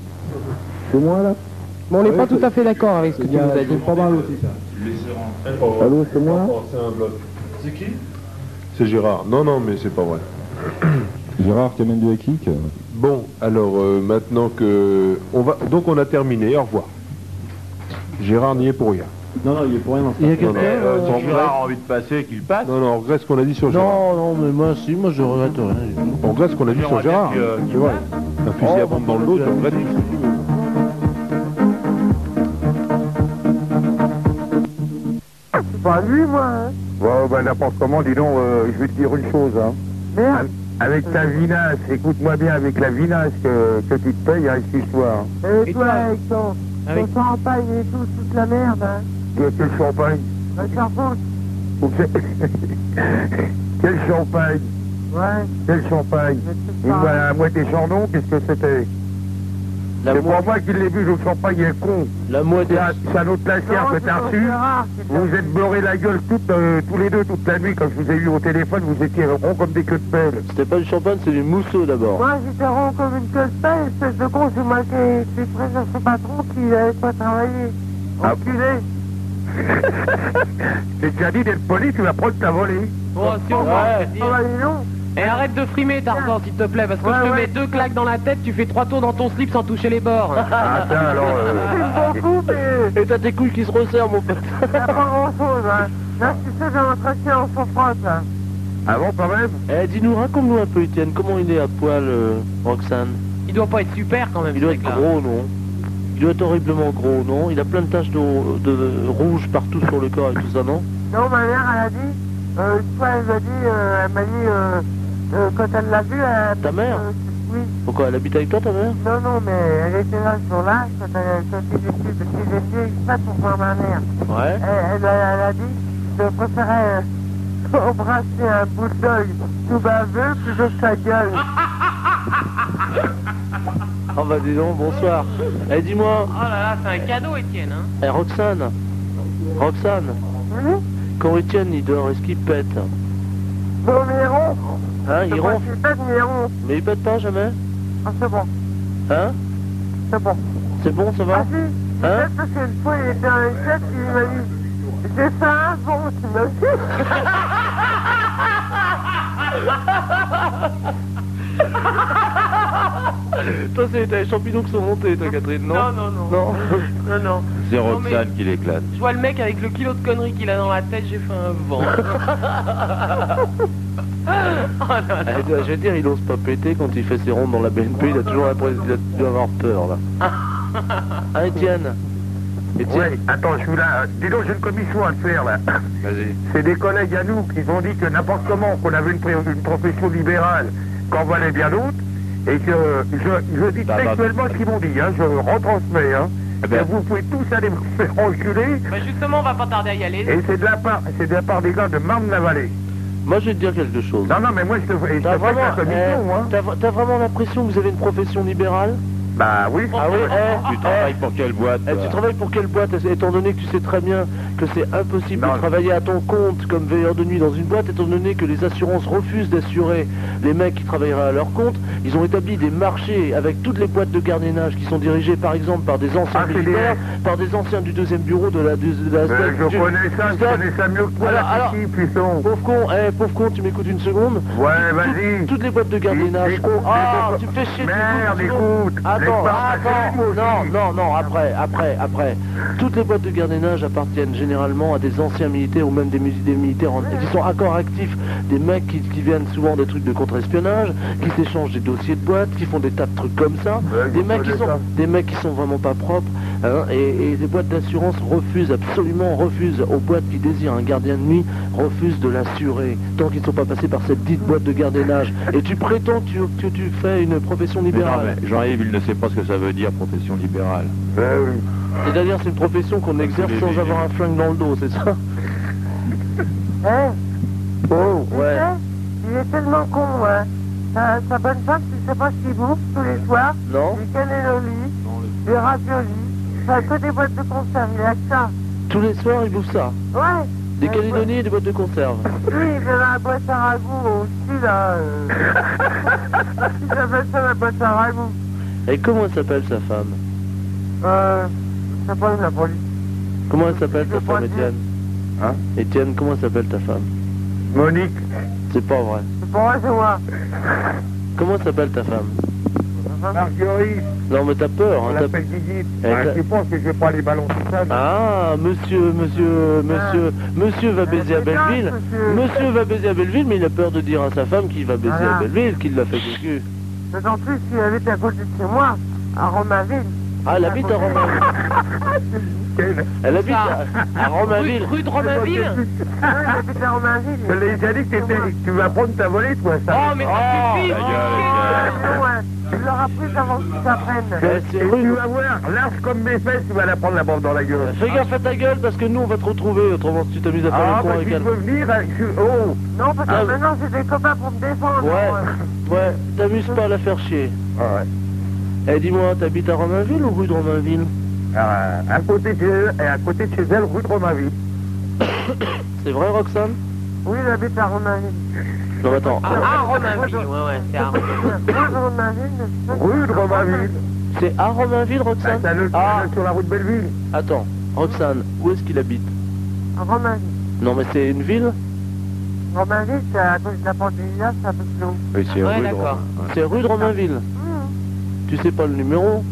Speaker 4: C'est moi, là Bon, on n'est pas tout à fait d'accord avec ce que tu
Speaker 15: y
Speaker 4: nous
Speaker 15: a-
Speaker 4: as dit.
Speaker 15: c'est pas mal aussi, ça.
Speaker 2: Allô, c'est moi C'est qui C'est Gérard. Non, non, mais c'est pas vrai.
Speaker 15: Gérard, tu amènes du hackick
Speaker 2: Bon, alors euh, maintenant que on va, donc on a terminé. Au revoir. Gérard n'y est pour rien.
Speaker 16: Non, non, il est pour rien dans
Speaker 6: Il y a quelqu'un
Speaker 2: Non, non, euh,
Speaker 6: euh,
Speaker 2: sans
Speaker 6: qui-
Speaker 2: regret.
Speaker 5: envie de passer, qu'il passe.
Speaker 2: Non, non, on regrette ce qu'on a dit sur Gérard.
Speaker 6: Non, non, mais moi si, moi je regrette rien. du tout.
Speaker 2: On regrette ce qu'on a dit
Speaker 6: Mais on
Speaker 2: sur
Speaker 6: va dire
Speaker 2: Gérard.
Speaker 6: que, euh,
Speaker 2: tu vois, un fusil à bombe dans le dos, tu regrettes.
Speaker 1: Pas lui, moi. Bon, ben n'importe comment, dis donc, euh, je vais te dire une chose. Hein. Merde. Avec ta vinasse, écoute-moi bien, avec la vinasse que, que tu te payes, hein, excuse-toi. hein.
Speaker 7: Et toi, avec ton, ton champagne et tout, toute la merde, hein.
Speaker 1: Euh, Quel champagne
Speaker 7: Va te faire foutre.
Speaker 1: Ou que- Quel champagne
Speaker 7: Ouais.
Speaker 1: Quel champagne Il
Speaker 7: parles.
Speaker 1: m'a à moitié charnon, qu'est-ce que c'était
Speaker 6: La
Speaker 1: C'est
Speaker 6: moitié-
Speaker 1: pas moi qui l'ai bu, le champagne est con.
Speaker 6: La moitié.
Speaker 1: C'est un- C'est un autre lacère
Speaker 7: Non,
Speaker 1: que
Speaker 7: c'est
Speaker 1: t'as
Speaker 7: ton
Speaker 1: reçu.
Speaker 7: Gérard
Speaker 1: Vous vous êtes beurré la gueule toute, euh, tous les deux toute la nuit quand je vous ai eu au téléphone, vous étiez ronds comme des queues de pelle.
Speaker 6: C'était pas du champagne, c'est du mousseau d'abord.
Speaker 7: Moi, j'étais rond comme une cosse espèce de con, c'est moi qui ai qui ai pris sur ce patron qui n'avait pas travaillé. Enculé.
Speaker 1: J'ai déjà dit d'être poli, tu vas prendre ta volée.
Speaker 4: Bon, si on va, je veux
Speaker 7: Oh,
Speaker 4: dire. Et Eh, arrête de frimer, Tarzan, s'il te plaît, parce que je te mets deux claques dans la tête, tu fais trois tours dans ton slip sans toucher les bords.
Speaker 1: Attends, Ah, alors... euh,
Speaker 7: euh,
Speaker 6: Et t'as tes couilles qui se resserrent, mon pote.
Speaker 7: T'as pas grand chose, hein. Là, tu sais, j'ai entretien en souffrance, là.
Speaker 1: Ah bon, quand même
Speaker 6: Eh, dis-nous, raconte-nous un peu, Étienne, comment il est à poil, euh, Roxane
Speaker 4: Il doit pas être super quand même.
Speaker 6: Il doit être gros, non Il doit être horriblement gros, non Il a plein de taches de, de rouge partout sur le corps et tout ça, non
Speaker 7: Non, ma mère, elle a dit, euh, une fois, elle m'a dit, euh, elle m'a dit, euh, euh, quand elle l'a vu, elle... Ta mère Oui.
Speaker 6: Pourquoi Elle habite avec toi, ta mère
Speaker 7: Non, non, mais elle était là ce jour-là, quand elle quand j'ai su, parce que j'ai fait exprès pour voir ma mère.
Speaker 6: Ouais.
Speaker 7: Elle, elle a, elle a dit, je préférais euh, embrasser un bulldog tout baveux plutôt que sa gueule.
Speaker 6: Ah bah dis donc, bonsoir. Eh, dis-moi,
Speaker 4: Oh là là, c'est un cadeau, Étienne. Hein.
Speaker 6: eh, Roxane Roxane Quand Étienne, il dort, est-ce qu'il pète
Speaker 7: Bon, mais il ronfle.
Speaker 6: Hein, il
Speaker 7: Je crois
Speaker 6: ronfle
Speaker 7: qu'il pète, mais il ronfle.
Speaker 6: Mais il pète pas, jamais
Speaker 7: Ah, c'est bon.
Speaker 6: Hein
Speaker 7: C'est bon.
Speaker 6: C'est bon, ça va
Speaker 7: Ah, si.
Speaker 6: Hein
Speaker 7: Peut-être parce qu'une fois, il était dans les chiottes, il m'a dit, j'ai fait un bon, tu m'as vu
Speaker 6: Toi, c'est t'as les champignons qui sont montés, toi, Catherine, non
Speaker 4: Non, non, non.
Speaker 6: Non
Speaker 4: Non, non.
Speaker 18: C'est
Speaker 4: Non, mais
Speaker 18: Roxane qui l'éclate.
Speaker 4: Je vois le mec avec le kilo de conneries qu'il a dans la tête, j'ai Oh fait un vent.
Speaker 6: Eh, je veux dire, il ose pas péter quand il fait ses rondes dans la BNP, il a toujours l'impression qu'il a- il doit avoir peur, là. Ah, Étienne
Speaker 1: Ouais, attends, je suis là. Dis donc, j'ai une commission à te faire, là.
Speaker 18: Vas-y.
Speaker 1: C'est des collègues à nous qui ont dit que n'importe comment, qu'on avait une, pré- une profession libérale, qu'en valait bien d'autres, et que je, je dis
Speaker 18: Bah, bah.
Speaker 1: textuellement ce qu'ils m'ont dit, hein, je retransmets, hein,
Speaker 18: Eh ben.
Speaker 1: que vous pouvez tous aller vous faire enculer,
Speaker 4: bah justement, on va pas tarder à y aller.
Speaker 1: et c'est de la part, c'est de la part des gars de Marne-la-Vallée.
Speaker 6: Moi, je vais te dire quelque chose.
Speaker 1: Non, non, mais moi, je te, je te
Speaker 6: T'as
Speaker 1: fais
Speaker 6: vraiment,
Speaker 1: la commission,
Speaker 6: eh,
Speaker 1: moi.
Speaker 6: t'as v- t'as vraiment l'impression que vous avez une profession libérale
Speaker 1: Bah oui.
Speaker 6: Ah oui, eh,
Speaker 18: Tu travailles pour quelle boîte
Speaker 6: eh,
Speaker 18: toi
Speaker 6: tu travailles pour quelle boîte Étant donné que tu sais très bien que c'est impossible de travailler à ton compte comme veilleur de nuit dans une boîte, étant donné que les assurances refusent d'assurer les mecs qui travailleraient à leur compte, ils ont établi des marchés avec toutes les boîtes de gardiennage qui sont dirigées par exemple par des anciens
Speaker 1: Ah, c'est
Speaker 6: militaires, par des anciens du deuxième bureau de la... De, de la
Speaker 1: Euh, je
Speaker 6: du-
Speaker 1: connais ça,
Speaker 6: du
Speaker 1: je
Speaker 6: staff.
Speaker 1: connais ça mieux que toi,
Speaker 6: Alors,
Speaker 1: la
Speaker 6: alors,
Speaker 1: petite, puisson.
Speaker 6: Pauvre con, eh, pauvre con, tu m'écoutes une seconde
Speaker 1: Ouais, Eh, vas-y.
Speaker 6: Toutes les boîtes de gardiennage. Ah, tu me fais chier.
Speaker 1: Merde,
Speaker 6: tu me coupes,
Speaker 1: écoute.
Speaker 6: tu me coupes.
Speaker 1: laisse
Speaker 6: Attends,
Speaker 1: pas
Speaker 6: attends. Non, non, non, après, après, après. Toutes les boîtes de gardiennage appartiennent généralement à des anciens militaires ou même des, mili- des militaires en- qui sont encore actifs. Des mecs qui, qui viennent souvent des trucs de contre-espionnage, qui s'échangent des dossiers de boîtes, qui font des tas de trucs comme ça.
Speaker 1: Ouais,
Speaker 6: des,
Speaker 1: je
Speaker 6: mecs qui
Speaker 1: connais
Speaker 6: sont,
Speaker 1: ça.
Speaker 6: des mecs qui sont vraiment pas propres. hein, et, et les boîtes d'assurance refusent, absolument refusent aux boîtes qui désirent un gardien de nuit, refusent de l'assurer tant qu'ils ne sont pas passés par cette dite boîte de gardiennage. Et tu prétends que tu, que tu fais une profession
Speaker 18: Mais non,
Speaker 6: libérale.
Speaker 18: mais Jean-Yves, il ne sait pas ce que ça veut dire profession libérale.
Speaker 1: Ben
Speaker 6: C'est-à-dire c'est une profession qu'on exerce sans avoir un flingue dans le dos, c'est ça
Speaker 7: Hein
Speaker 1: Oh,
Speaker 7: Tu sais, Il est tellement con, hein. Sa, sa bonne femme, tu sais pas ce qu'il bouffe tous les soirs.
Speaker 1: Non.
Speaker 7: Des cannellonis, des raviolis. Enfin, que des boîtes de conserve, il a que ça.
Speaker 6: Tous les soirs, il bouffe ça.
Speaker 7: Ouais.
Speaker 6: Des canidonies et des boîtes de conserve.
Speaker 7: Lui, il veut la boîte à ragoût aussi, là. euh. Ils appellent Eh ben, ça la boîte à ragoût.
Speaker 6: Et comment elle s'appelle sa femme
Speaker 7: Euh, c'est pas la police.
Speaker 6: Comment elle s'appelle ta femme, Étienne
Speaker 1: Hein
Speaker 6: Étienne, comment elle s'appelle ta femme
Speaker 1: Monique,
Speaker 6: C'est pas vrai.
Speaker 7: C'est pour moi, c'est moi.
Speaker 6: Comment elle s'appelle ta femme
Speaker 1: Marguerite,
Speaker 6: Non, mais t'as peur, hein,
Speaker 1: on
Speaker 6: t'as
Speaker 1: l'appelle Guigui.
Speaker 6: Elle
Speaker 1: Ah,
Speaker 6: t'a-
Speaker 1: tu penses que je vais pas les balancer ça non
Speaker 6: Ah, monsieur, monsieur, monsieur, monsieur va baiser à Belleville. Monsieur va baiser à Belleville, mais il a peur de dire à sa femme qu'il va baiser
Speaker 7: Voilà.
Speaker 6: à Belleville, qu'il l'a fait du cul.
Speaker 7: D'autant plus qu'il habite à côté de chez moi, à Romainville.
Speaker 6: Ah, elle habite à Romainville. Elle habite à, à Romainville.
Speaker 7: Rue de Romainville Oui, j'habite à Romainville.
Speaker 1: Je l'ai déjà dit que t'étais- tu vas prendre ta volée, toi, ça.
Speaker 7: Oh, mais
Speaker 1: ça
Speaker 7: suffit, Non, hein. Tu l'auras plus avant qu'ils
Speaker 1: Et
Speaker 7: t'apprennent.
Speaker 1: tu vas voir, large comme mes fesses, tu vas la prendre la bande dans la gueule.
Speaker 6: Fais gaffe à ta gueule parce que nous on va te retrouver autrement si tu t'amuses à faire
Speaker 1: Ah,
Speaker 6: le con
Speaker 1: bah,
Speaker 6: avec
Speaker 1: tu
Speaker 6: elle.
Speaker 1: peux venir, hein, tu- oh
Speaker 7: Non, parce que
Speaker 6: Ah.
Speaker 7: maintenant, c'est des copains pour me défendre.
Speaker 6: Ouais, ouais, t'amuses pas à la faire chier.
Speaker 1: Ah,
Speaker 6: ouais. Eh dis-moi, t'habites à Romainville ou rue de Romainville
Speaker 1: Ah, à côté de chez eux, et à côté de chez elle, rue de Romainville.
Speaker 6: C'est vrai Roxane
Speaker 7: Oui, j'habite à Romainville.
Speaker 6: Non mais attends.
Speaker 7: Ah. Romainville, ouais, ouais, c'est à Romainville.
Speaker 1: Rue de Romainville.
Speaker 6: C'est à Romainville Roxane
Speaker 1: Ah, t'as le- sur la route Belleville.
Speaker 6: Attends, Roxane, où est-ce qu'il habite
Speaker 7: À Romainville.
Speaker 6: Non mais c'est une ville
Speaker 7: Romainville, c'est à cause de la pandémie, là, c'est un peu plus haut.
Speaker 6: Oui,
Speaker 7: c'est Ouais, Ah. rue de d'accord.
Speaker 6: C'est rue de Romainville. Tu sais pas le numéro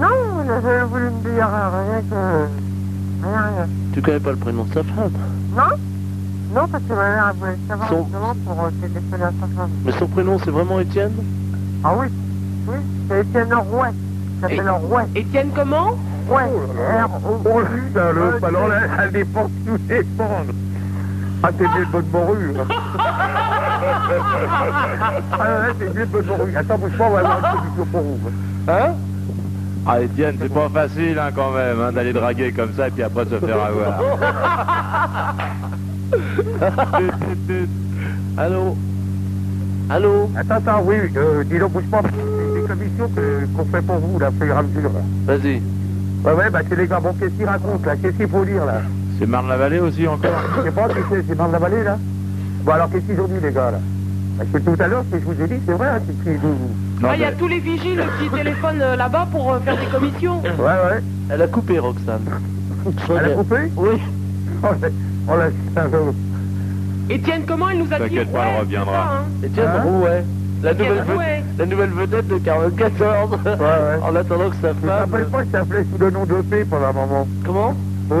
Speaker 7: Non, il a jamais voulu me dire euh, rien que... Rien, rien.
Speaker 6: Tu connais pas le prénom de sa femme
Speaker 7: Non Non, parce que ma mère, elle voulait savoir
Speaker 6: Son-
Speaker 7: justement pour euh, téléphoner à sa femme.
Speaker 6: Mais son prénom c'est vraiment Étienne
Speaker 7: Ah oui Oui, c'est Étienne Rouet. Ça s'appelle Rouet. Étienne comment Ouais.
Speaker 1: Oh putain, le ballon là, elle dépend tous les bandes. Ah, t'es bien de bonne morue. hein. Ah ouais, t'es bien de bonne morue. Attends, bouge pas, on va avoir un peu du pour vous. Hein
Speaker 2: Ah, Étienne, c'est pas facile hein, quand même hein, d'aller draguer comme ça et puis après se faire avoir.
Speaker 6: Allô Allô
Speaker 1: Attends, attends, oui, euh, dis donc, bouge pas. C'est des commissions que- qu'on fait pour vous, là, au fur et à mesure. là.
Speaker 6: Vas-y.
Speaker 1: Ouais, ouais, bah, c'est les gars, bon, qu'est-ce qu'ils racontent, là Qu'est-ce qu'il faut lire, là
Speaker 2: C'est Marne-la-Vallée aussi encore
Speaker 1: Je sais pas, tu sais, c'est dans la vallée, là Bon, alors, qu'est-ce qu'ils ont dit, les gars, là Parce que tout à l'heure, ce que je vous ai dit, c'est vrai, hein, c'est qu'ils
Speaker 25: Ah, Il y a tous les vigiles qui téléphonent euh, là-bas pour euh, faire des commissions.
Speaker 1: Ouais, ouais.
Speaker 6: Elle a coupé, Roxane.
Speaker 1: Elle a coupé
Speaker 6: Oui.
Speaker 1: Oh, la- oh la salaud.
Speaker 25: Étienne, comment il nous a dit
Speaker 2: T'inquiète pas, elle reviendra.
Speaker 6: Étienne
Speaker 1: Hein
Speaker 6: Rouet. La
Speaker 1: Étienne
Speaker 6: nouvelle,
Speaker 25: bah,
Speaker 6: vedette-
Speaker 1: Rouet.
Speaker 6: la nouvelle vedette de 44 en attendant que sa
Speaker 1: hein. Je me
Speaker 6: femme...
Speaker 1: rappelle pas qu'il s'appelait sous le nom d'EP pendant un moment.
Speaker 6: Comment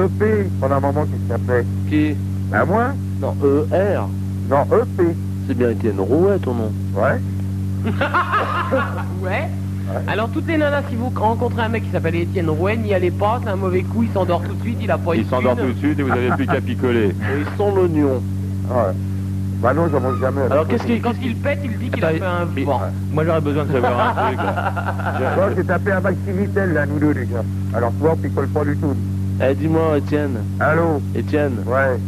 Speaker 1: EP pendant un moment qu'il s'appelait.
Speaker 6: Qui
Speaker 1: À moi
Speaker 6: Non, ER.
Speaker 1: Non, EP.
Speaker 6: C'est bien Étienne Rouet ton nom.
Speaker 1: Ouais.
Speaker 25: Ouais. Alors toutes les nanas, si vous rencontrez un mec qui s'appelle Étienne Rouen, n'y allez pas, c'est un mauvais coup, il s'endort tout de suite, il a
Speaker 7: hein.
Speaker 25: pas eu
Speaker 2: Il
Speaker 25: de
Speaker 2: s'endort
Speaker 25: thune.
Speaker 2: tout de suite et vous avez plus qu'à picoler.
Speaker 6: Et ils sont l'oignon.
Speaker 1: Ouais. Bah non, j'en mange jamais.
Speaker 2: Alors, qu'est-ce qu'il-
Speaker 25: Quand il pète, il dit qu'il a fait un vent.
Speaker 2: Moi j'aurais besoin de savoir un truc.
Speaker 1: Moi, j'ai tapé un Maximitel, là, nous deux, les gars. Alors, toi, on picole pas du tout.
Speaker 6: Eh, dis-moi, Étienne.
Speaker 1: Allô
Speaker 6: Étienne
Speaker 1: Ouais.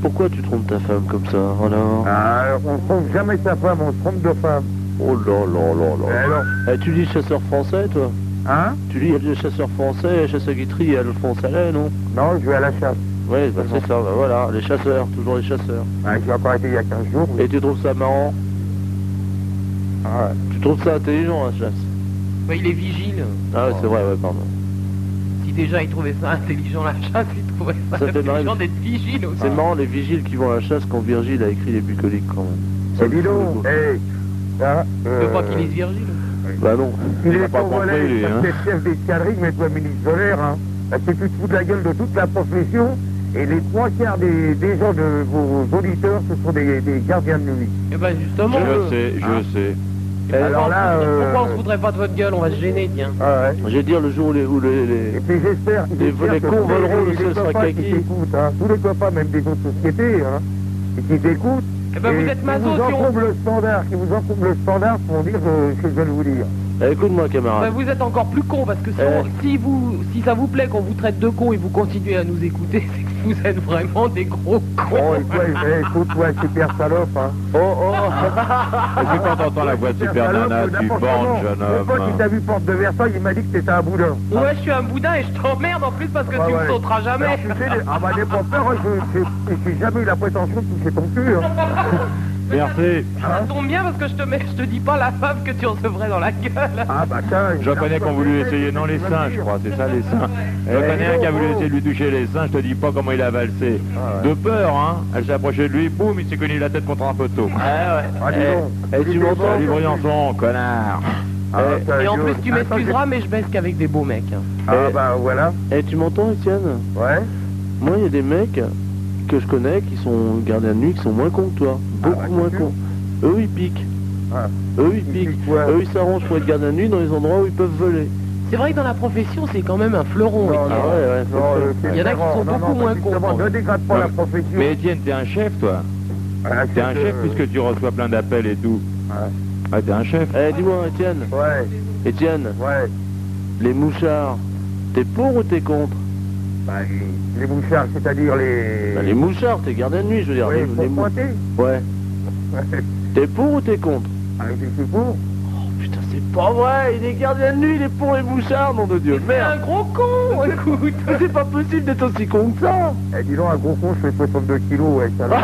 Speaker 6: Pourquoi tu trompes ta femme comme ça, alors
Speaker 1: Ah, on trompe jamais sa femme, on se trompe de femme.
Speaker 6: Oh là là là là.
Speaker 1: Eh alors
Speaker 6: Eh, tu dis chasseur français, toi
Speaker 1: Hein
Speaker 6: Tu dis le chasseur français, chasseur guitry, et Alphonse Allais, non
Speaker 1: Non, je vais à la chasse.
Speaker 6: Oui, bah, c'est ça, bah, voilà, les chasseurs, toujours les chasseurs.
Speaker 1: Ouais, j'ai encore été il y a 15 jours.
Speaker 6: Et tu trouves ça marrant
Speaker 1: Ah,
Speaker 6: Tu trouves ça intelligent, la chasse
Speaker 25: Ouais, il est vigile.
Speaker 6: Ah, ouais, c'est vrai, ouais, pardon.
Speaker 25: Si déjà il trouvait ça intelligent la chasse, il trouvait ça,
Speaker 6: Ça fait
Speaker 25: intelligent
Speaker 6: marrer.
Speaker 25: d'être vigile aussi.
Speaker 6: C'est marrant, les vigiles qui vont à la chasse quand Virgile a écrit les bucoliques, quand même.
Speaker 1: Et Bah, dis donc, Eh, euh, hé
Speaker 25: Je veux pas qu'il lise Virgile.
Speaker 6: Bah non.
Speaker 1: Il est congolais, c'est le chef d'escadrille, mais toi, ministre de l'air, hein. Parce que tu te fous de la gueule de toute la profession, et les trois quarts des, des gens de vos auditeurs, ce sont des, des gardiens de nuit.
Speaker 25: Eh ben justement.
Speaker 2: Je
Speaker 25: euh,
Speaker 2: sais,
Speaker 25: hein.
Speaker 2: je sais.
Speaker 25: Pourquoi
Speaker 1: Alors
Speaker 25: on-
Speaker 1: là, euh,
Speaker 25: Pourquoi on se voudrait pas de votre gueule On va se gêner, tiens.
Speaker 6: Je vais dire le jour où les... Où les, les...
Speaker 1: Ah Et puis j'espère
Speaker 6: Les-
Speaker 1: j'espère
Speaker 6: les
Speaker 1: que
Speaker 6: cons
Speaker 1: tous
Speaker 6: voleront le
Speaker 1: les
Speaker 6: sol
Speaker 1: copains
Speaker 6: Sakaki.
Speaker 1: qui t'écoutent, hein, tous les copains, même des autres sociétés, hein, et qui t'écoutent,
Speaker 25: Eh ben, vous êtes
Speaker 1: qui
Speaker 25: maso,
Speaker 1: vous
Speaker 25: si on-
Speaker 1: encombrent le standard, qui vous encombrent le standard pour dire euh, ce que je viens de vous dire.
Speaker 6: Eh, Écoute-moi,
Speaker 25: Bah,
Speaker 6: camarade. Eh,
Speaker 25: vous êtes encore plus con parce que si, on- si vous, si ça vous plaît qu'on vous traite de con et vous continuez à nous écouter, c'est que
Speaker 3: vous êtes vraiment des gros
Speaker 1: Oh, et toi, eh, écoute, ouais, super salope, hein. Oh, oh.
Speaker 2: Est-ce que quand t'entends la voix de Super Nana, tu bandes, jeune
Speaker 1: Mon pote, il
Speaker 2: homme
Speaker 1: t'a vu porte de Versailles, il m'a dit que t'étais un boudin. Ah
Speaker 3: Ouais, je suis un boudin et je t'emmerde en plus parce que
Speaker 1: Ouais,
Speaker 3: tu
Speaker 1: ouais.
Speaker 3: me sauteras
Speaker 1: Alors,
Speaker 3: jamais.
Speaker 1: tu sais, les- ah bah, n'aie pas peur, hein, je- je- j'ai jamais eu la prétention de toucher ton cul, hein.
Speaker 2: Merci.
Speaker 3: Ça tombe bien parce que je te, mets, je te dis pas la femme que tu recevrais dans la gueule.
Speaker 1: Ah bah ça,
Speaker 2: J'en connais qui ont voulu essayer, non, les seins, je crois, c'est ça, les seins. J'en connais un qui a voulu essayer de lui toucher les seins, je te dis pas comment il a valsé. De peur, hein. Elle s'est approchée de lui, boum, il s'est cogné la tête contre un poteau. Ah
Speaker 5: Eh,
Speaker 1: Ah, dis donc.
Speaker 2: Et tu m'entends Salut Briançon, connard. Eh,
Speaker 3: Et en plus,
Speaker 6: Ah,
Speaker 3: tu m'excuseras, mais je baisse qu'avec des beaux mecs. hein.
Speaker 1: Ah bah voilà.
Speaker 6: Et Eh, tu m'entends, Étienne
Speaker 1: Ouais. Ah,
Speaker 6: Moi, il y a des mecs que je connais qui sont gardiens de nuit, qui sont moins cons que toi. Beaucoup
Speaker 1: bah,
Speaker 6: moins cons. Eux, ils piquent. Eux, ils piquent. Eux, ils s'arrangent pour être gardiens de nuit dans les endroits où ils peuvent voler.
Speaker 3: C'est vrai que dans la profession, c'est quand même un fleuron.
Speaker 6: Non,
Speaker 3: Étienne.
Speaker 6: non, ouais, ouais,
Speaker 1: non, euh, c'est
Speaker 3: Il y en a
Speaker 1: très
Speaker 3: qui sont
Speaker 1: rare. Non,
Speaker 3: beaucoup
Speaker 1: non,
Speaker 3: moins
Speaker 1: parce que
Speaker 3: cons.
Speaker 1: justement, Ne dégrade pas la profession. Ah,
Speaker 2: Mais Étienne, t'es un chef, toi. T'es un chef puisque tu reçois plein d'appels et tout. Euh, Ouais, t'es un chef.
Speaker 6: Eh, dis-moi, Étienne.
Speaker 1: Ouais.
Speaker 6: Étienne.
Speaker 1: Ouais.
Speaker 6: Les mouchards, t'es pour ou t'es contre
Speaker 1: Bah, les, les mouchards, c'est-à-dire les...
Speaker 6: Bah, Les mouchards, t'es gardien de nuit, je veux dire.
Speaker 1: Oui,
Speaker 6: les,
Speaker 1: pour
Speaker 6: les mou-
Speaker 1: pointer.
Speaker 6: Ouais. T'es pour ou t'es contre
Speaker 1: Ah, je suis pour.
Speaker 6: Putain, c'est pas vrai, il est gardien de nuit, il est pour les mouchards, nom de Dieu. Merde.
Speaker 3: un gros con, écoute.
Speaker 6: C'est pas possible d'être aussi con que ça.
Speaker 1: Eh, dis donc, un gros con, je fais 62 kilos, ouais, ça va.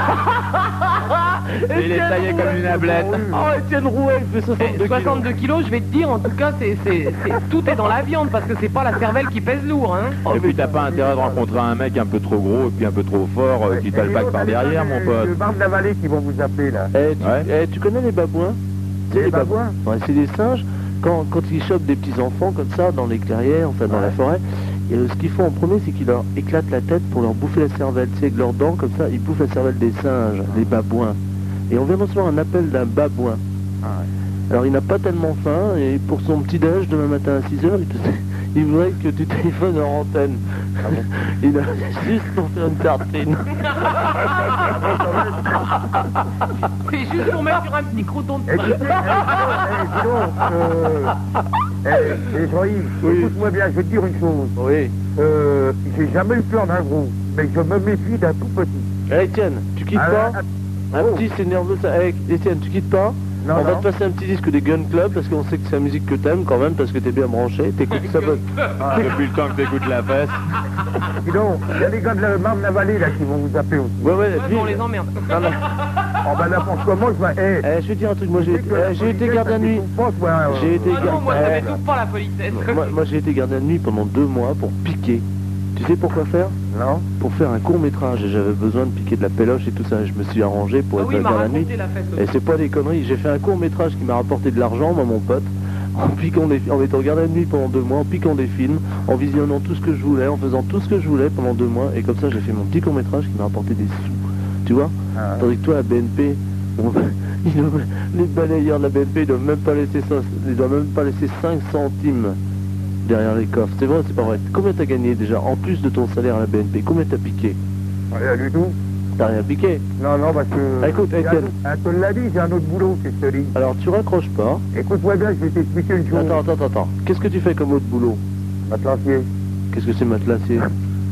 Speaker 2: Et il est taillé comme une ablette.
Speaker 1: Ah,
Speaker 6: Oh, Étienne Rouet, il fait 62
Speaker 3: 62 kilos. je vais te dire, en tout cas, c'est, c'est- c'est- tout est dans la viande parce que c'est pas la cervelle qui pèse lourd. Hein.
Speaker 2: Et puis t'as pas intérêt de rencontrer un mec un peu trop gros et puis un peu trop fort euh, qui t'a le bac par derrière, mon pote.
Speaker 1: Le bar de la vallée qui vont vous appeler, là.
Speaker 6: Eh, tu, eh, tu connais les babouins Tu sais,
Speaker 1: Les babouins
Speaker 6: Ouais, c'est des singes. Quand, quand ils chopent des petits enfants comme ça dans les clairières, enfin dans la forêt, et, euh, ce qu'ils font en premier, c'est qu'ils leur éclatent la tête pour leur bouffer la cervelle. Tu sais, avec leurs dents, comme ça, ils bouffent la cervelle des singes,
Speaker 1: Ah.
Speaker 6: des babouins. Et on vient de recevoir un appel d'un babouin.
Speaker 1: Ah
Speaker 6: Alors il n'a pas tellement faim, et pour son petit-déj demain matin à 6h, il, te- il voudrait que tu téléphones en antenne.
Speaker 1: Ah
Speaker 6: il a juste pour faire une tartine.
Speaker 3: C'est juste pour mettre sur un petit croûton de
Speaker 1: Eh, tu sais, eh, dis donc, eh, dis donc, euh, eh, eh, Jean-Yves, écoute-moi bien, je vais te dire une chose.
Speaker 6: Oui.
Speaker 1: Euh, j'ai jamais eu peur d'un gros, mais je me méfie d'un tout petit.
Speaker 6: Eh, Étienne, tu quittes
Speaker 1: Ah,
Speaker 6: pas Un petit, c'est nerveux ça. Eh, Étienne, tu quittes pas
Speaker 1: Non,
Speaker 6: On va
Speaker 1: non.
Speaker 6: te passer un petit disque des Gun Club parce qu'on sait que c'est la musique que t'aimes quand même parce que t'es bien branché. T'écoutes ça bonne.
Speaker 2: Ah, Depuis le temps que t'écoutes la fesse.
Speaker 1: Dis donc, il y a les gars de la marne la vallée là qui vont vous appeler aussi.
Speaker 6: Ouais, ouais,
Speaker 3: Ouais, on les emmerde.
Speaker 1: Oh bah n'importe comment, je vais... Eh,
Speaker 6: je vais te dire un truc, moi j'ai eh, j'ai été garde à nuit. J'ai été
Speaker 3: Ah non,
Speaker 6: garde
Speaker 3: moi, ça
Speaker 6: eh,
Speaker 3: m'étouffe pas la politesse.
Speaker 6: moi- moi, j'ai été garde à nuit pendant deux mois pour piquer. Tu sais pourquoi faire
Speaker 1: Non.
Speaker 6: Pour faire un court métrage et j'avais besoin de piquer de la péloche et tout ça. Je me suis arrangé pour
Speaker 3: Ah
Speaker 6: être
Speaker 3: oui, il m'a
Speaker 6: garde à nuit.
Speaker 3: raconté la fête.
Speaker 6: Et c'est pas des conneries, j'ai fait un court métrage qui m'a rapporté de l'argent, moi mon pote, en piquant des en étant gardé à nuit pendant deux mois, en piquant des films, en visionnant tout ce que je voulais, en faisant tout ce que je voulais pendant deux mois, et comme ça j'ai fait mon petit court métrage qui m'a rapporté des sous, tu vois
Speaker 1: Ah.
Speaker 6: Tandis que toi à BNP, on- ils doivent- les balayeurs de la BNP ils doivent même pas laisser ça- ils doivent même pas laisser 5 centimes derrière les coffres, c'est vrai ou c'est pas vrai Combien t'as gagné déjà, en plus de ton salaire à la BNP, combien t'as piqué
Speaker 1: Rien du tout.
Speaker 6: T'as rien piqué
Speaker 1: Non, non, parce que...
Speaker 6: Bah, Écoute,
Speaker 1: J'ai un
Speaker 6: Étienne.
Speaker 1: autre- Ah, tu l'as dit, j'ai un autre boulot, qu'est-ce que je te dis
Speaker 6: Alors tu raccroches pas hein.
Speaker 1: Écoute-moi bien, je vais t'expliquer une chose.
Speaker 6: Attends, attends, attends, attends. Qu'est-ce que tu fais comme autre boulot
Speaker 1: Matelassier.
Speaker 6: Qu'est-ce que c'est matelassier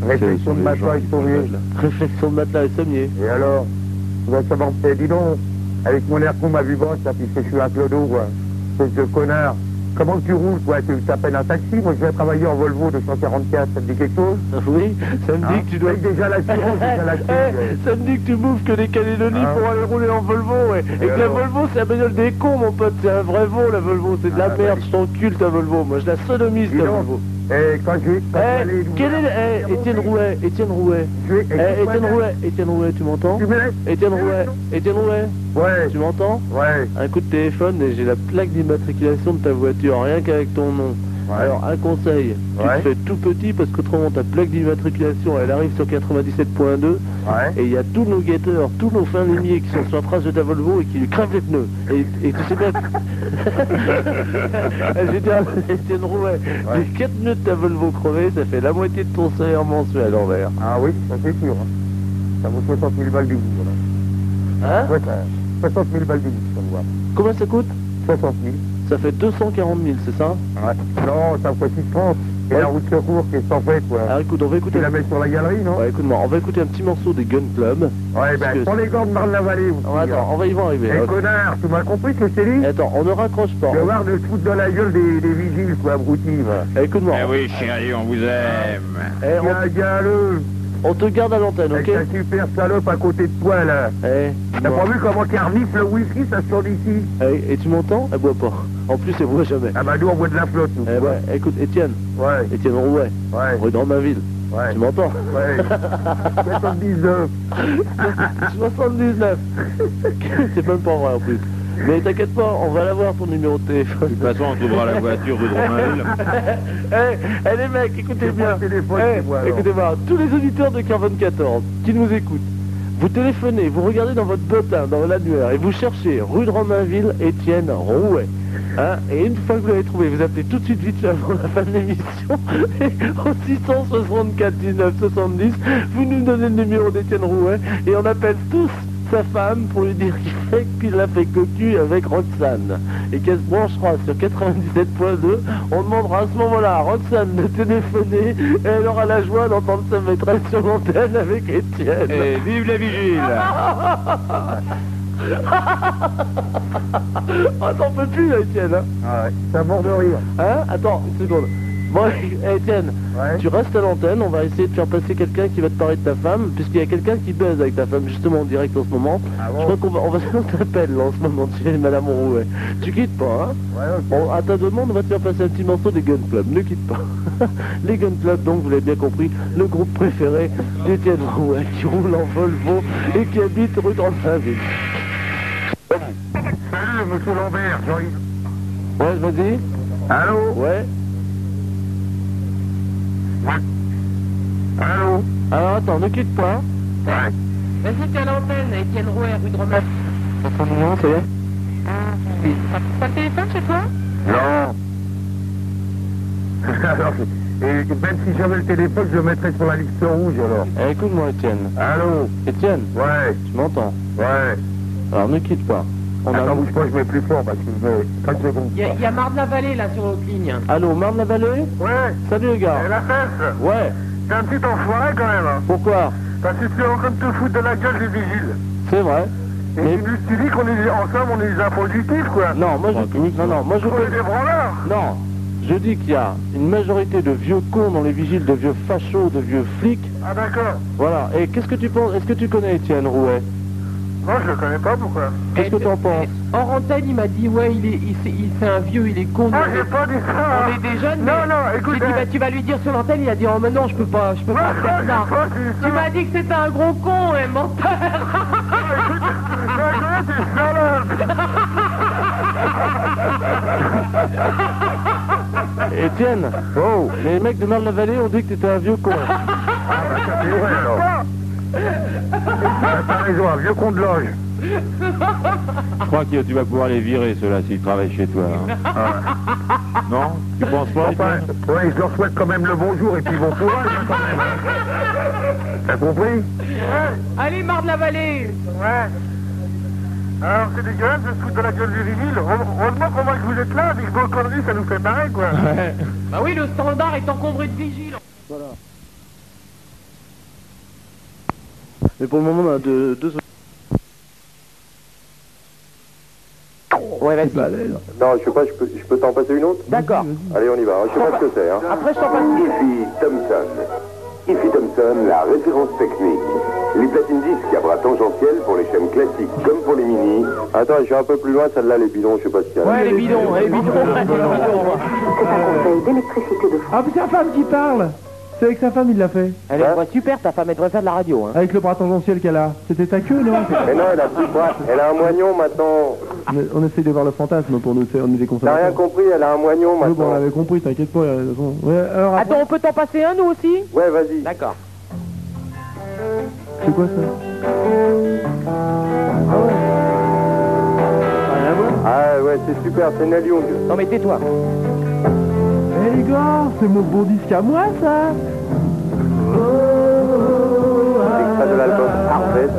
Speaker 1: Réflexion de matelas et sommier.
Speaker 6: Réflexion de matelas et sommier.
Speaker 1: Et alors Tu vas savoir... Eh, dis donc, avec mon air con, ma vibrance, là, puisque je suis un clodo, quoi. Espèce de connard. Comment tu roules, quoi Tu t'appelles un taxi Moi, je vais travailler en Volvo 244, ça te dit quelque chose
Speaker 6: Ah Oui, ça me dit
Speaker 1: que tu dois... déjà l'assurance, déjà Eh, l'assurance. ouais.
Speaker 6: Hein? Eh, Ça me dit que tu bouffes que des Calédonies
Speaker 1: Hein
Speaker 6: pour aller rouler en Volvo, ouais. Ah Et,
Speaker 1: Et
Speaker 6: que la
Speaker 1: alors
Speaker 6: Volvo, c'est la bagnole des cons, mon pote. C'est un vrai veau, la Volvo. C'est de la merde. Je t'encule, ta Volvo. Moi, je la sodomise, ta Volvo.
Speaker 1: Eh, quand j'ai... quand
Speaker 6: Eh,
Speaker 1: j'allais-
Speaker 6: quel est le... Eh, Étienne Rouet, Étienne Rouet.
Speaker 1: vais-
Speaker 6: Eh,
Speaker 1: écoute-moi
Speaker 6: Étienne
Speaker 1: bien.
Speaker 6: Rouet, Étienne Rouet, tu m'entends Étienne Rouet, Étienne Rouet.
Speaker 1: Ouais.
Speaker 6: Tu m'entends
Speaker 1: Ouais.
Speaker 6: Un coup de téléphone et j'ai la plaque d'immatriculation de ta voiture, rien qu'avec ton nom. Alors, un conseil, tu
Speaker 1: Ouais.
Speaker 6: te fais tout petit parce qu'autrement ta plaque d'immatriculation elle arrive sur 97.2 et il y a tous nos guetteurs, tous nos fins limiers qui sont sur la trace de ta Volvo et qui lui crèvent les pneus. Et, et tu sais bien. Eh, que- J'étais un- j'étais une rouée. Les 4 pneus de ta Volvo crevés, ça fait la moitié de ton salaire mensuel à l'envers.
Speaker 1: Ah oui, ça c'est sûr. hein. Ça vaut 60 000 balles du bout.
Speaker 6: Hein
Speaker 1: ouais, ça, 60 000 balles du bout, ça me va.
Speaker 6: Combien ça coûte
Speaker 1: 60 000.
Speaker 6: Ça fait 240 000, c'est ça
Speaker 1: Ouais. Non, ça me coûte 6 francs. Et la route secours, qu'est-ce qu'on fait, quoi
Speaker 6: Alors écoute, on va écouter.
Speaker 1: Tu la mets sur la galerie, non
Speaker 6: Ah. Ouais, écoute-moi, on va écouter un petit morceau des Gun Club.
Speaker 1: Ouais, ben,
Speaker 6: Parce que-
Speaker 1: prends les gants de Marne-la-Vallée, vous.
Speaker 6: On va- attends, on va y voir arriver. Eh,
Speaker 1: Eh, connard, tu m'as compris ce que c'est dit
Speaker 6: Attends, on ne raccroche pas. hein.
Speaker 1: Je vais voir de te foutre dans la gueule des, des vigiles, quoi, abruti, va.
Speaker 6: Écoute-moi.
Speaker 5: Eh oui, chérie, on vous aime.
Speaker 6: Eh, on- On te garde à l'antenne, ok
Speaker 1: Avec ta super salope à côté de toi, là. T'as pas vu comment carnifle le whisky, ça sort d'ici
Speaker 6: Eh, et tu m'entends Elle boit pas. En plus, elle boit jamais.
Speaker 1: Ah bah nous, on boit de la flotte, nous.
Speaker 6: Eh ouais, écoute, Étienne.
Speaker 1: Ouais.
Speaker 6: Étienne Rouet.
Speaker 1: Ouais.
Speaker 6: Rue Normaville.
Speaker 1: Ouais.
Speaker 6: Tu m'entends
Speaker 1: Ouais. 79.
Speaker 6: 79. C'est même pas vrai en plus. Mais t'inquiète pas, on va l'avoir ton numéro de téléphone. De toute
Speaker 5: façon, on trouvera la voiture rue de Romainville.
Speaker 6: Eh, eh, les mecs, écoutez bien. Eh,
Speaker 5: chez moi, alors.
Speaker 6: Écoutez-moi, tous les auditeurs de 14 qui nous écoutent, vous téléphonez, vous regardez dans votre bottin, dans l'annuaire, et vous cherchez rue de Romainville, Étienne Rouet. Hein, et une fois que vous l'avez trouvé, vous appelez tout de suite vite fait avant la fin de l'émission et au 664 19 70, vous nous donnez le numéro d'Étienne Rouet et on appelle tous sa femme pour lui dire qu'il fait qu'il l'a fait cocu avec Roxane et qu'elle se branchera sur 97.2 on demandera à ce moment-là à Roxane de téléphoner et elle aura la joie d'entendre sa maîtresse sur l'antenne avec Étienne
Speaker 5: Et vive la
Speaker 6: vigile Ah, t'en peux plus, là, Étienne. Hein
Speaker 1: ouais, ça mort de rire.
Speaker 6: Hein Attends, une seconde. Bon, Étienne, tu restes à l'antenne, on va essayer de faire passer quelqu'un qui va te parler de ta femme, puisqu'il y a quelqu'un qui baise avec ta femme, justement, en direct en ce moment. Je crois qu'on va, on va on t'appelle, là, en ce moment, tu es Madame Rouet. Tu quittes pas, hein Bon, à ta demande, on va te faire passer un petit morceau des Gun Club, ne quitte pas. les Gun Club, donc, vous l'avez bien compris, le groupe préféré d'Étienne Rouet, qui roule en Volvo et qui habite rue ville
Speaker 1: Salut, monsieur Lambert, j'arrive.
Speaker 6: Ouais, vas-y.
Speaker 1: Allô
Speaker 6: Ouais.
Speaker 1: Allô
Speaker 6: Hein Alors attends, ne quitte pas.
Speaker 1: Ouais.
Speaker 4: Vas-y, t'es à l'antenne, Étienne Rouet, rue de Romain.
Speaker 6: Ton numéro, ça y est
Speaker 4: T'as pas de téléphone chez toi
Speaker 1: Non. alors, et même si j'avais le téléphone, je le mettrais sur la liste rouge, alors.
Speaker 6: Eh, Écoute-moi, Étienne.
Speaker 1: Allô
Speaker 6: Étienne
Speaker 1: Ouais.
Speaker 6: Tu m'entends
Speaker 1: Ouais.
Speaker 6: Alors ne quitte pas. On
Speaker 1: Attends, bouge pas, je mets plus fort, parce que je mets 30 secondes.
Speaker 4: Y'a y a Marne-la-Vallée, là, sur l'autre ligne.
Speaker 6: Allô, Marne-la-Vallée
Speaker 1: Ouais.
Speaker 6: Salut les gars.
Speaker 1: Et la fesse
Speaker 6: Ouais.
Speaker 1: T'es un petit enfoiré, quand même. hein.
Speaker 6: Pourquoi
Speaker 1: Parce que tu es en train de te foutre de la gueule des vigiles.
Speaker 6: C'est vrai.
Speaker 1: Et tu, dis- tu dis qu'on est ensemble, on est des impositifs, quoi.
Speaker 6: Non, moi je non, non, moi je
Speaker 1: On est des branlards.
Speaker 6: Non. Je dis qu'il y a une majorité de vieux cons dans les vigiles, de vieux fachos, de vieux flics.
Speaker 1: Ah, d'accord.
Speaker 6: Voilà. Et qu'est-ce que tu penses Est-ce que tu connais Étienne Rouet
Speaker 1: Non, je le connais pas, pourquoi
Speaker 6: Qu'est-ce que t'en penses
Speaker 4: Hors antenne, il m'a dit, ouais, il est, il, c'est- il- c'est un vieux, il est con.
Speaker 1: Ah,
Speaker 4: mais-
Speaker 1: j'ai pas dit ça,
Speaker 4: On
Speaker 1: hein.
Speaker 4: est des jeunes,
Speaker 1: Non,
Speaker 4: mais-
Speaker 1: non, écoute,
Speaker 4: J'ai dit,
Speaker 1: euh,
Speaker 4: bah, tu vas lui dire sur l'antenne, il a dit, oh, mais non, je peux pas, je peux pas
Speaker 1: non,
Speaker 4: faire
Speaker 1: j'ai
Speaker 4: ça.
Speaker 1: pas dit ça.
Speaker 4: Tu m'as dit que c'était un gros con, hein, menteur.
Speaker 6: Étienne Oh Les mecs de Marne-la-Vallée ont dit que t'étais un vieux con.
Speaker 1: Ah, bah, C'est vrai, alors. Ah, T'as raison, un vieux con de loge.
Speaker 5: Je crois que tu vas pouvoir les virer, ceux-là, s'ils travaillent chez toi. hein. Non Tu penses pas
Speaker 1: Enfin, ben, ouais, je leur souhaite quand même le bonjour et puis bon courage, hein, quand même. hein. T'as compris
Speaker 4: Allez, Marne-la-Vallée.
Speaker 1: Ouais. Alors, c'est dégueulasse de se foutre de la gueule du vinyle. Heureusement qu'on voit que vous êtes là, avec vos conneries, ça nous fait pareil, quoi.
Speaker 4: Bah oui, le standard est encombré de vigiles.
Speaker 6: Voilà. Mais pour le moment, on a deux... deux...
Speaker 1: Ouais, vas-y. Non, je sais pas, je peux, je peux t'en passer une autre
Speaker 7: D'accord.
Speaker 1: Allez, on y va. Je sais pas ce que c'est. Hein.
Speaker 7: Après, je t'en passe une.
Speaker 2: Ici Thomson. Ici Thomson, la référence technique. Les platines disques à bras tangentiel pour les chaînes classiques comme pour les mini. Attends, je suis un peu plus loin, celle-là, les bidons, je sais pas si y a.
Speaker 7: Ouais, les bidons, les bidons.
Speaker 2: C'est un conseil d'électricité de
Speaker 3: Ah, puis c'est la femme qui parle C'est avec sa femme il l'a fait.
Speaker 7: Elle est super, ta femme, elle devrait faire de la radio. Hein.
Speaker 3: Avec le bras tangentiel qu'elle a. C'était ta queue, non
Speaker 2: Mais non, elle a, plus de bras. elle a un moignon maintenant.
Speaker 3: On essaie de voir le fantasme pour nous faire nous
Speaker 2: T'as
Speaker 3: déconcerter.
Speaker 2: rien compris, elle a un moignon
Speaker 3: Oui, bon, on
Speaker 2: maintenant.
Speaker 3: l'avait compris, t'inquiète pas. euh, de toute façon. Ouais, alors, après-
Speaker 7: Attends, on peut t'en passer un, nous aussi
Speaker 2: Ouais, vas-y.
Speaker 7: D'accord.
Speaker 3: c'est quoi ça
Speaker 2: Ah ouais, c'est super, c'est Nel Young.
Speaker 7: Non, mais tais-toi.
Speaker 3: Eh les gars, c'est mon bon disque à moi, ça
Speaker 2: C'est extrait de l'album Harvest.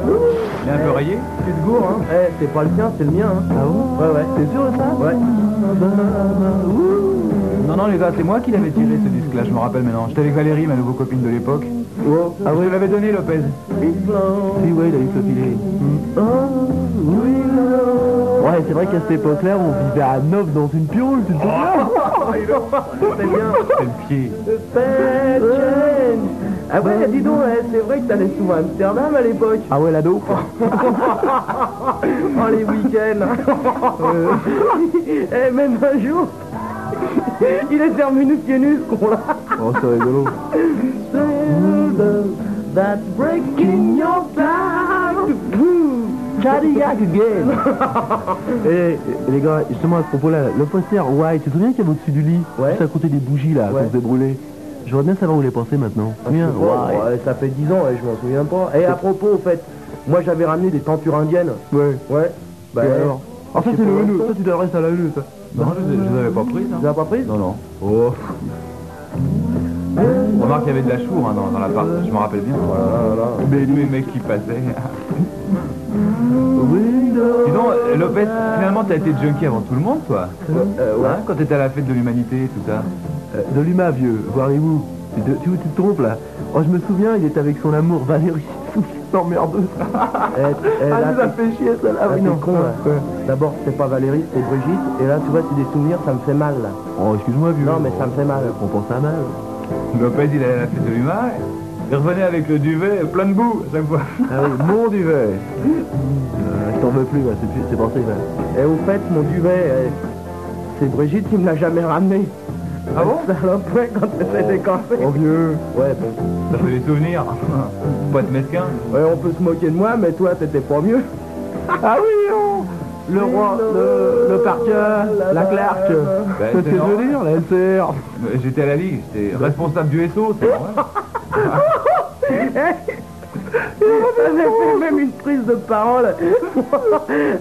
Speaker 2: Il est un peu rayé
Speaker 3: Tu te gourres, hein Eh, c'est pas le tien, c'est le mien, hein. Ah bon Ouais, ouais. T'es sûr de ça Ouais.
Speaker 2: Non, non, les gars, c'est moi qui l'avais tiré ce disque-là, je me rappelle maintenant. J'étais avec Valérie, ma nouveau copine de l'époque.
Speaker 3: Oh,
Speaker 2: Ah, vous l'avez donné, Lopez
Speaker 3: oui. Si, ouais, il a eu le filet. Hmm. Ah, Ouais, c'est vrai qu'à cette époque-là, on vivait à neuf dans une pioule,
Speaker 2: Oh,
Speaker 3: tu te souviens C'est bien.
Speaker 2: C'est le pied.
Speaker 3: Ah ouais, dis donc, eh, c'est vrai que t'allais souvent à Amsterdam à l'époque. Ah ouais, l'ado Oh, les week-ends Euh, Eh, même un jour, il est terminé pieds nus, ce con-là
Speaker 26: Oh, c'est rigolo.
Speaker 27: That's breaking your down.
Speaker 3: Cadillac again Eh, les gars, justement, à ce propos-là, le poster, ouais, tu te souviens qu'il y avait au-dessus du lit Ouais. Juste à côté des bougies, là, qu'on se débrûlait Je voudrais bien savoir où les penser maintenant. Bien,
Speaker 6: Ouais, ouais, ça fait 10 ans, ouais, je m'en souviens pas. Et à propos, au fait, moi j'avais ramené des tentures indiennes.
Speaker 26: Ouais.
Speaker 6: Ouais.
Speaker 26: Bah, alors Ah, ça, c'est le haineux. Ça, tu t'adresses à la haineux, ça.
Speaker 2: Non, je ne l'avais pas prise.
Speaker 6: Tu l'as pas prise
Speaker 2: Non, non. Oh. Remarque, il y avait de la chour hein, dans, dans l'appart, je me rappelle bien. Mais tous les mecs qui passaient. Dis donc, euh, Lopez, finalement, t'as été junkie avant tout le monde, toi Hein, Quand t'étais à la fête de l'humanité et tout ça
Speaker 3: Euh, de l'humain, vieux, voyez-vous. Tu, te- tu, tu te trompes là. Oh, je me souviens, il était avec son amour Valérie. T'emmerdeuse.
Speaker 6: Ah,
Speaker 3: Elle
Speaker 6: ça
Speaker 3: a fait chier celle-là.
Speaker 6: Ah,
Speaker 3: oui,
Speaker 6: t'es
Speaker 3: non.
Speaker 6: con, là. D'abord, c'était pas Valérie, c'était Brigitte. Et là, tu vois, c'est des souvenirs, ça me fait mal, là.
Speaker 3: Oh, excuse-moi, vieux.
Speaker 6: Non, mais ça me fait mal.
Speaker 3: On pense à mal.
Speaker 2: Lopez, il allait à la fête de l'humain, il revenait avec le duvet plein de boue à chaque fois.
Speaker 3: Ah oui, mon duvet. Euh, je t'en veux plus, là, c'est plus- c'est pensé. Là.
Speaker 6: Et au fait, mon duvet, euh, c'est Brigitte qui me l'a jamais ramené. Ah bon Salope, ouais, quand elle s'est décampée.
Speaker 26: Oh, vieux.
Speaker 6: Ouais, bon.
Speaker 2: Ça fait des souvenirs. Pas de mesquin.
Speaker 6: Ouais, on peut se moquer de moi, mais toi, t'étais pas mieux.
Speaker 3: Ah oui, oh Le roi, le, le parker, la Clark.
Speaker 2: Ben,
Speaker 3: C'est ce que je
Speaker 2: normal.
Speaker 3: veux dire, la
Speaker 6: Oh,
Speaker 3: LCR.
Speaker 2: Euh, J'étais à la ligue, j'étais responsable du SO, c'est normal.
Speaker 6: Elle a fait même une prise de parole.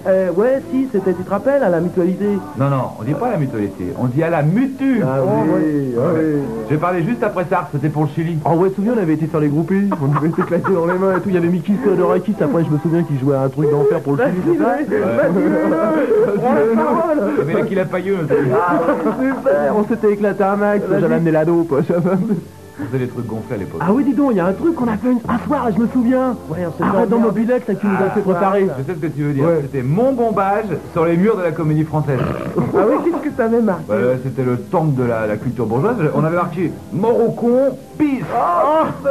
Speaker 6: Euh, ouais, si, c'était, tu te rappelles, à la mutualité.
Speaker 2: Non, non, on dit pas à la mutualité, on dit à la mutu.
Speaker 6: Ah oui, ah oui.
Speaker 2: J'ai parlé juste après ça, c'était pour le Chili.
Speaker 3: Oh ouais, tu te souviens, on avait été faire les groupies, on devait s'éclater dans les mains et tout, il y avait Mickey Theodorakis, après je me souviens qu'il jouait à un truc d'enfer pour le film, c'est ça
Speaker 2: Il y avait qu'il a pailleux,
Speaker 3: Super, Eh ben, on s'était éclaté un max, j'avais amené la dope.
Speaker 2: on faisait des trucs gonflés à l'époque.
Speaker 3: Ah oui, dis donc, il y a un truc qu'on a fait une... un soir, là, je me souviens Arrête dans mobilette, là, qui nous a fait préparer
Speaker 2: Je sais ce que tu veux dire, c'était mon bombage sur les murs de la comédie française.
Speaker 6: Ah oui, qu'est-ce que t'avais marqué
Speaker 2: Bah, euh, c'était le temple de la, la culture bourgeoise, on avait marqué mort au con, peace
Speaker 3: Oh,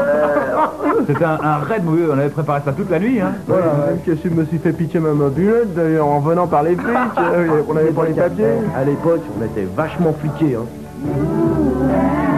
Speaker 2: C'était un, un raid mauvais, on avait préparé ça toute la nuit, hein.
Speaker 26: Voilà, même que je me suis fait piquer ma mobilette, d'ailleurs, en venant par les flics, euh, on avait pas les papiers.
Speaker 6: À l'époque, on était vachement fliqués, hein.
Speaker 27: Thank